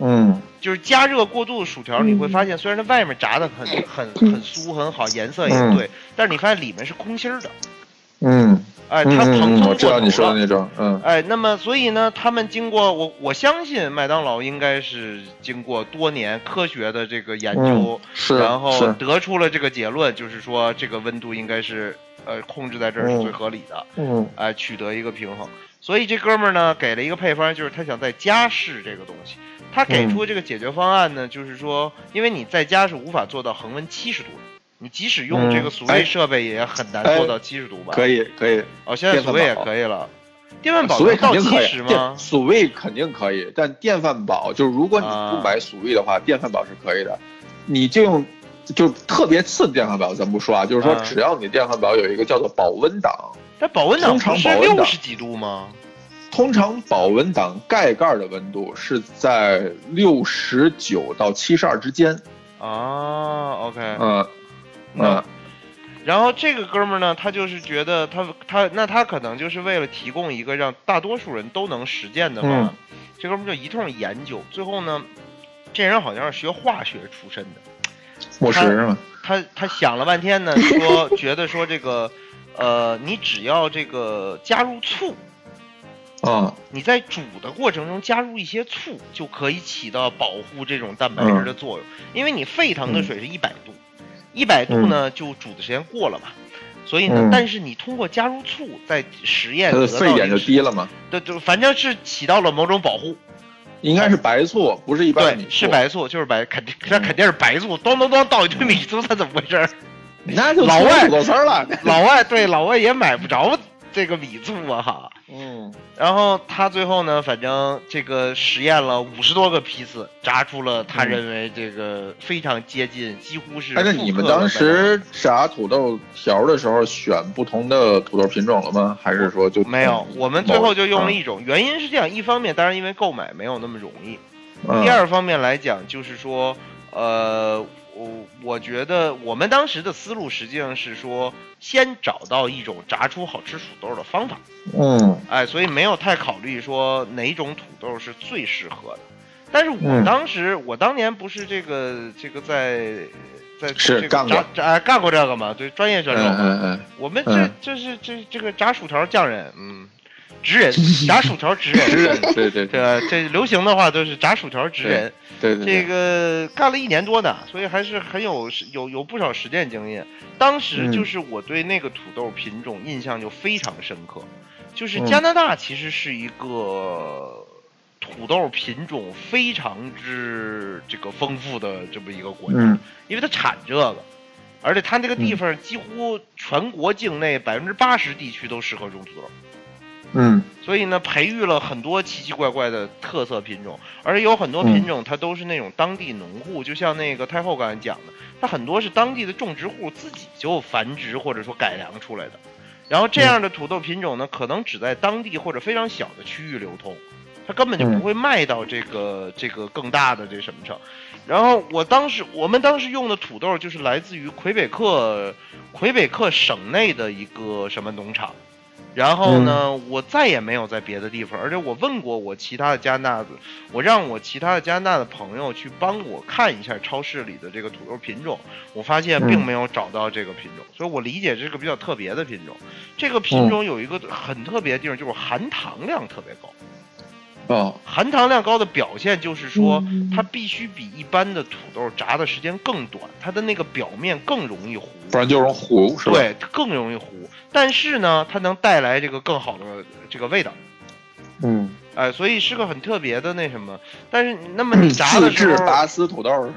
S1: 嗯
S2: 就是加热过度的薯条，你会发现，虽然它外面炸的很很
S1: 嗯
S2: 很酥很好，颜色也对，但是你发现里面是空心儿的，
S1: 嗯
S2: 哎，
S1: 嗯
S2: 它蓬
S1: 嗯，
S2: 松
S1: 我
S2: 过
S1: 知道你说
S2: 头
S1: 的
S2: 了，
S1: 那种，嗯
S2: 哎，那么所以呢，他们经过我我相信麦当劳应该是经过多年科学的这个研
S1: 嗯
S2: 究，，
S1: 是，
S2: 然后
S1: 是，啊
S2: 得出了这个结论，就是说这个温度应该是呃控制在这儿是
S1: 嗯
S2: 最合理的，
S1: 嗯
S2: 哎、取得一个平衡。所以这哥们儿呢给了一个配方，就是他想在家试这个东西。他给出这个解决方案呢，就是说，因为你在家是无法做到恒温七十度的，你即使用这
S1: 嗯
S2: 个所
S1: 哎
S2: 谓设备也很难
S1: 哎
S2: 做到七十度吧？
S1: 可以可以，
S2: 哦，现在
S1: 电
S2: 所
S1: 饭
S2: 谓也
S1: 煲
S2: 可以了，电饭煲
S1: 所谓
S2: 能
S1: 肯
S2: 到
S1: 定可
S2: 七
S1: 以，
S2: 十吗
S1: 电？所谓肯定可以，但电饭煲就是如果你
S2: 啊
S1: 不买所谓的话，电饭煲是可以的，你就用就特别次的电饭煲咱不说啊，就是说
S2: 啊
S1: 只要你电饭煲有一个叫做保温档，
S2: 但保温档
S1: 通常
S2: 不是
S1: 保温
S2: 六
S1: 档
S2: 十几度吗？
S1: 通常保温档盖盖的温度是在六十九到七十二之间，
S2: 啊，OK，
S1: 嗯
S2: 那
S1: 嗯
S2: 然后这个哥们儿呢，他就是觉得他他那他可能就是为了提供一个让大多数人都能实践的方案，
S1: 嗯
S2: 这哥们儿就一通研究，最后呢，这人好像是学化学出身的，
S1: 莫石是吗？
S2: 他他想了半天呢，说觉得说这个，呃，你只要这个加入醋，
S1: 啊
S2: 你在煮的过程中加入一些醋，就可以起到保护这种蛋白质
S1: 嗯
S2: 的作用，因为你沸腾的水是一百度，一百度呢就煮的时间过了嘛，所以呢，
S1: 嗯
S2: 但是你通过加入醋在实验
S1: 它的
S2: 得到
S1: 沸点就低
S2: 了，
S1: 了嘛，
S2: 对对，反正是起到了某种保护，
S1: 应该是白醋，不是一般的米
S2: 对，
S1: 醋，
S2: 是白醋，就是白，肯定那肯定是白醋，咚咚咚倒一堆米醋，它怎么回事 儿？
S1: 那就
S2: 老外
S1: 土豆丝儿 了，
S2: 老外对老外也买不着这个米醋啊哈。
S1: 嗯
S2: 然后他最后呢，反正这个实验了五十多个批次，炸出了他认为这个非常接近，几乎是。
S1: 哎，那你们当时炸土豆条的时候选不同的土豆品种了吗？还是说就
S2: 没有？我们最后就用了
S1: 一
S2: 一种，原因是这样：一方面，当然因为购买没有那么容易；
S1: 嗯
S2: 第二方面来讲，就是说，呃，我我觉得我们当时的思路实际上是说，先找到一种炸出好吃薯豆的方法。
S1: 嗯
S2: 哎，所以没有太考虑说哪种土豆是最适合的。但是我
S1: 嗯
S2: 当时，我当年不是这个这个在在
S1: 是
S2: 这个
S1: 干过
S2: 炸炸哎干过这个嘛，对，专业选手
S1: 嗯
S2: 嘛。
S1: 嗯嗯，
S2: 我们这
S1: 嗯
S2: 这是这这个炸薯条匠人，嗯，职人炸薯条职人，
S1: 是，对对
S2: 对
S1: 对
S2: 吧？这流行的话都是炸薯条职人。
S1: 对对，
S2: 这个干了一年多呢，所以还是很有有有不少实践经验。当
S1: 嗯
S2: 时就是我对那个土豆品种印象就非常深刻，就是
S1: 嗯
S2: 加拿大其实是一个土豆品种非常之这个丰富的这么一个国家，
S1: 嗯
S2: 因为它产这个，而且它那个地方几乎全国境内百分之八十地区都适合种土豆。
S1: 嗯
S2: 所以呢，培育了很多奇奇怪怪的特色品种，而且有很多品种它都是那种当地农户，就像那个太后刚才讲的，它很多是当地的种植户自己就繁殖或者说改良出来的。然后这样的土豆品种呢，可能只在当地或者非常小的区域流通，它根本就
S1: 嗯
S2: 不会卖到这个这个更大的这什么上。然后我当时我们当时用的土豆就是来自于魁北克魁北克省内的一个什么农场。然后呢，我再也没有在别的地方，而且我问过我其他的加拿大，我让我其他的加拿大的朋友去帮我看一下超市里的这个土豆品种，我发现并没有找到这个品种，所以我理解这是个比较特别的品种。这个品种有一个很特别的地方，就是含糖量特别高。
S1: 哦
S2: 含糖量高的表现就是说，
S3: 嗯
S2: 它必须比一般的土豆炸的时间更短，它的那个表面更容易糊，
S1: 不然就容糊是吧？
S2: 对，更容易糊。但是呢，它能带来这个更好的这个味道，
S1: 嗯，
S2: 哎、所以是个很特别的那什么。但是，那么你炸的
S1: 自
S2: 时
S1: 制
S2: 候，
S1: 拔丝土豆，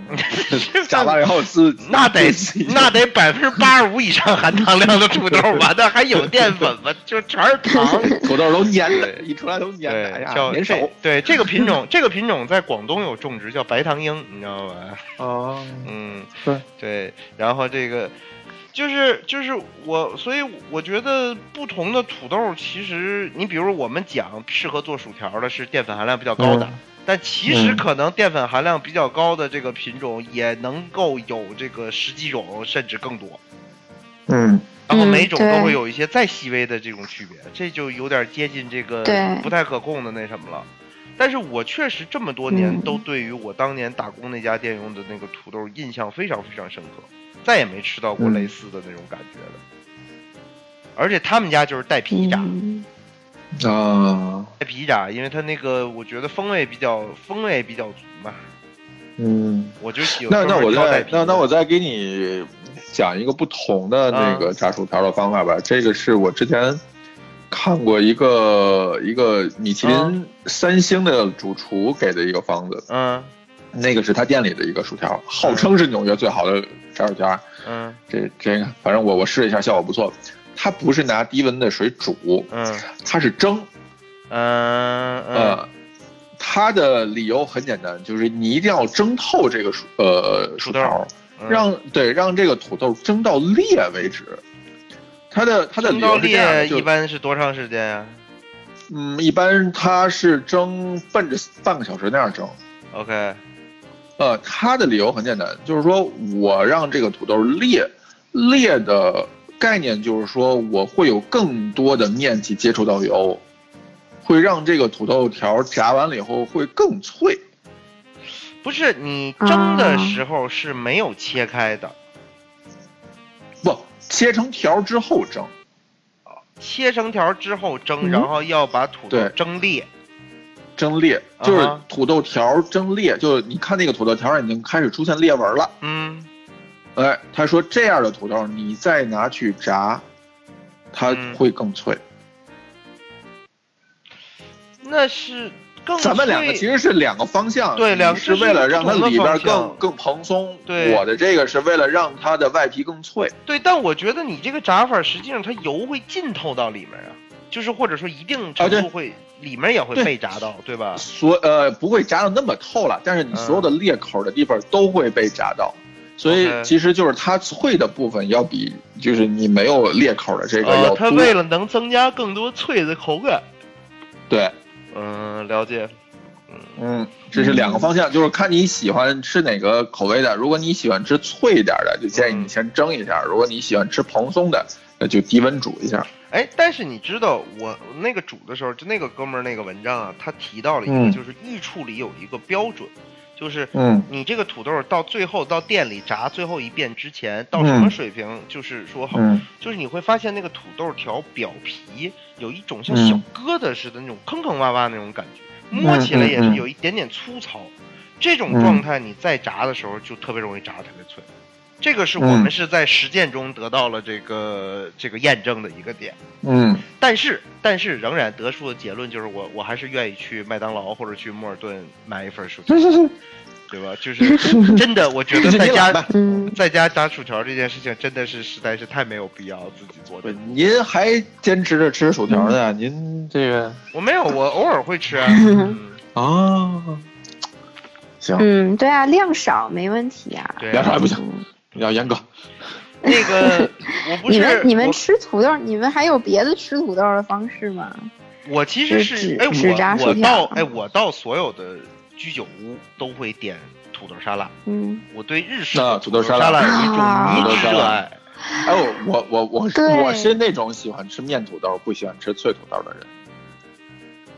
S1: 炸完以后自
S2: 那得那得百分之八十五以上含糖量的土豆吧？那还有淀粉吗？就全是 糖。
S1: 土豆都粘的，一出来都粘的，哎
S2: 啊对，
S1: 呀
S2: 叫
S1: 粘手
S2: 这对这个品种，这个品种在广东有种植，叫白糖樱，你知道吧？
S1: 哦，
S2: 嗯，
S1: 对
S2: 对，然后这个就是就是我，所以我觉得不同的土豆，其实你比如我们讲适合做薯条的是淀粉含量比较高的，
S1: 嗯
S2: 但其实
S1: 嗯
S2: 可能淀粉含量比较高的这个品种也能够有这个十几种甚至更多。
S1: 嗯
S2: 然后每
S3: 嗯
S2: 种
S3: 对
S2: 都会有一些再细微的这种区别，这就有点接近这个
S3: 对
S2: 不太可控的那什么了。但是我确实这么多年
S3: 嗯
S2: 都对于我当年打工那家店用的那个土豆印象非常非常深刻，再也没吃到过
S1: 嗯
S2: 类似的那种感觉了。而且他们家就是带皮炸，
S3: 嗯
S1: 啊，
S2: 带皮炸，因为它那个我觉得风味比较风味比较足嘛，
S1: 嗯，
S2: 我就喜
S1: 那
S2: 欢
S1: 那我
S2: 带
S1: 再
S2: 皮的啊
S1: 那那我再给你讲一个不同的那个炸薯条的方法吧。这个是我之前看过一个一个米其林
S2: 嗯
S1: 三星的主厨给的一个方子，
S2: 嗯
S1: 那个是他店里的一个薯条，号称是纽约最好的炸薯条。
S2: 嗯
S1: 这这个反正我我试了一下，效果不错。它不是拿低温的水煮，
S2: 嗯
S1: 它是蒸。
S2: 嗯嗯
S1: 呃，它的理由很简单，就是你一定要蒸透这个薯呃薯
S2: 豆
S1: 条，
S2: 嗯，
S1: 让对让这个土豆蒸到裂为止。它的它的
S2: 蒸
S1: 理
S2: 到
S1: 由是这样
S2: 裂
S1: 的，就
S2: 一般是多长时间呀、
S1: 嗯，一般它是蒸奔着半个小时那样蒸。
S2: OK，
S1: 呃，它的理由很简单，就是说我让这个土豆裂，裂的概念就是说我会有更多的面积接触到油，会让这个土豆条炸完了以后会更脆。
S2: 不是你蒸的时候是没有切开的，
S1: 不，切成条之后蒸。
S2: 切成条之后蒸，
S3: 嗯
S2: 然后要把土豆
S1: 对
S2: 蒸裂。
S1: 蒸裂
S2: 啊哈
S1: 就是土豆条蒸裂，就是你看那个土豆条已经开始出现裂纹了。
S2: 嗯
S1: 哎，他说这样的土豆你再拿去炸，它
S2: 嗯
S1: 会更脆。
S2: 那是更
S1: 咱们两个
S2: 脆
S1: 其实是两个方向，
S2: 对两
S1: 你
S2: 个
S1: 是为了让它里边
S2: 这是不同的方
S1: 更
S2: 向
S1: 更蓬松，
S2: 对
S1: 我的这个是为了让它的外皮更脆。
S2: 对，但我觉得你这个炸法实际上它油会浸透到里面啊，就是或者说一定程
S1: 啊
S2: 度
S1: 对
S2: 会、里面也会
S1: 对
S2: 被炸到，对吧？
S1: 所呃不会炸的那么透了，但是你所有的裂口的地方都会被炸到，所以
S2: 嗯 OK
S1: 其实就是它脆的部分要比就是你没有裂口的这个要
S2: 呃，
S1: 多。
S2: 它为了能增加更多脆的口感。
S1: 对，
S2: 嗯，了解。
S1: 嗯，这是两个方向，就是看你喜欢吃哪个口味的。如果你喜欢吃脆一点的，就建议你先蒸一下；如果你喜欢吃蓬松的，那就低温煮一下。
S2: 哎，但是你知道我那个煮的时候，就那个哥们儿那个文章啊，他提到了一个，
S1: 嗯
S2: 就是预处理有一个标准，就是
S1: 嗯
S2: 你这个土豆到最后到店里炸最后一遍之前，到什么
S1: 嗯
S2: 水平，就是说好，
S1: 嗯
S2: 就是你会发现那个土豆条表皮有一种像
S1: 嗯
S2: 小疙瘩似的那种坑坑洼洼那种感觉，摸起来也是
S1: 嗯嗯
S2: 有一点点粗糙。这种
S1: 嗯
S2: 状态你再炸的时候就特别容易炸得特别脆。这个是我
S1: 嗯
S2: 们是在实践中得到了这个这个验证的一个点。
S1: 嗯
S2: 但是，但是仍然得出的结论就是我，我还是愿意去麦当劳或者去莫尔顿买一份薯条，对吧？就是 真的，我觉得在家
S3: 嗯
S2: 在家炸薯条这件事情真的是实在是太没有必要自己做的
S1: 对。您还坚持着吃薯条呢？您这个
S2: 我没有，我偶尔会吃、 啊。嗯，
S1: 啊，行，
S3: 嗯，对啊，量少没问题啊。
S2: 对
S1: 凉
S2: 啊、
S1: 还不行，
S3: 嗯
S1: 要严格。
S2: 那 个我不
S3: 你
S2: 是
S3: 们你们
S2: 我
S3: 吃土豆，你们还有别的吃土豆的方式吗？
S2: 我其实
S3: 是
S2: 是
S3: 指
S2: 哎，
S3: 指炸
S2: 我
S3: 薯
S2: 我到
S3: 条
S2: 哎，我到所有的居酒屋都会点土豆沙拉。
S3: 嗯，
S2: 我对日式
S1: 那
S2: 的
S1: 啊土豆
S2: 沙
S1: 沙拉
S2: 有一种
S3: 啊
S2: 迷
S1: 土豆
S2: 之
S1: 沙
S2: 热
S1: 拉
S2: 爱。
S1: 哎，我我我
S3: 对
S1: 我是那种喜欢吃面土豆，不喜欢吃脆土豆的人。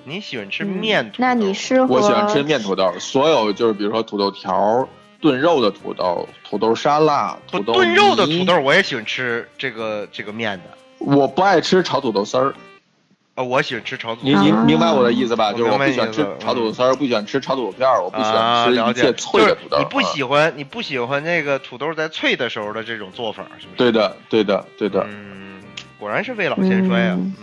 S2: 你喜欢吃面土
S3: 嗯
S2: 豆？
S3: 那你适合
S1: 我喜欢吃面土豆，所有就是比如说土豆条、炖肉的土豆、土豆沙拉、
S2: 不
S1: 土豆
S2: 炖肉的
S1: 泥
S2: 土豆，，我也喜欢吃这个这个面的。
S1: 我不爱吃炒土豆丝儿。
S2: 啊，我喜欢吃炒土
S1: 您
S2: 豆。
S1: 您
S3: 啊
S1: 明白我的意思吧？
S2: 我
S1: 就是我
S2: 明白
S1: 不
S2: 你
S1: 喜欢
S2: 意
S1: 吃
S2: 思了
S1: 炒土豆丝儿，不喜欢吃炒土豆片儿，我不喜
S2: 啊，
S1: 欢吃
S2: 了
S1: 一
S2: 解，
S1: 切脆的
S2: 就是
S1: 土豆。
S2: 你不
S1: 啊
S2: 喜欢，你不喜欢那个土豆在脆的时候的这种做法，是不是？
S1: 对的，对的，对的，
S2: 嗯，果然是未老先衰啊。
S3: 嗯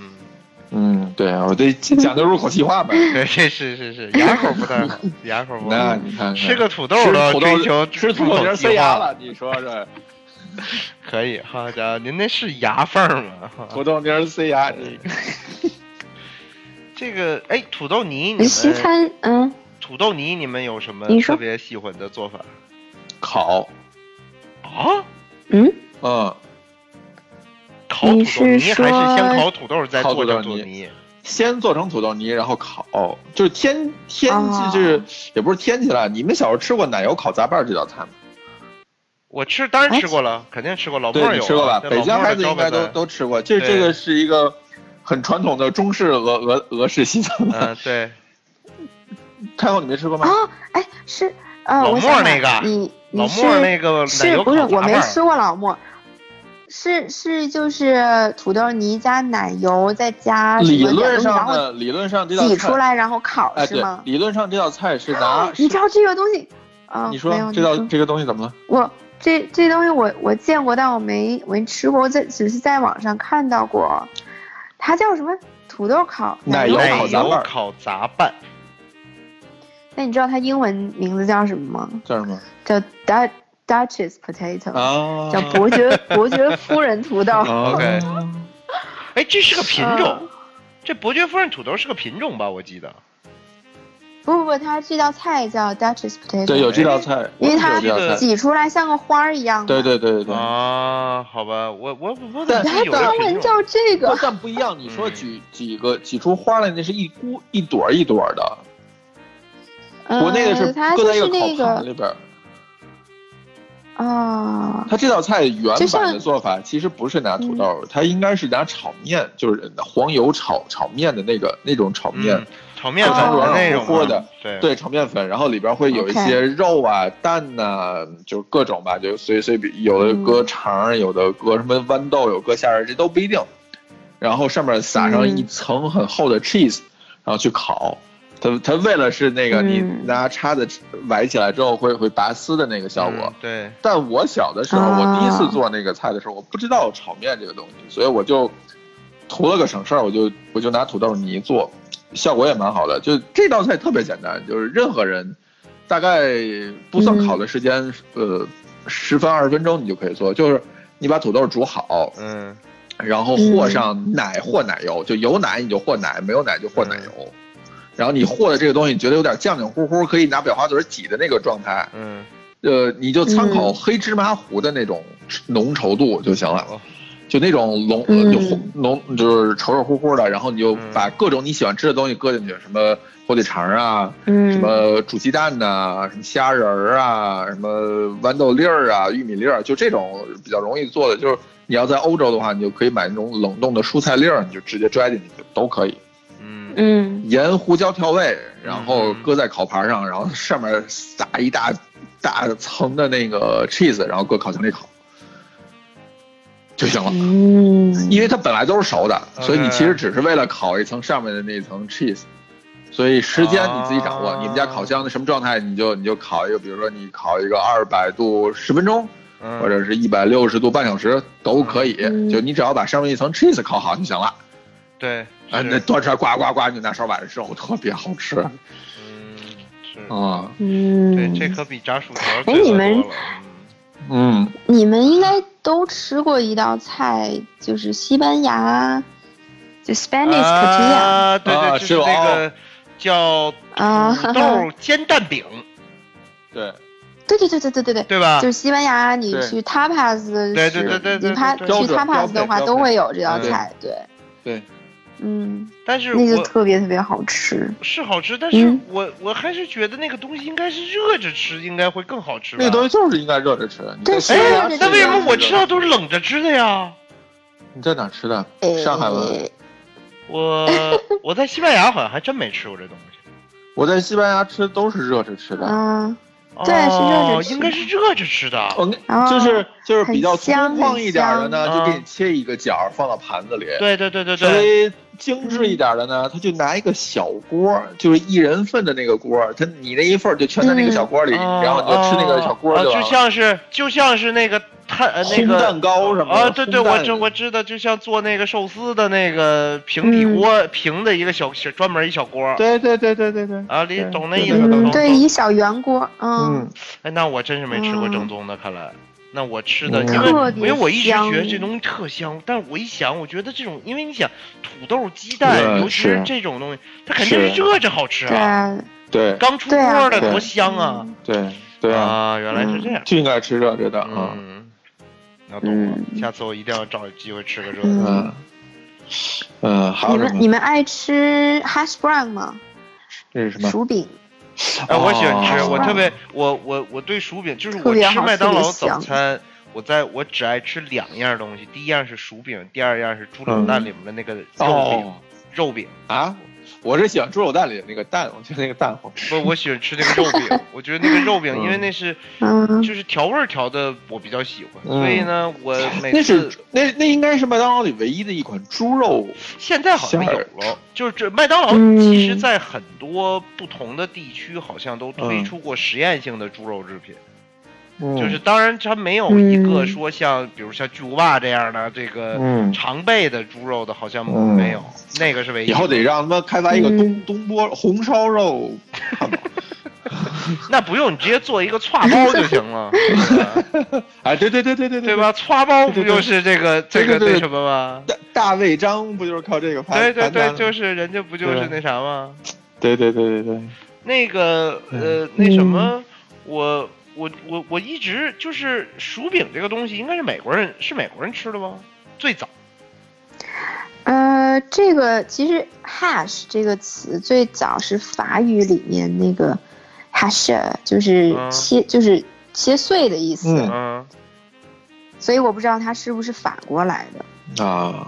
S2: 嗯，
S1: 嗯，对，我这讲究入口即化呗。
S2: 对，这是是是，牙口不太 好，牙口不
S1: 那
S2: 好。
S1: 你看看，
S2: 吃个土豆
S1: 吃
S2: 都
S1: 土
S2: 追
S1: 豆
S2: 求
S1: 吃土豆
S2: 口
S1: 儿
S2: 即
S1: 塞牙
S2: 化，
S1: 了，你说这
S2: 可以，好家伙，您那是牙缝儿吗？
S1: 土豆泥儿塞牙，你
S2: 这个哎，土豆泥，你
S3: 西
S2: 们
S3: 餐，嗯，
S2: 土豆泥，你们有什么
S3: 你说
S2: 特别喜欢的做法
S1: 烤，
S2: 啊？
S3: 嗯，
S1: 嗯，
S2: 烤土
S3: 你
S2: 豆泥
S3: 是
S2: 还是先
S3: 说
S2: 烤土豆再
S1: 烤
S2: 做
S1: 土豆
S2: 成土豆
S1: 泥
S2: 泥？
S1: 先做成土豆泥，然后烤，就是天天
S3: 哦
S1: 就是、也不是天气了。你们小时候吃过奶油烤杂拌这道菜吗？
S2: 我吃当
S3: 啊
S2: 然吃过了，肯定吃过，老莫
S1: 对，
S2: 儿
S1: 你
S2: 有啊
S1: 吃过吧？
S2: 那
S1: 北
S2: 老
S1: 京
S2: 莫儿
S1: 孩
S2: 的
S1: 子
S2: 招
S1: 应该
S2: 牌
S1: 都
S2: 菜
S1: 都吃过。这这
S2: 对
S1: 个是一个很传统的中式俄俄俄式西餐吧。
S2: 嗯 对，
S1: 太后你没吃过吗？
S3: 哦，哎，是呃，
S2: 老
S3: 我
S2: 莫儿
S3: 想
S2: 那
S3: 想
S2: 个
S3: 你
S2: 老
S3: 你
S2: 莫儿
S3: 是
S2: 那个奶
S3: 是
S2: 油
S3: 不是
S2: 烤
S3: 我
S2: 杂
S3: 没
S2: 拌
S3: 吃
S2: 儿，
S3: 过老莫？是是就是土豆泥加奶油再加什
S1: 理
S3: 么点
S1: 论
S3: 东西，然
S1: 上
S3: 后
S1: 呢，理论上这道
S3: 挤出
S1: 菜，
S3: 来然后烤
S1: 哎，
S3: 是
S1: 对，
S3: 吗？啊
S1: 理论上这道菜是拿，
S3: 你知道这个东西？啊，
S1: 你
S3: 没
S1: 说
S3: 有你
S1: 这道
S3: 说
S1: 这个东西怎么了？
S3: 我这这东西我我见过，但我没没吃过，我在只是在网上看到过，它叫什么土豆烤
S1: 奶
S3: 油
S1: 油
S2: 奶
S1: 哎烤杂拌
S2: 油
S1: 儿
S2: 烤杂拌，
S3: 那你知道它英文名字叫什么吗？
S1: 叫什么
S3: 叫 Dutch Duchess potato，、
S1: 啊？
S3: 叫伯 爵伯爵夫人土豆。
S1: 哦
S2: OK 哎，这是个品种
S3: 嗯，
S2: 这伯爵夫人土豆是个品种吧？我记得，
S3: 不不不，它这道菜叫 Duchess potato，
S1: 对，有这道菜，
S3: 因为
S1: 有
S3: 它
S1: 这道菜，
S3: 挤出来像个花儿一样嘛。
S1: 对对对对对。
S2: 啊，好吧，我我我
S1: 但
S2: 怎么记得有
S3: 它
S2: 这
S3: 中
S2: 品
S3: 文
S2: 种？
S3: 叫这
S1: 不
S3: 个。
S1: 但不一样，你说
S2: 嗯
S1: 举几个挤出花来，那是一箍一朵儿一朵儿的，国内的是
S3: 呃、它
S1: 搁
S3: 就
S1: 在一
S3: 是
S1: 个
S3: 那
S1: 烤盘
S3: 个
S1: 里边儿。
S3: 啊、
S1: 它这道菜原
S3: 就
S1: 版
S3: 像嗯
S1: 的做法其实不是拿土豆儿，它应该是拿炒面，就是黄油炒炒面的那个那种炒面，
S2: 嗯，炒面粉
S3: 炒
S2: 的
S3: 面
S2: 那种
S1: 糊
S2: 啊
S1: 的，
S2: 对
S1: 对，炒面粉，然后里边会有一
S3: OK
S1: 些肉啊、蛋呐、就各种吧，就随随便有的搁
S3: 嗯
S1: 肠儿，有的搁什么豌豆，有搁虾仁儿，这都不一定。然后上面撒上
S3: 嗯
S1: 一层很厚的 cheese，、然后去烤。它它为了是那个你
S3: 嗯
S1: 拿叉子崴起来之后会会拔丝的那个效果，
S2: 嗯对，
S1: 但我小的时候，
S3: 啊
S1: 我第一次做那个菜的时候，我不知道炒面这个东西，所以我就图了个省事儿，我就我就拿土豆泥做，效果也蛮好的。就这道菜特别简单，就是任何人大概不算
S3: 嗯
S1: 烤的时间，呃，十分二十分钟你就可以做，就是你把土豆煮好，
S2: 嗯，
S1: 然后和上奶或奶油，就有奶你就和奶，没有奶就和奶油。然后你和的这个东西，你觉得有点酱酱乎乎，可以拿裱花嘴挤的那个状态，
S2: 嗯，
S1: 呃，你就参
S3: 嗯
S1: 考黑芝麻糊的那种浓稠度就行了，
S2: 哦
S1: 就那种浓、
S3: 嗯
S1: 呃就糊浓就是稠稠乎乎的，然后你就把各种你喜欢吃的东西搁进去，什么火腿肠啊，
S3: 嗯，
S1: 什么煮鸡蛋呐、什么虾仁儿啊，什么豌豆粒儿啊，玉米粒儿，就这种比较容易做的，就是你要在欧洲的话，你就可以买那种冷冻的蔬菜粒儿，你就直接拽进去都可以。
S2: 嗯，
S3: 嗯
S1: 盐、胡椒调味，然后
S2: 嗯
S1: 搁在烤盘上，然后上面撒一大大层的那个 cheese，然后搁烤箱里烤就行了。
S3: 嗯，
S1: 因为它本来都是熟的，
S2: OK
S1: 所以你其实只是为了烤一层上面的那一层 cheese，所以时间你自己掌握。
S2: 啊
S1: 你们家烤箱的什么状态，你就你就烤一个，比如说你烤一个二百度十分钟，
S2: 嗯
S1: 或者是一百六十度半小时都可以，
S3: 嗯
S1: 就你只要把上面一层 cheese 烤好就行了。
S2: 对，
S1: 啊，
S2: 是
S1: 那端出来呱呱呱，你就拿勺碗肉，特别好吃啊、
S2: 嗯是，对，
S3: 嗯，
S2: 这可比炸薯条儿
S3: 哎
S2: 罪恶
S3: 你们
S2: 多了
S1: 嗯，
S3: 你们应该都吃过一道菜，就是西班牙，就 Spanish
S2: 嗯
S3: tortilla
S2: 啊，对
S1: 啊
S2: 对，就是
S1: 有
S2: 那
S1: 凹
S2: 个叫
S3: 啊，
S2: 土豆煎蛋饼，
S1: 对，
S3: 对对对对对对对。
S2: 对吧
S3: 就是？西班牙，你
S1: 对
S3: 去 tapas，
S2: 对
S3: 是
S2: 对对对对
S3: 你怕
S2: 对
S3: 去
S1: 标准
S3: tapas 的
S1: 标
S3: 话
S1: 准
S3: 都会有这道
S2: 嗯
S3: 菜，对，
S1: 对，
S3: 嗯，
S2: 但是
S3: 那就
S2: 我
S3: 特别特别好吃。
S2: 是好吃，但是
S3: 嗯
S2: 我我还是觉得那个东西应该是热着吃，应该会更好吃吧。
S1: 那个东西就是应该热着吃。你在
S3: 对
S1: 西
S2: 哎
S1: 班牙
S3: 热着
S1: 吃
S2: 那为什么我吃
S1: 的
S2: 到都是冷着吃的呀？
S1: 你在哪儿吃的？
S3: 哎
S1: 上海吗？
S2: 我我在西班牙好像还真没吃过这东西。我
S1: 我在西班牙吃都是热着吃
S2: 嗯
S1: 的。
S3: 啊，对是热着
S2: 哦，
S3: 吃
S2: 应该是热着吃的。
S1: 我跟
S3: 哦
S1: 就是就是
S3: 很
S1: 比较粗
S3: 香
S1: 犷
S3: 很
S1: 一点儿的呢，
S2: 香
S1: 就给你切一个角儿放到盘子里。
S2: 对对对对
S1: 稍
S2: 对，
S1: 微精致一点儿的呢，他就拿一个小锅儿，就是一人份的那个锅儿，他你那一份儿就全在那个小锅儿里，
S2: 哦
S1: 然后你就吃那个小锅儿
S2: 哦
S1: 就
S2: 就
S1: 完了。
S2: 像是就像是那个碳呃那
S1: 烘蛋
S2: 个
S1: 糕什么的
S2: 啊，对对，
S1: 烘蛋
S2: 我知我知道，就像做那个寿司的那个平底
S3: 嗯
S2: 锅平的一个小小专门一小锅。
S1: 对对对对对对，
S2: 啊，你
S1: 对
S2: 懂那
S1: 对
S2: 意思？
S1: 对
S2: 懂
S3: 嗯，对，
S2: 懂
S3: 一小圆锅，嗯
S1: 嗯，
S2: 哎，那我真是没吃过正宗的，看来。那我吃的，
S1: 嗯
S2: 因为
S3: 特
S2: 因
S3: 别
S2: 为我一直觉
S3: 香
S2: 得这东西特香，但是我一想，我觉得这种，因为你想土豆、鸡蛋，
S1: 对
S2: 尤其是
S1: 是
S2: 这种东西，它肯定是
S1: 是
S2: 热着好吃
S3: 对
S2: 啊，
S3: 啊，
S1: 对
S2: 刚出
S3: 对啊嗯
S2: 锅的
S1: 对
S2: 多香啊！
S1: 对对啊，
S2: 啊，原来是这样
S1: 嗯，就应该吃热着的啊。
S2: 嗯，那懂了，
S3: 嗯
S2: 下次我一定要找机会吃个热的。
S3: 嗯
S1: 嗯嗯，还
S3: 你
S1: 有什
S3: 们你
S1: 么？
S3: 们爱吃 hash brown 吗？
S1: 这是什么？
S3: 薯饼，
S2: 哎，我喜欢吃，
S1: 哦
S2: 我特别，我我我对薯饼，就是
S3: 特
S2: 我
S3: 别
S2: 吃
S3: 好
S2: 麦当劳早
S3: 特别
S2: 餐，我在我只爱吃两样东西，第一样是薯饼，第二样是猪冷蛋里面的那个肉饼，
S1: 嗯哦
S2: 肉饼。
S1: 啊，我是喜欢猪肉蛋里的那个蛋， 我觉得那个蛋好吃。
S2: 不，我喜欢吃那个肉饼，我觉得那个肉饼，因为那是
S3: 嗯，
S2: 就是调味儿调的，我比较喜欢，
S1: 嗯
S2: 所以呢，我每
S1: 那是
S2: 次
S1: 那那应该是麦当劳里唯一的一款猪肉
S2: 现在好像
S1: 馅
S2: 有
S1: 儿
S2: 了，就是这麦当劳
S3: 嗯
S2: 其实在很多不同的地区好像都推
S1: 嗯
S2: 出过实验性的猪肉制品。
S1: 嗯
S2: 就是当然它没有一个
S3: 嗯
S2: 说像比如像巨无霸这样的这个
S1: 嗯，
S2: 常备的猪肉的，好像
S1: 嗯
S2: 没有，那个是唯一
S1: 以
S2: 的。
S1: 后得让他们开发一个
S3: 嗯
S1: 东东坡红烧肉，
S2: 那不用你直接做一个串包就 行了，对吧
S1: 哎，对对对对对
S2: 对？吧？串包不
S1: 对对
S2: 就是这个这
S1: 对
S2: 个
S1: 对对
S2: 那什么吗？
S1: 大大卫张不就是靠这个发
S2: 对对
S1: 传单
S2: 对，
S1: 的
S2: 就
S1: 吗
S2: 是人家不
S1: 啊
S2: 就是那啥吗？
S1: 对对对对对，
S2: 那个
S1: 嗯
S2: 呃，那什么，我我我我一直就是薯饼这个东西，应该是美国人是美国人吃的吗？最早
S3: 呃，这个其实 hash 这个词最早是法语里面那个 hash，就是
S2: 嗯
S3: 切，就是切碎的意思。
S1: 嗯
S2: 嗯，
S3: 所以我不知道它是不是法国来的。
S1: 啊，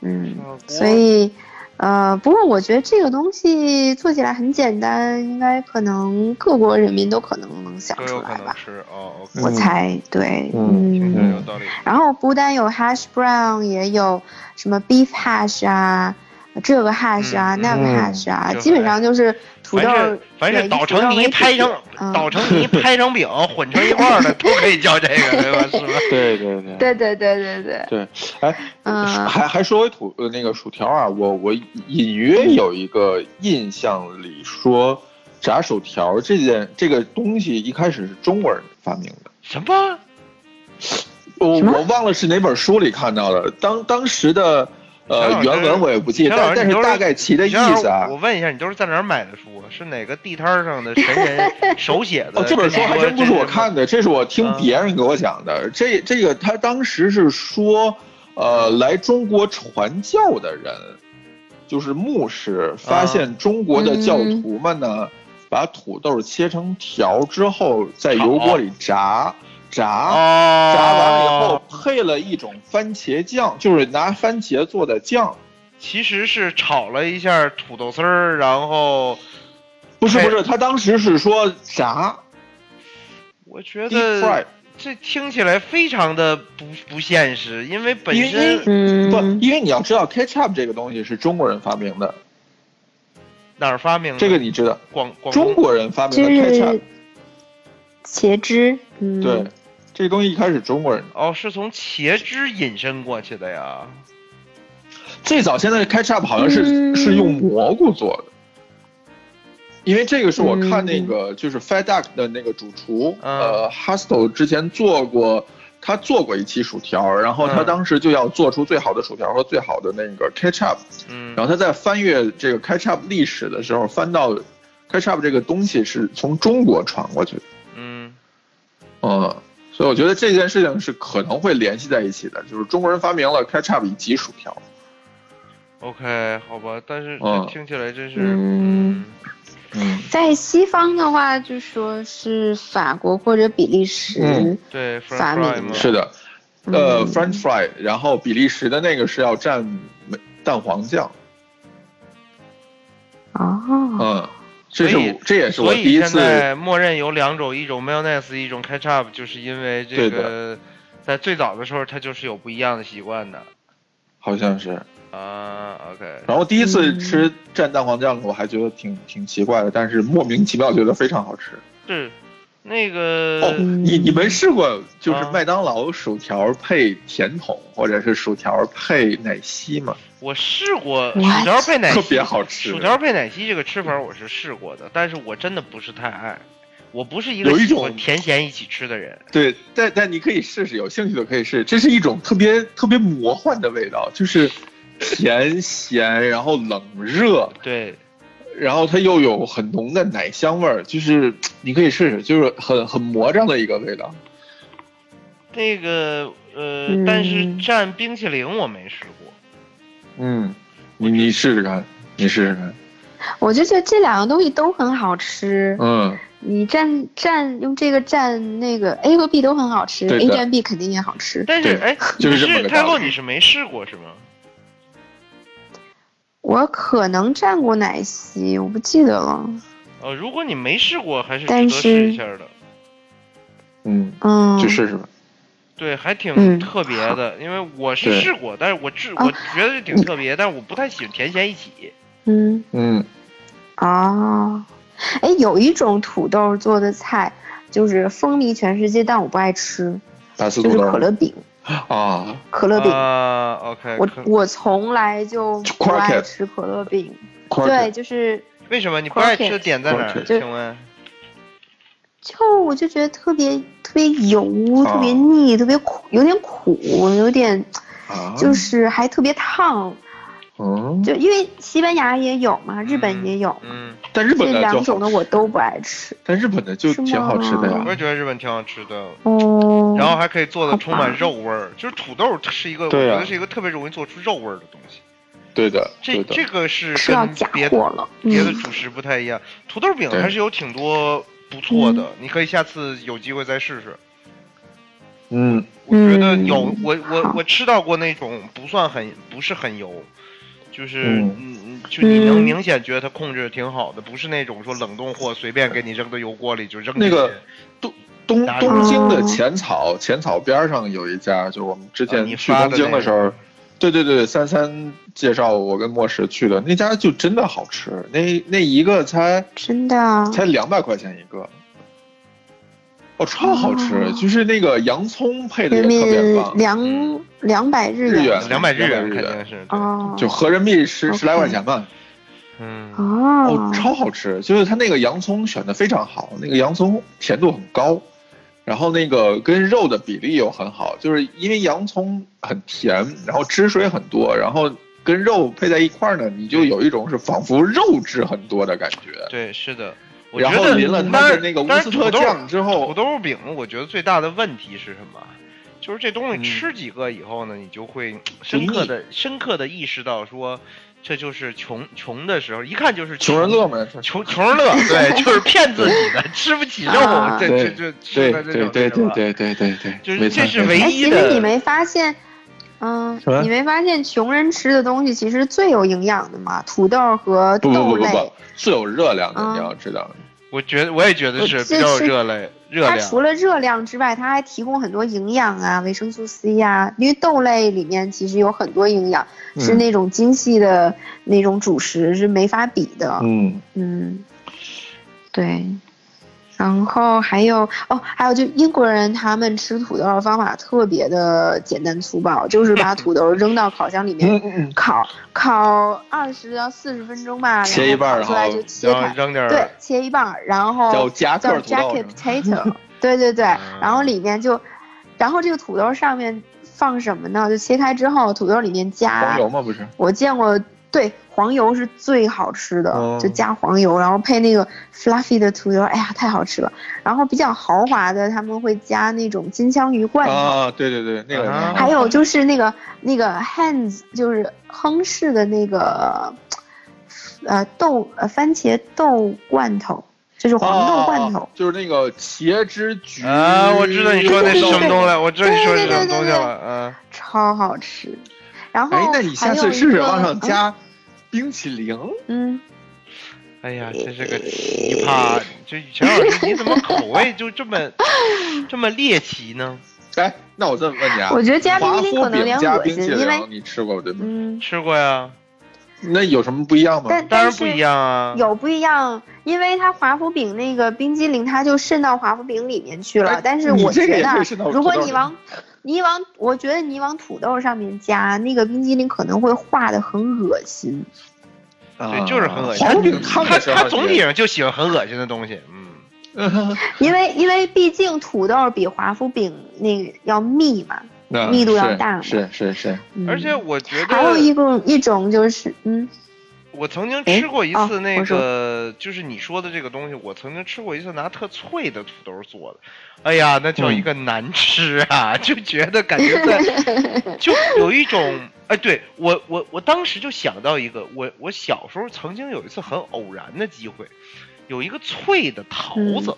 S3: 嗯，
S2: 嗯
S3: 所以，呃，不过我觉得这个东西做起来很简单，应该可能各国人民都可能能想
S2: 都
S3: 出
S2: 有可
S3: 来
S2: 能
S3: 吧，
S2: 吃哦。
S1: 嗯
S3: 我
S2: OK，
S3: 猜对，
S1: 嗯
S2: 听
S1: 嗯
S2: 着
S3: 嗯。
S2: 有道理。
S3: 然后不但有 hash brown，也有什么 beef hash 啊，这个 hash 啊，
S2: 嗯
S3: 那个
S1: 嗯
S3: hash 啊，
S2: 就
S3: 基本上就是土豆
S2: 凡是凡是
S3: 对
S2: 捣
S3: 以土豆
S2: 成泥
S3: 为
S2: 拍
S3: 底
S2: 成
S3: 嗯
S2: 捣成泥拍成饼混成一块儿的都可以叫这个，对吧？是吧？
S1: 对对对。
S3: 对对对对对，
S1: 对，哎，
S3: 嗯
S1: 还还说回土呃那个薯条啊，我我隐约有一个印象里说炸薯条这件这个东西一开始是中国人发明的，
S2: 什么？
S1: 我
S3: 什么
S1: 我忘了是哪本书里看到的，当当时的
S2: 田老
S1: 呃
S2: 师
S1: 原文我也不记得，
S2: 田老
S1: 但
S2: 师
S1: 但
S2: 你
S1: 是
S2: 都是
S1: 大概其的意思啊
S2: 然而我，问一下，你都是在哪儿买的书啊？是哪个地摊儿上的神人手写的？
S1: 哦，这本书还真不是我看
S2: 的。
S1: 的，这是我听别人给我讲的。这这个他当时是说，呃，来中国传教的人，就是牧师，发现中国的教徒们呢，把土豆切成条之后，在油锅里炸炸。
S2: 哦，
S1: 炸啊完了以后，，配了一种番茄酱，就是拿番茄做的酱，
S2: 其实是炒了一下土豆丝儿，然后
S1: 不是
S2: 哎
S1: 不是，他当时是说炸
S2: 我觉
S1: deep fry，
S2: 得这听起来非常的不不现实，因为本
S1: 因为
S2: 身
S1: 不
S3: 嗯，，
S1: 因为你要知道 ketchup 这个东西是中国人发明的，
S2: 哪儿发明的
S1: 这个你知道，
S2: 广广
S1: 中
S2: 东
S1: 国人发明
S3: 就
S1: 的 ketchup，
S3: 是茄汁，嗯，
S1: 对，这东西一开始中国人
S2: 哦是从茄汁引申过去的呀。
S1: 最早现在的 ketchup 好像是、
S3: 嗯
S1: 是用蘑菇做的，因为这个是我看那个、
S3: 嗯
S1: 就是 Fat Duck 的那个主厨、
S2: 嗯
S1: 呃 Hustle 之前做过。他做过一期薯条，然后他
S2: 嗯
S1: 当时就要做出最好的薯条和最好的那个 ketchup，
S2: 嗯，
S1: 然后他在翻阅这个 ketchup 历史的时候，翻到 ketchup 这个东西是从中国传过去的。
S2: 嗯，
S1: 嗯，所以我觉得这件事情是可能会联系在一起的，就是中国人发明了 ketchup 以及薯条。
S2: OK，好吧，但是这
S1: 嗯
S2: 听起来真是，
S3: 嗯
S2: 嗯，
S1: 嗯
S3: 在西方的话，就说是法国或者比利时，
S1: 嗯
S2: 对，French
S3: 发明
S2: fry 嘛，
S1: 是的，呃、
S3: 嗯
S1: f r e n c h fry，然后比利时的那个是要蘸美蛋黄酱。
S3: 哦，
S1: 嗯，这是
S2: 所以
S1: 我这也是我
S2: 所
S1: 第
S2: 以
S1: 一
S2: 现
S1: 次。
S2: 在默认有两种，一种 mayonnaise，一种 ketchup，就是因为这
S1: 对
S2: 个在最早的时候它就是有不一样的习惯的
S1: 好像是，
S2: 啊。OK，
S1: 然后第一次
S3: 嗯
S1: 吃蘸蛋黄酱，我还觉得挺挺奇怪的，但是莫名其妙觉得非常好吃。
S2: 是那个、
S1: 哦，你你们试过就是
S2: 嗯啊
S1: 麦当劳薯条配甜筒，或者是薯条配奶昔吗？
S2: 我试过
S3: What？
S2: 薯条配奶
S1: 特
S2: 昔
S1: 别，好吃。
S2: 薯条配奶昔这个吃法我是试过的，但是我真的不是太爱，我不是一个
S1: 有一
S2: 喜
S1: 种
S2: 欢甜咸一起吃的人。
S1: 对，但但你可以试试，有兴趣的可以试。这是一种特别特别魔幻的味道，就是甜咸，然后冷热，
S2: 对，
S1: 然后它又有很浓的奶香味儿，就是你可以试试，就是很很魔障的一个味道。
S2: 那个呃，
S3: 嗯
S2: 但是蘸冰淇淋我没试过。
S1: 嗯，你你试试看，你试试看。
S3: 我就觉得这两个东西都很好吃。
S1: 嗯，
S3: 你蘸蘸用这个蘸那个 A 和 B 都很好吃
S1: 对
S3: ，A
S1: 的
S3: 蘸 B 肯定也好吃。
S2: 但是
S1: 对
S2: 哎，
S1: 就是这么
S2: 是
S1: 个
S2: 泰
S1: 道
S2: 勒，
S1: 理
S2: 你是没试过是吗？
S3: 我可能蘸过奶昔，我不记得了。
S2: 呃，如果你没试过，还是值
S3: 但
S2: 得试
S3: 是
S2: 一下的。
S1: 嗯，
S3: 嗯，
S1: 去试试吧。
S2: 对，还挺
S3: 嗯
S2: 特别的，因为我是
S1: 对
S2: 试过，但是我至
S3: 啊
S2: 我觉得是挺特别，但是我不太喜欢甜咸一起。
S3: 嗯
S1: 嗯，
S3: 哦，哎，有一种土豆做的菜，就是风靡全世界，但我不爱吃，
S1: 达斯
S3: 就
S1: 土
S3: 是
S1: 豆
S3: 可乐饼，
S1: 啊，
S3: 可乐饼。
S2: 啊，OK，
S3: 我
S2: 可
S3: 我从来就不
S1: Crockett
S3: 爱吃可乐饼，
S1: 块
S3: 对，就是
S2: 为什么你不爱吃的
S3: Croquette
S2: 点在哪儿？
S1: Croquette
S3: 就
S2: 请问？
S3: 就我就觉得特别特别油，
S1: 啊
S3: 特别腻，特别苦，有点苦，有点
S1: 啊，
S3: 就是还特别烫，
S1: 嗯，
S3: 就因为西班牙也有嘛，日本
S2: 嗯
S3: 也有嘛，
S2: 嗯，
S1: 但日本
S3: 这
S1: 的
S3: 两
S1: 就
S3: 种
S1: 好
S3: 的我都不爱吃。
S1: 但日本的就是挺好吃的
S2: 我也
S1: 呀。
S2: 觉得日本挺好吃的，
S3: 哦，
S2: 然后还可以做的
S3: 好
S2: 充满
S3: 吧
S2: 肉味儿，就是土豆是一个，我
S1: 对
S2: 觉
S1: 啊
S2: 得是一个特别容易做出肉味儿的东西。
S1: 对的，
S2: 这
S1: 对的，
S2: 这个是
S3: 吃到
S2: 跟
S3: 假
S2: 别的
S3: 货了，
S2: 别的
S3: 嗯，
S2: 主食不太一样，土豆饼
S1: 对
S2: 还是有挺多不错的，
S3: 嗯
S2: 你可以下次有机会再试试。
S1: 嗯，
S2: 我觉得
S3: 嗯
S2: 有，我我
S3: 好
S2: 我吃到过那种不算很不是很油，就是
S1: 嗯
S2: 嗯，就你能
S3: 嗯
S2: 明显觉得它控制得挺好的，不是那种说冷冻货随便给你扔到油锅里就扔进去。
S1: 那个东
S2: 打
S1: 东
S3: 住
S1: 京的
S3: 哦
S1: 浅草，浅草边儿上有一家，就是我们之
S2: 啊
S1: 前
S2: 你
S1: 去
S2: 发
S1: 东
S2: 的
S1: 京
S2: 那
S1: 的时候，对对对，三三介绍我跟莫石去的那家就真的好吃，那那一个才
S3: 真的啊，
S1: 才两百块钱一个，哦，超好吃，
S3: 哦
S1: 就是那个洋葱配的也
S3: 人
S1: 特别
S3: 民
S1: 棒，嗯
S3: 两两百日
S1: 日元
S2: 两百日元
S1: 200日
S2: 肯
S1: 元
S2: 定是对，
S3: 哦，
S1: 就合人民币十十来块钱吧，
S2: 嗯，
S3: 哦
S1: 哦，，超好吃，就是它那个洋葱选的非常好，那个洋葱甜度很高，然后那个跟肉的比例又很好，就是因为洋葱很甜，然后汁水很多，然后跟肉配在一块儿呢，你就有一种是仿佛肉汁很多的感觉。
S2: 对，是的。我觉
S1: 然后
S2: 得
S1: 淋了它
S2: 但
S1: 的
S2: 是
S1: 那个乌
S2: 但是
S1: 斯
S2: 土
S1: 特
S2: 豆
S1: 酱之
S2: 土
S1: 后，
S2: 豆饼，我觉得最大的问题是什么？就是这东西
S1: 嗯
S2: 吃几个以后呢，你就会深刻的、深刻的意识到说，这就是穷穷的时候，一看就是
S1: 穷人乐嘛，
S2: 穷穷人乐， 对，就是骗自己的，吃不起肉，
S3: 啊
S2: 这这这吃
S1: 对
S2: 的
S1: 对
S2: 这
S1: 对
S2: 种
S1: 对
S2: 是吧
S1: 对对对对，
S2: 就是
S1: 没错
S2: 这是
S1: 没错
S2: 唯
S3: 哎，
S2: 一
S3: 其
S2: 的
S3: 实你没发现，嗯
S1: 什么，
S3: 你没发现穷人吃的东西其实最有营养的吗？土豆和
S1: 不不
S3: 豆
S1: 不不不
S3: 类，
S1: 是有热量的，
S3: 嗯
S1: 你要知道，
S2: 我觉得我也觉得是
S3: 我
S2: 比较有
S3: 这是
S2: 热类热
S3: 它
S2: 量，
S3: 除了热量之外，它还提供很多营养啊，维生素 C 呀、因为豆类里面其实有很多营养、是
S1: 嗯
S3: 那种精细的那种主食是没法比的。
S1: 嗯
S3: 嗯，对。然后还有哦，还有就英国人他们吃土豆的方法特别的简单粗暴，就是把土豆扔到烤箱里面
S1: 嗯嗯，
S3: 烤，烤二十到四十分钟吧，然
S1: 切一半儿
S3: 后烤出来
S1: 然后
S3: 就切
S2: 然后
S3: 开，
S2: 扔点儿
S3: 对，切一半儿，然后
S1: 叫夹啊克
S3: 叫
S1: 土豆
S3: jacket
S1: 是啊吧
S3: potato，对对对，
S2: 嗯
S3: 然后里面就，然后这个土豆上面放什么呢？就切开之后，土豆里面
S1: 黄
S3: 加
S1: 油嘛不是，
S3: 我见过，对，黄油是最好吃的，
S1: 哦
S3: 就加黄油，然后配那个 fluffy 的土豆，哎呀，太好吃了。然后比较豪华的，他们会加那种金枪鱼罐头，
S1: 啊，对对对，那个
S2: 啊
S1: 也好
S3: 还有就是那个那个 Hans，就是亨氏的那个，呃，豆呃番茄豆罐头，就是黄豆罐头。
S1: 哦就是那个茄汁橘
S2: 啊，我知道你说那是什么东西了，我知道你说是什么东西
S3: 对对对对对
S2: 了，嗯。
S3: 超好吃，然后
S1: 哎，那你下
S3: 还有
S1: 次
S3: 一
S1: 试试
S3: 个
S1: 往上，加冰淇淋，
S3: 嗯，
S2: 哎呀，
S1: 嗯
S2: 真是个奇葩！就陈老师，你怎么口味就这 么这么猎奇呢？
S1: 哎，那我再问你啊，
S3: 我觉得加冰
S1: 华
S3: 淇淋
S1: 夫
S3: 可能
S1: 饼
S3: 有点
S1: 加
S3: 恶
S1: 冰淇
S3: 心，因为
S1: 淋啊你吃过对吗？
S3: 嗯，
S2: 吃过呀，
S1: 那有什么不一样吗？
S3: 但
S2: 当然
S3: 但是
S2: 不一样啊。
S3: 有不一样，因为它华夫饼那个冰激凌，它就渗到华夫饼里面去了
S1: 哎。
S3: 但是
S1: 你
S3: 我
S1: 这个
S3: 觉
S1: 也
S3: 得
S1: 可以
S3: 啊
S1: 渗到，
S3: 如果
S1: 土豆里
S3: 你往你往，我觉得你往土豆上面加那个冰激凌，可能会化的很恶心。
S2: 对就是很恶心
S1: 华夫啊饼看
S2: 他
S1: 的时候
S2: 他总 体上就喜欢很恶心的东西，嗯，
S3: 因为因为毕竟土豆比华夫饼那个要密嘛。
S1: 那
S3: 密度要
S1: 啊是
S3: 大嘛
S1: 是是是，
S3: 嗯、
S2: 而且我觉得
S3: 还有一个一种就是，嗯，
S2: 我曾经吃过一
S3: 哦
S2: 次那个，就是你说的这个东西，我曾经吃过一次拿特脆的土豆做的，哎呀，那
S3: 嗯
S2: 叫一个难吃啊！就觉得感觉 在，就有一种哎，对我我我当时就想到一个，我我小时候曾经有一次很偶然的机会，有一个脆的桃
S3: 嗯
S2: 子，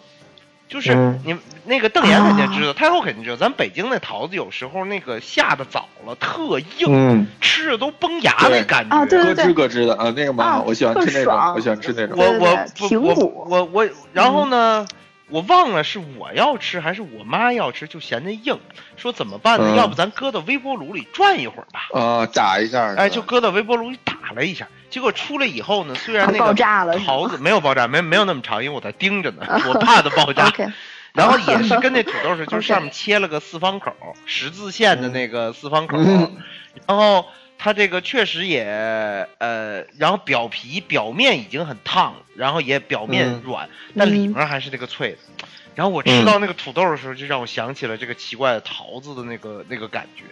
S2: 就是你那个邓岩肯定
S3: 哦
S2: 知道，太后肯定知道，咱北京那桃子有时候那个下的早了，特硬，吃着都崩牙那感觉。
S3: 啊，嗯对
S1: 咯
S3: 对
S1: 吱
S3: 对，
S1: 咯吱的啊，那个蛮好，我喜欢吃那种，
S3: 特爽
S1: 我喜欢吃那种。
S2: 我
S3: 对
S2: 我
S3: 对
S2: 不
S3: 平
S2: 我
S3: 谷嗯
S2: 我我，然后呢，我忘了是我要吃还是我妈要吃，就嫌那硬，说怎么办呢？
S1: 嗯
S2: 要不咱搁到微波炉里转一会儿吧。
S1: 啊，打一下。
S2: 哎，就搁到微波炉里打了一下，结果出来以后呢，虽然那
S3: 爆
S2: 个
S3: 炸了是
S2: 桃
S3: 吗
S2: 子没有爆炸，没没有那么长，因为我在盯着呢， 我怕它爆炸。
S3: ？OK，
S2: 然后也是跟那土豆似的，就是
S3: OK
S2: 上面切了个四方口，十字线的那个四方口
S1: 嗯，
S2: 然后它这个确实也呃，然后表皮表面已经很烫，然后也表面
S1: 嗯
S2: 软，但里
S3: 嗯
S2: 面还是那个脆的。然后我吃到那个土豆的时候，就让我想起了这个奇怪的桃子的那个那个感觉，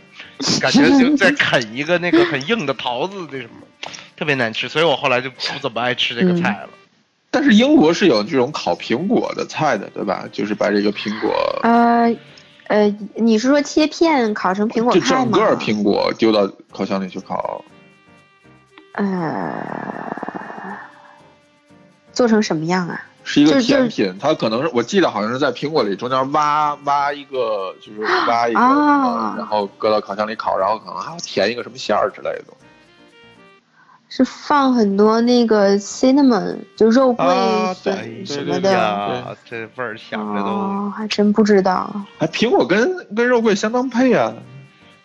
S2: 感觉就在啃一个那个很硬的桃子，那什么，特别难吃，所以我后来就不怎么爱吃这个
S3: 嗯
S2: 菜了。
S1: 但是英国是有这种烤苹果的菜的，对吧？就是把这个苹果，
S3: 呃呃，你是说切片烤成苹果
S1: 就
S3: 派吗？
S1: 整个苹果丢到烤箱里去烤。
S3: 呃，做成什么样啊？
S1: 是一
S3: 就
S1: 个
S3: 是
S1: 甜品，它可能是我记得好像是在苹果里中间挖挖一个，就是挖一个，
S3: 啊
S1: 然后搁到烤箱里烤，然后可能还要填一个什么馅儿之类的。
S3: 是放很多那个 cinnamon，就肉桂
S1: 啊对
S3: 粉什
S1: 对
S3: 么
S1: 对
S3: 的。
S2: 呀，这味儿想着都
S3: 哦，还真不知道。
S1: 哎，苹果跟跟肉桂相当配啊！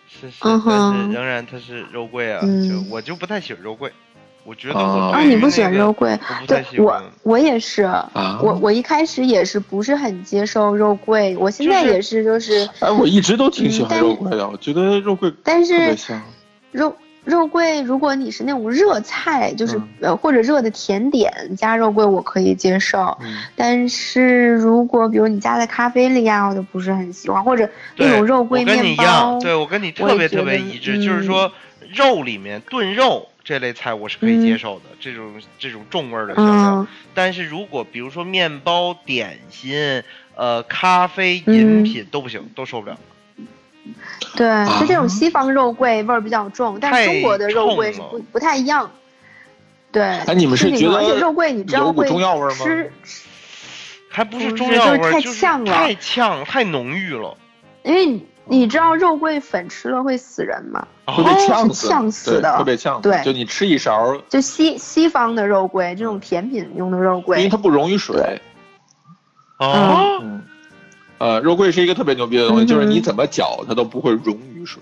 S2: 是是，
S3: 嗯
S2: 但是
S3: 哼
S2: 仍然它是肉桂啊，
S3: 嗯
S2: 就我就不太喜欢肉桂，我觉得
S1: 哦
S2: 我
S3: 啊，
S2: 对于
S3: 你不喜欢
S2: 那个
S3: 肉桂？
S2: 我不太
S3: 对
S2: 喜
S3: 我
S2: 欢，，
S3: 我也是。
S1: 啊
S3: 我我一开始也是不是很接受肉桂，我现
S2: 就
S3: 在
S2: 是
S3: 也是就是，
S1: 哎，我一直都挺喜
S3: 嗯
S1: 欢
S3: 但是
S1: 肉桂的，我觉得肉桂特
S3: 但
S1: 别
S3: 是
S1: 香。
S3: 肉肉桂，如果你是那种热菜，就是、
S1: 嗯
S3: 呃或者热的甜点加肉桂，我可以接受。
S1: 嗯，
S3: 但是如果比如你加在咖啡里呀，我就不是很喜欢，或者
S2: 对
S3: 那种肉桂
S2: 我跟你
S3: 面
S2: 一
S3: 包
S2: 样，，对我跟你
S3: 我
S2: 特
S3: 也
S2: 别
S3: 觉
S2: 特别
S3: 得嗯
S2: 一致，就是说肉里面炖肉这类菜我是可以接受的，这种这种重味儿的香料。
S3: 嗯
S2: 但是如果比如说面包、点心、呃咖啡、饮
S3: 嗯
S2: 品都不行，都受不了，
S3: 对，就这
S1: 啊
S3: 种西方肉桂味儿比较重，但
S2: 太
S3: 中国的肉桂是
S2: 冲了
S3: 不不太一样。对，哎
S1: 你们是觉得
S3: 而且肉桂你知
S1: 有
S3: 道
S1: 股
S3: 会
S1: 中药味儿吗
S3: 吃，
S2: 还不
S3: 不
S2: 中
S3: 是
S2: 药
S3: 就是
S2: 味儿，
S3: 太
S2: 就是
S3: 呛了
S2: 太呛、太浓郁了。
S3: 因为你你知道肉桂粉吃了会死人吗？
S1: 会被
S2: 哦
S1: 呛死，
S3: 哎呛死
S1: 对
S3: 的
S1: 会被呛死。
S3: 对
S1: 就你吃一勺，因
S3: 就西西方的肉桂，这种甜品用的肉
S1: 为
S3: 桂
S1: 它，不溶于水。
S2: 哦，
S1: 嗯，呃，肉桂是一个特别牛逼的东西，
S3: 嗯哼
S1: 就是你怎么搅它都不会溶于水。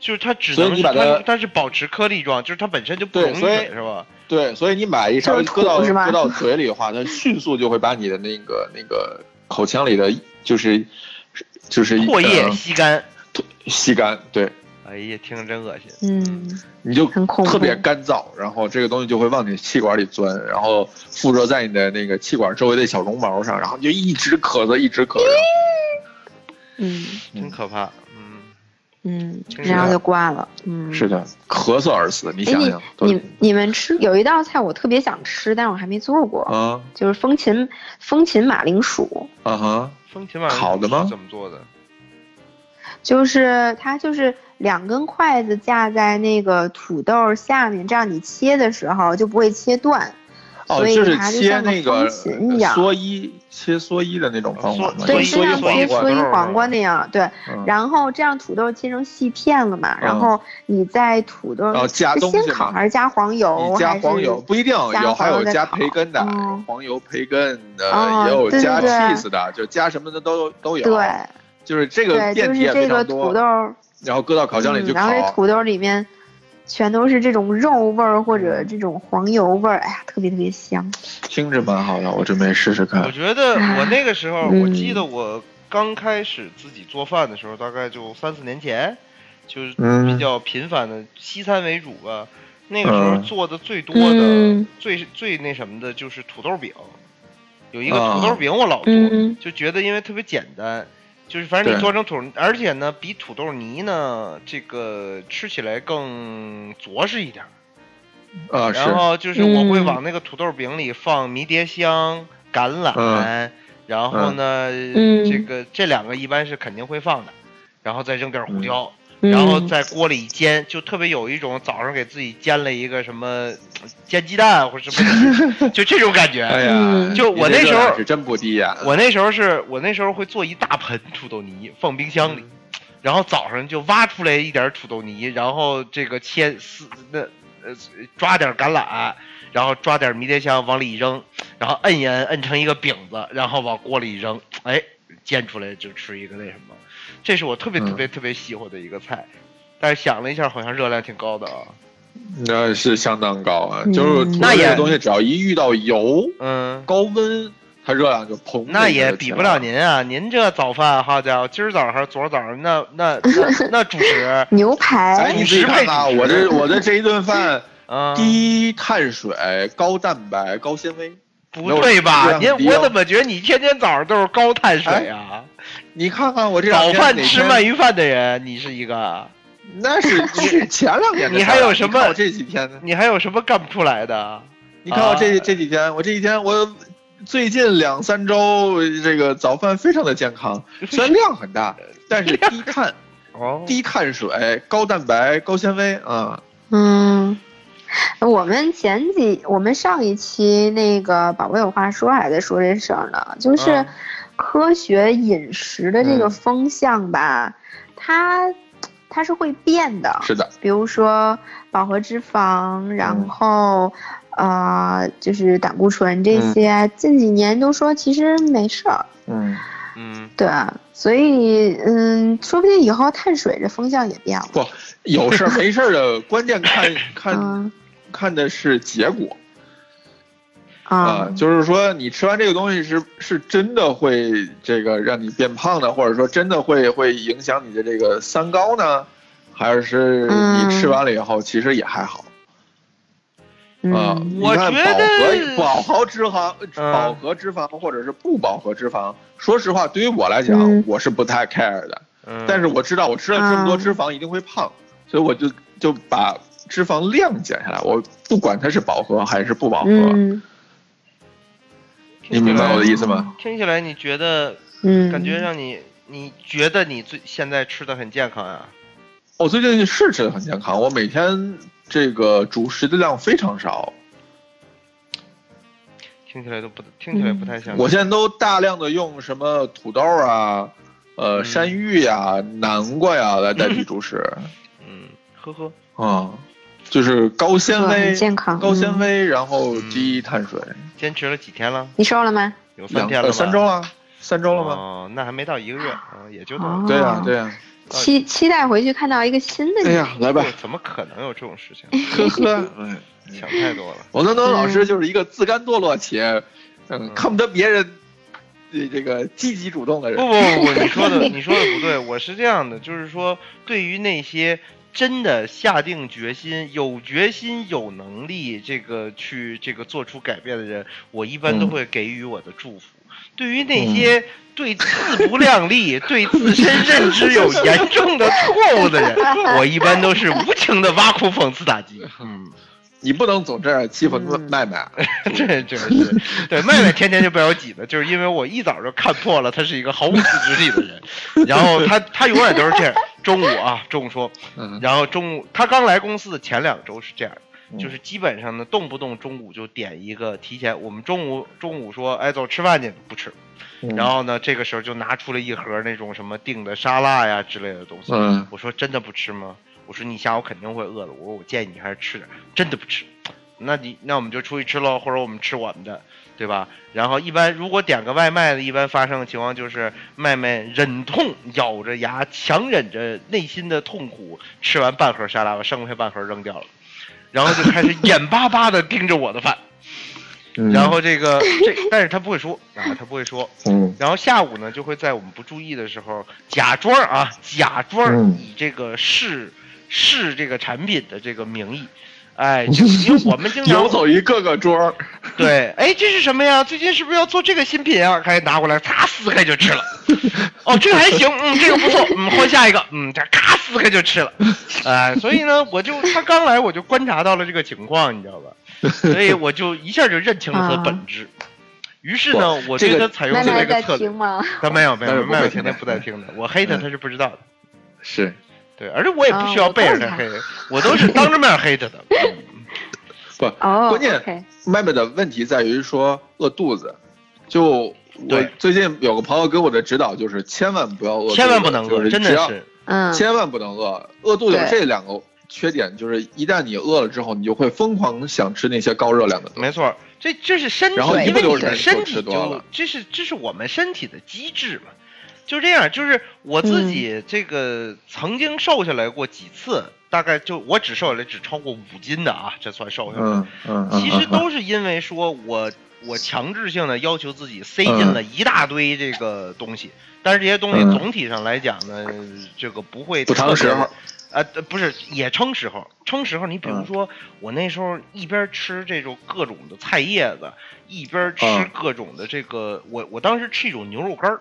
S2: 就是它只
S1: 所以
S2: 能
S1: 你
S2: 是
S1: 把它
S2: 它它是保持颗粒状，就是它本身就不
S1: 对
S2: 溶于
S1: 所以
S2: 水是吧？
S1: 对，所以你买一勺
S3: 就是
S1: 搁到
S3: 土是吗
S1: 搁到嘴里的话，它迅速就会把你的那个那个口腔里的就是就是
S2: 唾液
S1: 呃
S2: 吸干。
S1: 吸干，对，
S2: 哎呀，听着真恶心。
S3: 嗯，
S1: 你就
S3: 很恐怖
S1: 特别干燥，然后这个东西就会往你气管里钻，然后附着在你的那个气管周围的小绒毛上，然后你就一直咳嗽，一直咳嗽。
S3: 嗯
S2: 真可怕。嗯，
S3: 嗯，
S2: 真是
S3: 然后
S1: 的
S3: 就挂了。嗯，
S1: 啊是的，咳嗽而死，你
S3: 哎，
S1: 想
S3: 你
S1: 想，多
S3: 你你们吃有一道菜我特别想吃，但是我还没做过，
S1: 啊
S3: 就是风琴风琴马铃薯，
S1: 啊哈，
S2: 风琴晚
S1: 烤的吗
S2: 怎么做的？
S3: 就是它就是两根筷子架在那个土豆下面，这样你切的时候就不会切断。
S1: 哦，
S3: 所以
S1: 就是
S3: 它就
S1: 切
S3: 像个
S1: 那个呃
S3: 风琴一样
S1: 蓑衣，切蓑衣的那种方法吗，
S2: 所
S3: 对，
S2: 以
S3: 就
S2: 所以
S3: 像
S2: 所以
S3: 切
S2: 黄
S3: 蓑
S2: 瓜
S3: 衣
S2: 豆儿
S3: 黄瓜那样，对。
S1: 嗯
S3: 然后这样土豆切成细片了嘛，然
S1: 嗯
S3: 后你在土豆
S1: 然后加
S3: 是
S1: 东
S3: 先
S1: 西
S3: 烤
S1: 嘛
S3: 还是加黄油？
S1: 你加
S3: 哦还是
S1: 黄油不一定
S3: 加
S1: 有，还
S3: 黄油
S1: 有
S3: 再
S1: 加
S3: 烤
S1: 培根的，
S3: 嗯
S1: 有黄油培根的，
S3: 哦
S1: 也有
S3: 对对
S1: 加
S3: 对
S1: cheese 的，就加什么的都都有。
S3: 对
S1: 就是这个
S3: 对，
S1: 变
S3: 就
S1: 体
S3: 是
S1: 也非
S3: 这个
S1: 常
S3: 土
S1: 多。
S3: 豆儿，
S1: 然后搁到烤箱里
S3: 嗯
S1: 去
S3: 然
S1: 烤
S3: 后。这土豆里面全都是这种肉味儿或
S1: 嗯
S3: 者这种黄油味儿，哎呀，特别特别香。
S1: 听着蛮好的，我准备试试
S2: 我
S1: 看。
S2: 觉得我那个时候，
S3: 嗯
S2: 我记得我刚开始自己做饭的时候，大概就三四年前，就是
S1: 嗯
S2: 比较频繁的西餐为主吧。那个时候
S1: 嗯
S2: 做的最多的、
S3: 嗯
S2: 最最那什么的就是土豆饼，有一个
S1: 啊
S2: 土豆饼我老做，
S3: 嗯
S2: 就觉得因为特别简单，就是反正你
S1: 对
S2: 做成土，而且呢比土豆泥呢这个吃起来更着实一点儿。
S1: 啊，是
S2: 然后就是我会往那个土豆饼里放迷迭香、橄榄，
S1: 嗯
S2: 然后呢，
S3: 嗯
S2: 这个这两个一般是肯定会放的，然后再扔点胡椒，
S3: 嗯
S2: 然后在锅里一煎，就特别有一种早上给自己煎了一个什么煎鸡蛋或者什么的，就这种 感觉。
S1: 哎呀，
S3: 嗯
S2: 就我那时
S1: 你这
S2: 候
S1: 热量是真不低呀，
S2: 我那时候是我那时候会做一大盆土豆泥放冰箱里，然后早上就挖出来一点土豆泥，然后这个切丝那呃抓点橄榄，然后抓点迷迭香往里一扔，然后摁一摁摁成一个饼子，然后往锅里一扔，哎，煎出来就吃一个那什么，这是我特别
S1: 嗯
S2: 特别特别喜欢的一个菜。但是想了一下，好像热量挺高的啊。
S1: 那是相当高啊，
S3: 嗯，
S1: 就是土豆
S2: 那
S1: 这
S2: 也
S1: 个东西，只要一遇到油、
S2: 嗯，
S1: 高温，它热量就膨。
S2: 那也比不了。您啊！您这早饭，好家伙，今儿早上、昨儿早上，那那 那那主食
S3: 牛
S1: 哎，
S3: 排，
S1: 你自己看看啊，
S2: 主食
S1: 我这我这这一顿饭，
S2: 嗯，
S1: 低碳水、高蛋白、高纤维。
S2: 不对吧？
S1: 没
S2: 您
S1: 有低
S2: 我
S1: 哦
S2: 怎么觉得你天天早上都是高碳水啊？
S1: 你看看我这两
S2: 早
S1: 哎啊天
S2: 饭
S1: 哪
S2: 吃
S1: 天
S2: 鳗鱼饭的人，你是一个，
S1: 那是是前两年的
S2: 你
S1: 事儿
S2: 还有什么
S1: 你看我这几天呢？
S2: 你还有什么干不出来的？
S1: 你看我这、
S2: 啊
S1: 这几天，我这几天我最近两三周这个早饭非常的健 康，虽然量很大，但是低碳、
S2: 哦，
S1: 低碳水、高蛋白、高纤维啊。
S3: 嗯，我们前几，我们上一期那个宝贝有话说还在说这事儿呢，就是
S2: 嗯
S3: 科学饮食的这个
S1: 嗯
S3: 风向吧，它它是会变
S2: 啊
S3: 的，
S1: 是的，嗯
S3: 比如说饱和脂肪，然后、呃就是胆固醇这些，近几年都说其实没事儿，
S1: 嗯，
S2: 嗯，
S3: 对，所以嗯，说不定以后碳水这风向也变了，
S1: 不，有事儿没事儿的，关键 看
S2: 啊
S1: 看
S3: 嗯
S1: 看的是结果啊、
S3: 啊，
S1: 就是说你吃完这个东西是是真的会这个让你变胖呢，或者说真的会会影响你的这个三高呢，还是
S3: 嗯
S1: 你吃完了以后其实也还好。啊，
S3: 嗯，
S1: 你
S2: 我
S1: 看
S2: 觉
S1: 饱
S2: 得
S1: 和
S2: 嗯
S1: 饱和脂肪、饱和脂肪或者是不饱和脂肪，说实话，对于我来讲，
S3: 嗯
S1: 我是不太 care 的。
S2: 嗯
S1: 但是我知道我吃了这么多
S3: 嗯
S1: 脂肪一定会胖，所以我就就把脂肪量减下来，我不管它是饱和还是不饱和，
S3: 嗯
S1: 你明白我的意思吗？
S2: 听起来你觉得，
S3: 嗯，
S2: 感觉让你，你觉得你最现在吃的很健康啊呀、
S1: 我哦最近是吃的很健康，我每天这个主食的量非常少，
S2: 听起来都不，听起来不太像。
S1: 嗯我现在都大量的用什么土豆啊。呃，
S2: 嗯
S1: 山芋呀、南瓜呀、来代 替主食，
S2: 嗯，呵呵，
S1: 啊，就是高纤
S3: 嗯
S1: 维
S3: 很、健康，
S1: 高纤
S3: 嗯。
S1: 维，然后低碳水，
S2: 坚持了几天了？
S3: 你瘦了吗？
S2: 有三
S1: 两
S2: 嗯天了
S1: 呃
S2: 吧？
S1: 三周了，三周了吗？
S2: 哦，那还没到一个月，嗯，也就到。
S3: 哦
S1: 对呀，对呀。
S2: 呃
S3: 期期待回去看到一个新的
S1: 哎
S3: 你。
S1: 呀，来吧
S2: 这，哦怎么可能有这种事情？
S1: 呵呵。
S2: 嗯
S1: 哎
S2: 想太多了。
S1: 王丹东老
S3: 嗯
S1: 师就是一个自甘堕落且，嗯，看不得别人这这个积极主动的
S2: 不
S1: 人。
S2: 不不，你说的你说的不对，我是这样的，就是说，对于那些真的下定决心、有决心、有能力这个去这个做出改变的人，我一般都
S1: 嗯
S2: 会给予我的祝福。对于那些对自不量力、 对自身认知有严重的错误的人，我一般都是无情的挖苦、讽刺、打击。嗯，
S1: 你不能总这样欺负啊
S3: 嗯
S1: 麦 麦。
S2: 这这是对妹妹天天就被我挤的，就是因为我一早就看破了她是一个毫无自制力的人，然后她她永远都是这样。中午啊，中午说，
S1: 嗯，
S2: 然后中午她刚来公司的前两周是这样，
S1: 嗯
S2: 就是基本上呢，动不动中午就点一个提前，我们中午中午说，哎，走吃饭去，不吃，
S1: 嗯
S2: 然后呢，这个时候就拿出了一盒那种什么订的沙拉呀之类的东西，
S1: 嗯
S2: 我说真的不吃吗？我说你下午肯定会饿的。我说我建议你还是吃点儿，真的不吃。那你那我们就出去吃喽，或者我们吃我们的，对吧？然后一般如果点个外卖的，一般发生的情况就是妹妹忍痛咬着牙，强忍着内心的痛苦，吃完半盒沙拉，把剩下半盒扔掉了，然后就开始眼巴巴的盯着我的饭。
S1: 嗯
S2: 然后这个这，但是他不会说啊，他不会说，
S1: 嗯
S2: 然后下午呢，就会在我们不注意的时候，假装啊，假装
S1: 嗯
S2: 以这个试试这个产品的这个名义，啊、哎，就因为我们经常
S1: 游走于各个桌儿。
S2: 对，哎，这是什么呀？最近是不是要做这个新品啊？开始拿过来，咔撕开就吃了。哦，这个还行，嗯，这个不错，嗯，换下一个，嗯，这咔撕开就吃了。哎，所以呢，我就他刚来我就观察到了这个情况，你知道吧？所以我就一下就认清了他的本质。于是呢，我
S1: 这
S2: 对
S1: 个
S2: 他采用
S3: 奶
S2: 了
S3: 奶
S2: 哎这个
S3: 在
S2: 策略
S3: 听。吗？
S2: 他没有没
S1: 但是
S2: 有
S1: 不
S2: 没有，
S1: 会
S2: 天
S1: 听的
S2: 天不在听的。我黑他，
S1: 嗯
S2: 他是不知道的。
S1: 是，
S2: 对，而且我也不需要背着他黑，我都是当着面黑他的。
S1: 嗯不，
S2: 嗯
S3: 哦，
S1: 关键
S3: OK
S1: 麦麦的问题在于说饿肚子，就我
S2: 对
S1: 最近有个朋友给我的指导就是千万不要饿肚子，
S2: 千万不能
S1: 就
S2: 饿，
S1: 是
S2: 真
S1: 只
S2: 的
S1: 要
S2: 是。
S3: 嗯，
S1: 千万不能饿，饿肚子有
S3: 对
S1: 这两个缺点，就是一旦你饿了之后，你就会疯狂想吃那些高热量的东西。
S2: 没错，这这是身体，
S1: 然后
S3: 一
S2: 因
S3: 不
S2: 为
S1: 留
S2: 你的
S1: 神
S2: 身
S1: 就
S2: 体
S1: 吃多
S2: 就
S1: 了
S2: 这是这是我们身体的机制嘛，就这样。就是我自己这个曾经瘦下来过几次，大概就我只瘦下来只超过五斤的啊，这算瘦下来。
S1: 嗯嗯，嗯
S2: 其实
S1: 嗯
S2: 都是因为说我我强制性的要求自己塞进了一大堆这个东西，但是这些东西
S1: 嗯
S2: 总体上来讲呢，这个不会
S1: 不长
S2: 特别
S1: 时候，
S2: 呃，对不是也撑时候，撑时候。你比
S1: 嗯
S2: 如说，我那时候一边吃这种各种的菜叶子，一边吃
S1: 嗯
S2: 各种的这个，我我当时吃一种牛肉干儿，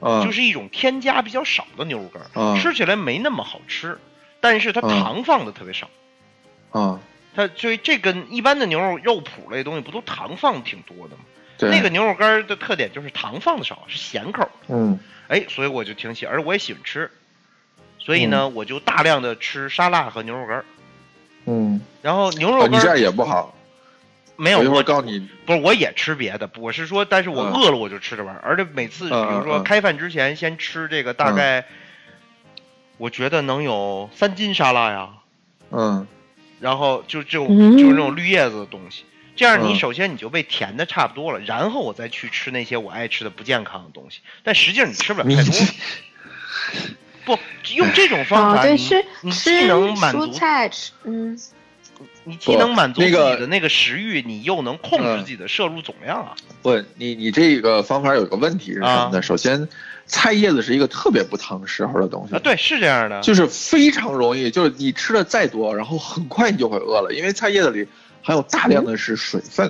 S1: 嗯
S2: 就是一种添加比较少的牛肉干儿，
S1: 嗯
S2: 吃起来没那么好吃，但是它
S1: 嗯
S2: 糖放的特别少。
S1: 嗯，
S2: 它所以这跟一般的牛肉肉脯类东西不都糖放的挺多的吗？
S1: 对
S2: 那个牛肉干儿的特点就是糖放的少，是咸口儿。
S1: 嗯
S2: 哎，所以我就挺喜，而我也喜欢吃，所以呢，我就大量的吃沙拉和牛肉干儿。
S1: 嗯，
S2: 然后牛
S1: 哦
S2: 肉
S1: 你
S2: 干
S1: 这样
S2: 儿
S1: 也不好，
S2: 没有
S1: 我一会
S2: 我
S1: 儿告诉你，
S2: 不是我也吃别的，我是说，但是我
S1: 嗯
S2: 饿了我就吃这玩意儿，而且每次比
S1: 嗯
S2: 如
S1: 嗯
S2: 说
S1: 嗯
S2: 开饭之前先吃这个大概，我觉得能有三斤沙拉呀，
S1: 嗯
S2: 然后就这种
S3: 嗯
S2: 就是那种绿叶子的东西。这样你
S1: 嗯
S2: 首先你就被填的差不多了，然后我再去吃那些我爱吃的不健康的东西，但实际上你吃不了太多。不用这种方
S3: 哦，
S2: 法，
S3: 对，
S2: 你
S3: 是
S2: 你既
S3: 吃
S2: 嗯能满足
S3: 蔬菜吃，嗯，
S2: 你既
S1: 不
S2: 能满足自
S1: 那
S2: 己
S1: 个
S2: 的那个食欲，你又能控制
S1: 嗯
S2: 自己的摄入总量啊。
S1: 不，你你这个方法有个问题是什么呢？
S2: 啊
S1: 首先，菜叶子是一个特别不烫时候的东西
S2: 啊，，对，是这样的。
S1: 嗯就是非常容易，就是你吃的再多，然后很快你就会饿了，因为菜叶子里含有大量的是水分。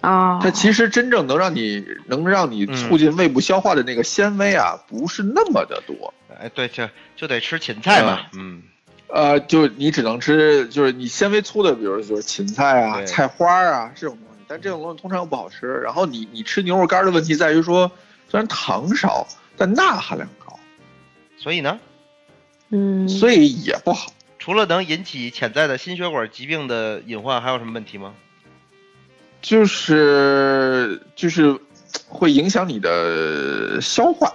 S3: 哦，
S2: 啊
S1: 它其实真正能让你能让你
S2: 嗯
S1: 促进胃部消化的那个纤维啊，不是那么的多。
S2: 哎，对，就就得吃芹菜嘛。嗯，
S1: 呃，就你只能吃，就是你纤维粗的，比如就是芹菜啊、
S2: 对
S1: 菜花啊这种东西，但这种东西通常不好吃。然后你你吃牛肉干的问题在于说，虽然糖少，但钠含量高，
S2: 所以呢，
S3: 嗯，
S1: 所以也不好。
S2: 除了能引起潜在的心血管疾病的隐患，还有什么问题吗？
S1: 就是就是会影响你的消化，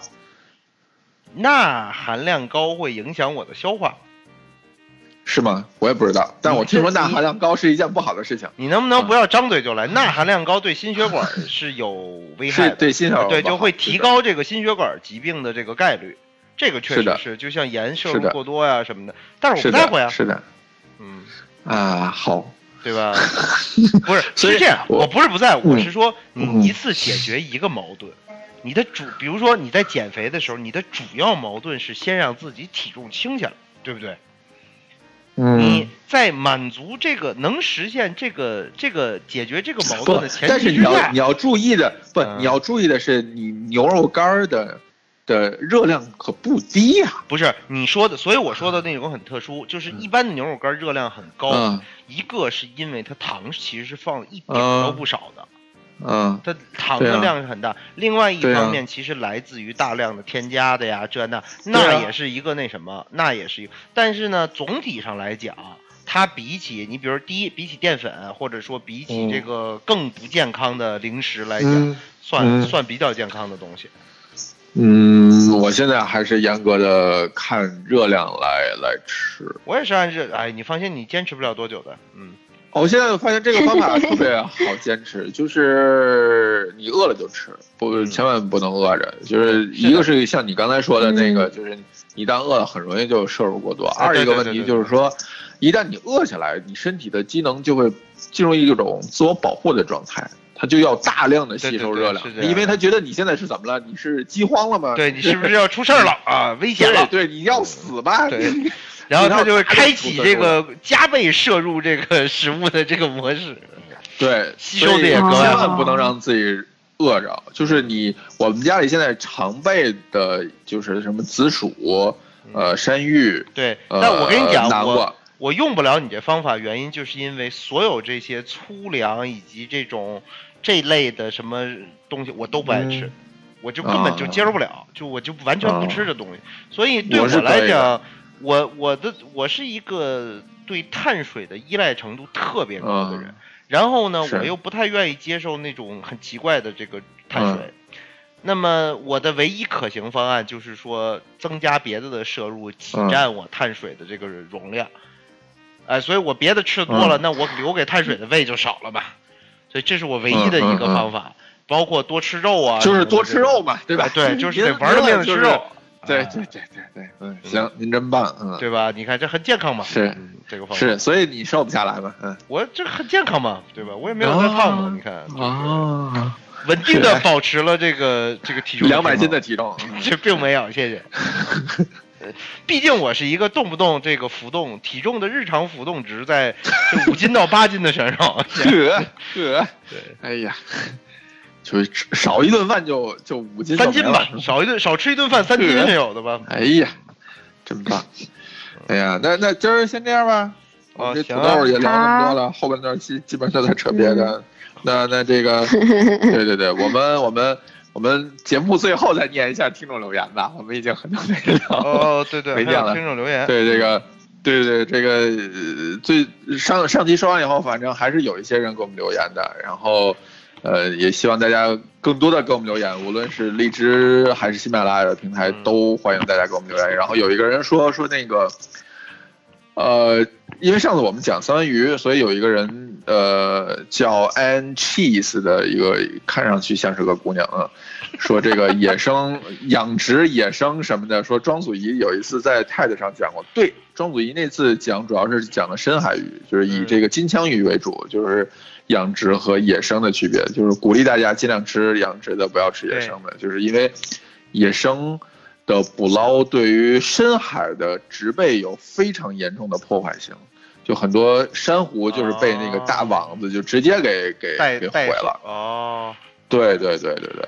S2: 钠含量高会影响我的消化。
S1: 是吗？我也不知道，但我听说
S2: 你
S1: 钠含量高是一件不好的事情。
S2: 你能不能不要张嘴就来？钠含量高对心血管是有危害
S1: 是
S2: 的，
S1: 对心血管
S2: 对
S1: 不好
S2: 就会提高这个心血管疾病的这个概率。这个
S1: 是
S2: 确实
S1: 的
S2: 是，就像盐摄
S1: 是
S2: 入
S1: 的
S2: 过多呀、什么的，但是我
S1: 是
S2: 不在乎
S1: 的，
S2: 呀，
S1: 是的
S2: 嗯，
S1: 啊，好，
S2: 对 吧？不是，
S1: 所以
S2: 是这样，
S1: 我
S2: 我不是不在乎，我
S1: 嗯
S2: 是说
S1: 嗯
S2: 你一次解决一个矛盾，你的主，比如说你在减肥的时候，你的主要矛盾是先让自己体重轻下来，对不对？
S1: 嗯
S2: 你，在满足这个能实现这个这个解决这个矛
S1: 不
S2: 盾的，前
S1: 但是你
S2: 提之
S1: 要
S2: 下
S1: 你，要注意的，不，
S2: 嗯
S1: 你要注意的是，你牛肉干儿的的热量可不低呀、
S2: 不是你说的，所以我说的那种很特殊，就是一般的牛肉干热量很高
S1: 嗯，
S2: 一个是因为它糖其实是放一点儿都
S1: 嗯
S2: 不少的，
S1: 嗯，
S2: 它糖
S1: 对
S2: 的
S1: 啊
S2: 量是很大，另外一
S1: 对啊
S2: 方面其实来自于大量的添加的呀，这那
S1: 对啊
S2: 那也是一个那什么，那也是一个，但是呢，总体上来讲，它比起你比如第一，比起淀粉或者说比起
S1: 嗯
S2: 这个更不健康的零食来讲，
S1: 嗯
S2: 算
S1: 嗯
S2: 算比较健康的东西。
S1: 嗯，我现在还是严格的看热量来来吃。
S2: 我也是按这，哎，你放心，你坚持不了多久的，嗯，
S1: 哦我现在发现这个方法特别好坚持，就是你饿了就吃，不
S2: 嗯
S1: 千万不能饿着。就是一个是像你刚才说的那个，就是你一旦饿了很容易就摄入过多。
S2: 哎
S1: 二一个
S2: 对对
S1: 问
S2: 对
S1: 题
S2: 对
S1: 就是说，一旦你饿下来，你身体的机能就会进入一种自我保护的状态。它就要大量的吸收热量
S2: 对对对是这，样
S1: 因为它觉得你现在是怎么了？你是饥荒了吗？
S2: 对你是不是要出事儿了啊？危险了，
S1: 对，对你要死吧？
S2: 对然后它就会开启这个加倍摄入这个食物的这个模式。
S1: 对，
S2: 吸收的也
S1: 所
S2: 格
S1: 以
S2: 外
S1: 千
S2: 好。
S1: 万不能让自己饿着。就是你，我们家里现在常备的就是什么紫薯，呃，山芋，
S2: 对，
S1: 呃
S2: 嗯但我跟你讲，
S1: 南瓜
S2: 我我用不了你这方法，原因就是因为所有这些粗粮以及这种这类的什么东西，我都不爱吃，
S1: 嗯啊
S2: 我就根本就接受不了，就我就完全不吃这东西。所以对
S1: 我是可
S2: 来
S1: 以
S2: 讲，我我的我是一个对碳水的依赖程度特别高的人，
S1: 嗯
S2: 然后呢，
S1: 是
S2: 我又不太愿意接受那种很奇怪的这个碳
S1: 嗯
S2: 水。那么我的唯一可行方案就是说增加别的的摄入，挤
S1: 嗯
S2: 占我碳水的这个容量。哎，所以我别的吃多
S1: 嗯
S2: 了，那我留给碳水的胃就少了嘛。所以这是我唯一的一个方法，包括多吃肉啊，
S1: 嗯就是
S2: 什么的
S1: 多吃肉嘛，对
S2: 这
S1: 吧
S2: 种。？ 对，就是得
S1: 您
S2: 玩了命的
S1: 您
S2: 吃
S1: 就是
S2: 肉。
S1: 对
S2: 啊
S1: 对对对对，嗯，行，您真棒，嗯，
S2: 对吧？你看这很健康嘛，
S1: 是
S2: 嗯这个方法，
S1: 是，所以你瘦不下来嘛，嗯，
S2: 我这很健康嘛，对吧？我也没有再胖过，
S1: 哦
S2: 你看，
S1: 哦，
S2: 稳定的保持了这个这个体重，
S1: 两百斤的体重，嗯
S2: 这并没有，谢谢。呃毕竟我是一个动不动这个浮动体重的日常浮动值在五斤到八斤的选手，
S1: 呵呵，
S2: 对，
S1: 哎呀，就是吃少一顿饭就就五斤就
S2: 嗯三斤
S1: 没了
S2: 吧，少一顿少吃一顿饭三斤是有的 吧？
S1: 哎呀，真棒！ 哎呀，那那今儿先这样吧。我
S2: 哦
S1: 们这
S2: 行
S1: 土
S2: 啊
S1: 豆也聊这么多了，后半段基基本上都在扯别的。 那那这个，对对对，我们我们我们节目最后再念一下听众留言吧，我们已经很久没聊了。
S2: 哦，对对，
S1: 没
S2: 还有
S1: 见了
S2: 听众留言，
S1: 对这个，对对这个呃最上上期说完以后，反正还是有一些人给我们留言的，然后。呃，也希望大家更多的给我们留言，无论是荔枝还是喜马拉雅的平台，
S2: 嗯
S1: 都欢迎大家给我们留言。然后有一个人说说那个，呃，因为上次我们讲三文鱼，所以有一个人呃叫 Ann Cheese 的一个，看上去像是个姑娘啊，说这个野生养殖野生什么的，说庄祖仪有一次在 TED 上讲过，对，庄祖仪那次讲主要是讲的深海鱼，就是以
S2: 嗯
S1: 这个金枪鱼为主，就是养殖和野生的区别，就是鼓励大家尽量吃养殖的，不要吃野生的，就是因为野生。的捕捞对于深海的植被有非常严重的破坏性，就很多珊瑚就是被那个大网子就直接给给
S2: 哦带
S1: 给
S2: 带
S1: 毁了。
S2: 哦，
S1: 对对对对对。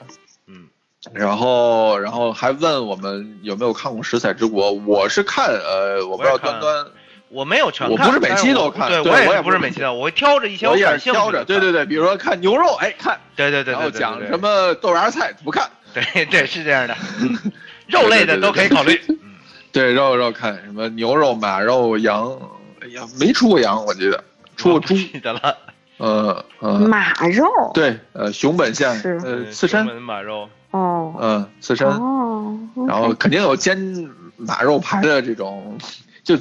S2: 嗯，
S1: 然后然后还问我们有没有看过《食彩之国》，我是看呃，我不知
S2: 我
S1: 道
S2: 也
S1: 端
S2: 看
S1: 端，
S2: 我没有全
S1: 我
S2: 看，
S1: 不是每
S2: 但
S1: 期
S2: 我
S1: 都看
S2: 对
S1: 对
S2: 我
S1: 我
S2: 也
S1: 也
S2: 不是
S1: 不是
S2: 每期的，我会挑着一些
S1: 我也
S2: 感
S1: 是
S2: 兴趣的
S1: 挑着，对对对，比如说看牛肉，哎看，
S2: 对对对，对
S1: 然后
S2: 对对
S1: 讲
S2: 对
S1: 什么豆芽菜不看，
S2: 对对是这 样的，嗯肉类的都可以考虑，嗯
S1: 对肉肉看什么牛肉、马肉、羊，哎呀没出过羊，我记得出过猪，
S2: 记得了，
S1: 嗯嗯。
S3: 马肉
S1: 对，呃，熊本县，
S3: 是
S1: 呃，
S2: 嗯
S1: 刺身
S2: 熊，本 马肉，
S3: 哦
S1: 嗯，刺身，
S3: 哦，
S1: 然后肯定有煎马肉排的这种，就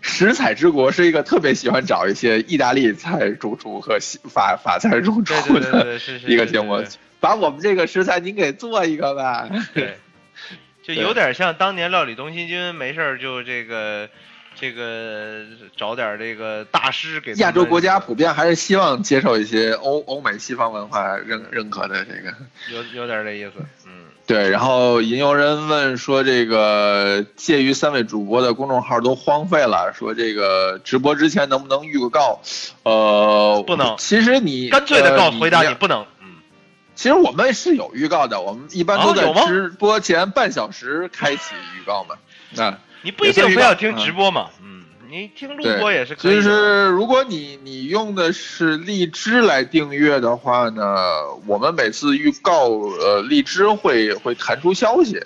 S1: 食材之国是一个特别喜欢找一些意大利菜主厨和西法法菜主
S2: 对
S1: 厨
S2: 对对对
S1: 的
S2: 对是是
S1: 一个
S2: 是
S1: 节目
S2: 是，
S1: 把我们这个食材您给做一个吧。
S2: 对， 就有点像当年料理东西军，没事儿就这个这个找点儿这个大师给他们
S1: 亚洲国家普遍还是希望接受一些欧欧美西方文化认认可的这个。
S2: 有有点儿这意思，嗯，
S1: 对，然后吟游人问说，这个介于三位主播的公众号都荒废了，说这个直播之前能不能预个告？呃，
S2: 不能
S1: 其实你
S2: 干脆的告
S1: 呃
S2: 回答你
S1: 要
S2: 不能，嗯，
S1: 其实我们是有预告的，我们一般都
S2: 哦有
S1: 在
S2: 吗
S1: 直播前半小时开启预告嘛。那
S2: 你不一定非要听直播嘛，嗯，你听录
S1: 对，
S2: 播也是可以
S1: 其
S2: 的，
S1: 实如果你你用的是荔枝来订阅的话呢，我们每次预告呃荔枝会会弹出消息，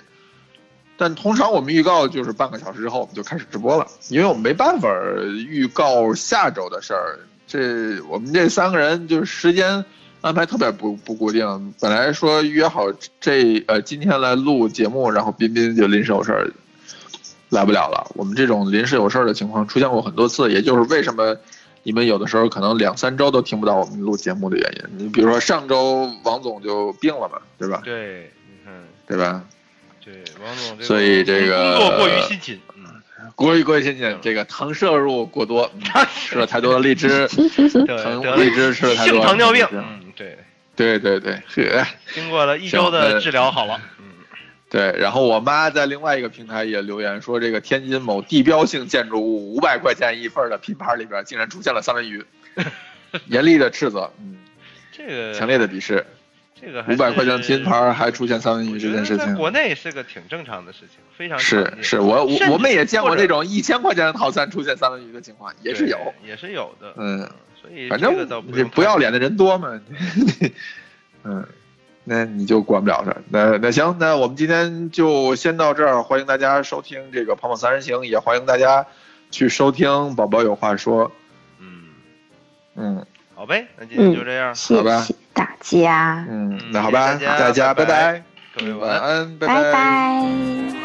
S1: 但通常我们预告就是半个小时之后我们就开始直播了，因为我们没办法呃预告下周的事儿。这我们这三个人就是时间安排特别不不固定，本来说约好这呃今天来录节目，然后彬彬就临时有事儿来不了了。我们这种临时有事儿的情况出现过很多次，也就是为什么你们有的时候可能两三周都听不到我们录节目的原因。你比如说上周王总就病了嘛，对吧？
S2: 对，你看。
S1: 对吧？
S2: 对，王总，
S1: 所以这个
S2: 工作过于辛勤， 嗯，
S1: 国语国语亲戚，嗯这个糖摄入过多，嗯吃了太多的荔枝，
S2: 对，
S1: 糖
S2: 得
S1: 荔枝吃了太多，
S2: 性糖尿病，嗯，对，
S1: 对对对，呵，哎
S2: 经过了一周
S1: 行
S2: 的
S1: 那
S2: 治疗好了，嗯，
S1: 对对，然后我妈在另外一个平台也留言说，这个天津某地标性建筑物五百块钱一份儿的品牌里边竟然出现了三文鱼，严厉的斥责，嗯，
S2: 这个
S1: 强烈的鄙视。
S2: 这个
S1: 五百块钱拼盘还出现三文鱼这件事情，
S2: 国内是个挺正常的事情，非常
S1: 是是我我我们也见过这种一千块钱的套餐出现三文鱼的情况，也是有，
S2: 也是有的，
S1: 嗯，
S2: 所以
S1: 反正不要脸的人多嘛， 嗯，那你就管不了他。那那行，那我们今天就先到这儿，欢迎大家收听这个《胖胖三人行》，也欢迎大家去收听《宝宝有话说》，
S2: 嗯
S1: 嗯，
S2: 好呗，那今天就这样，
S1: 好吧。
S3: 大家，
S1: 嗯，那好吧，大
S2: 家
S1: 拜
S2: 拜
S1: 拜，
S2: 各位
S1: 晚
S2: 晚安。
S1: 安，
S3: 拜
S1: 拜。
S3: 拜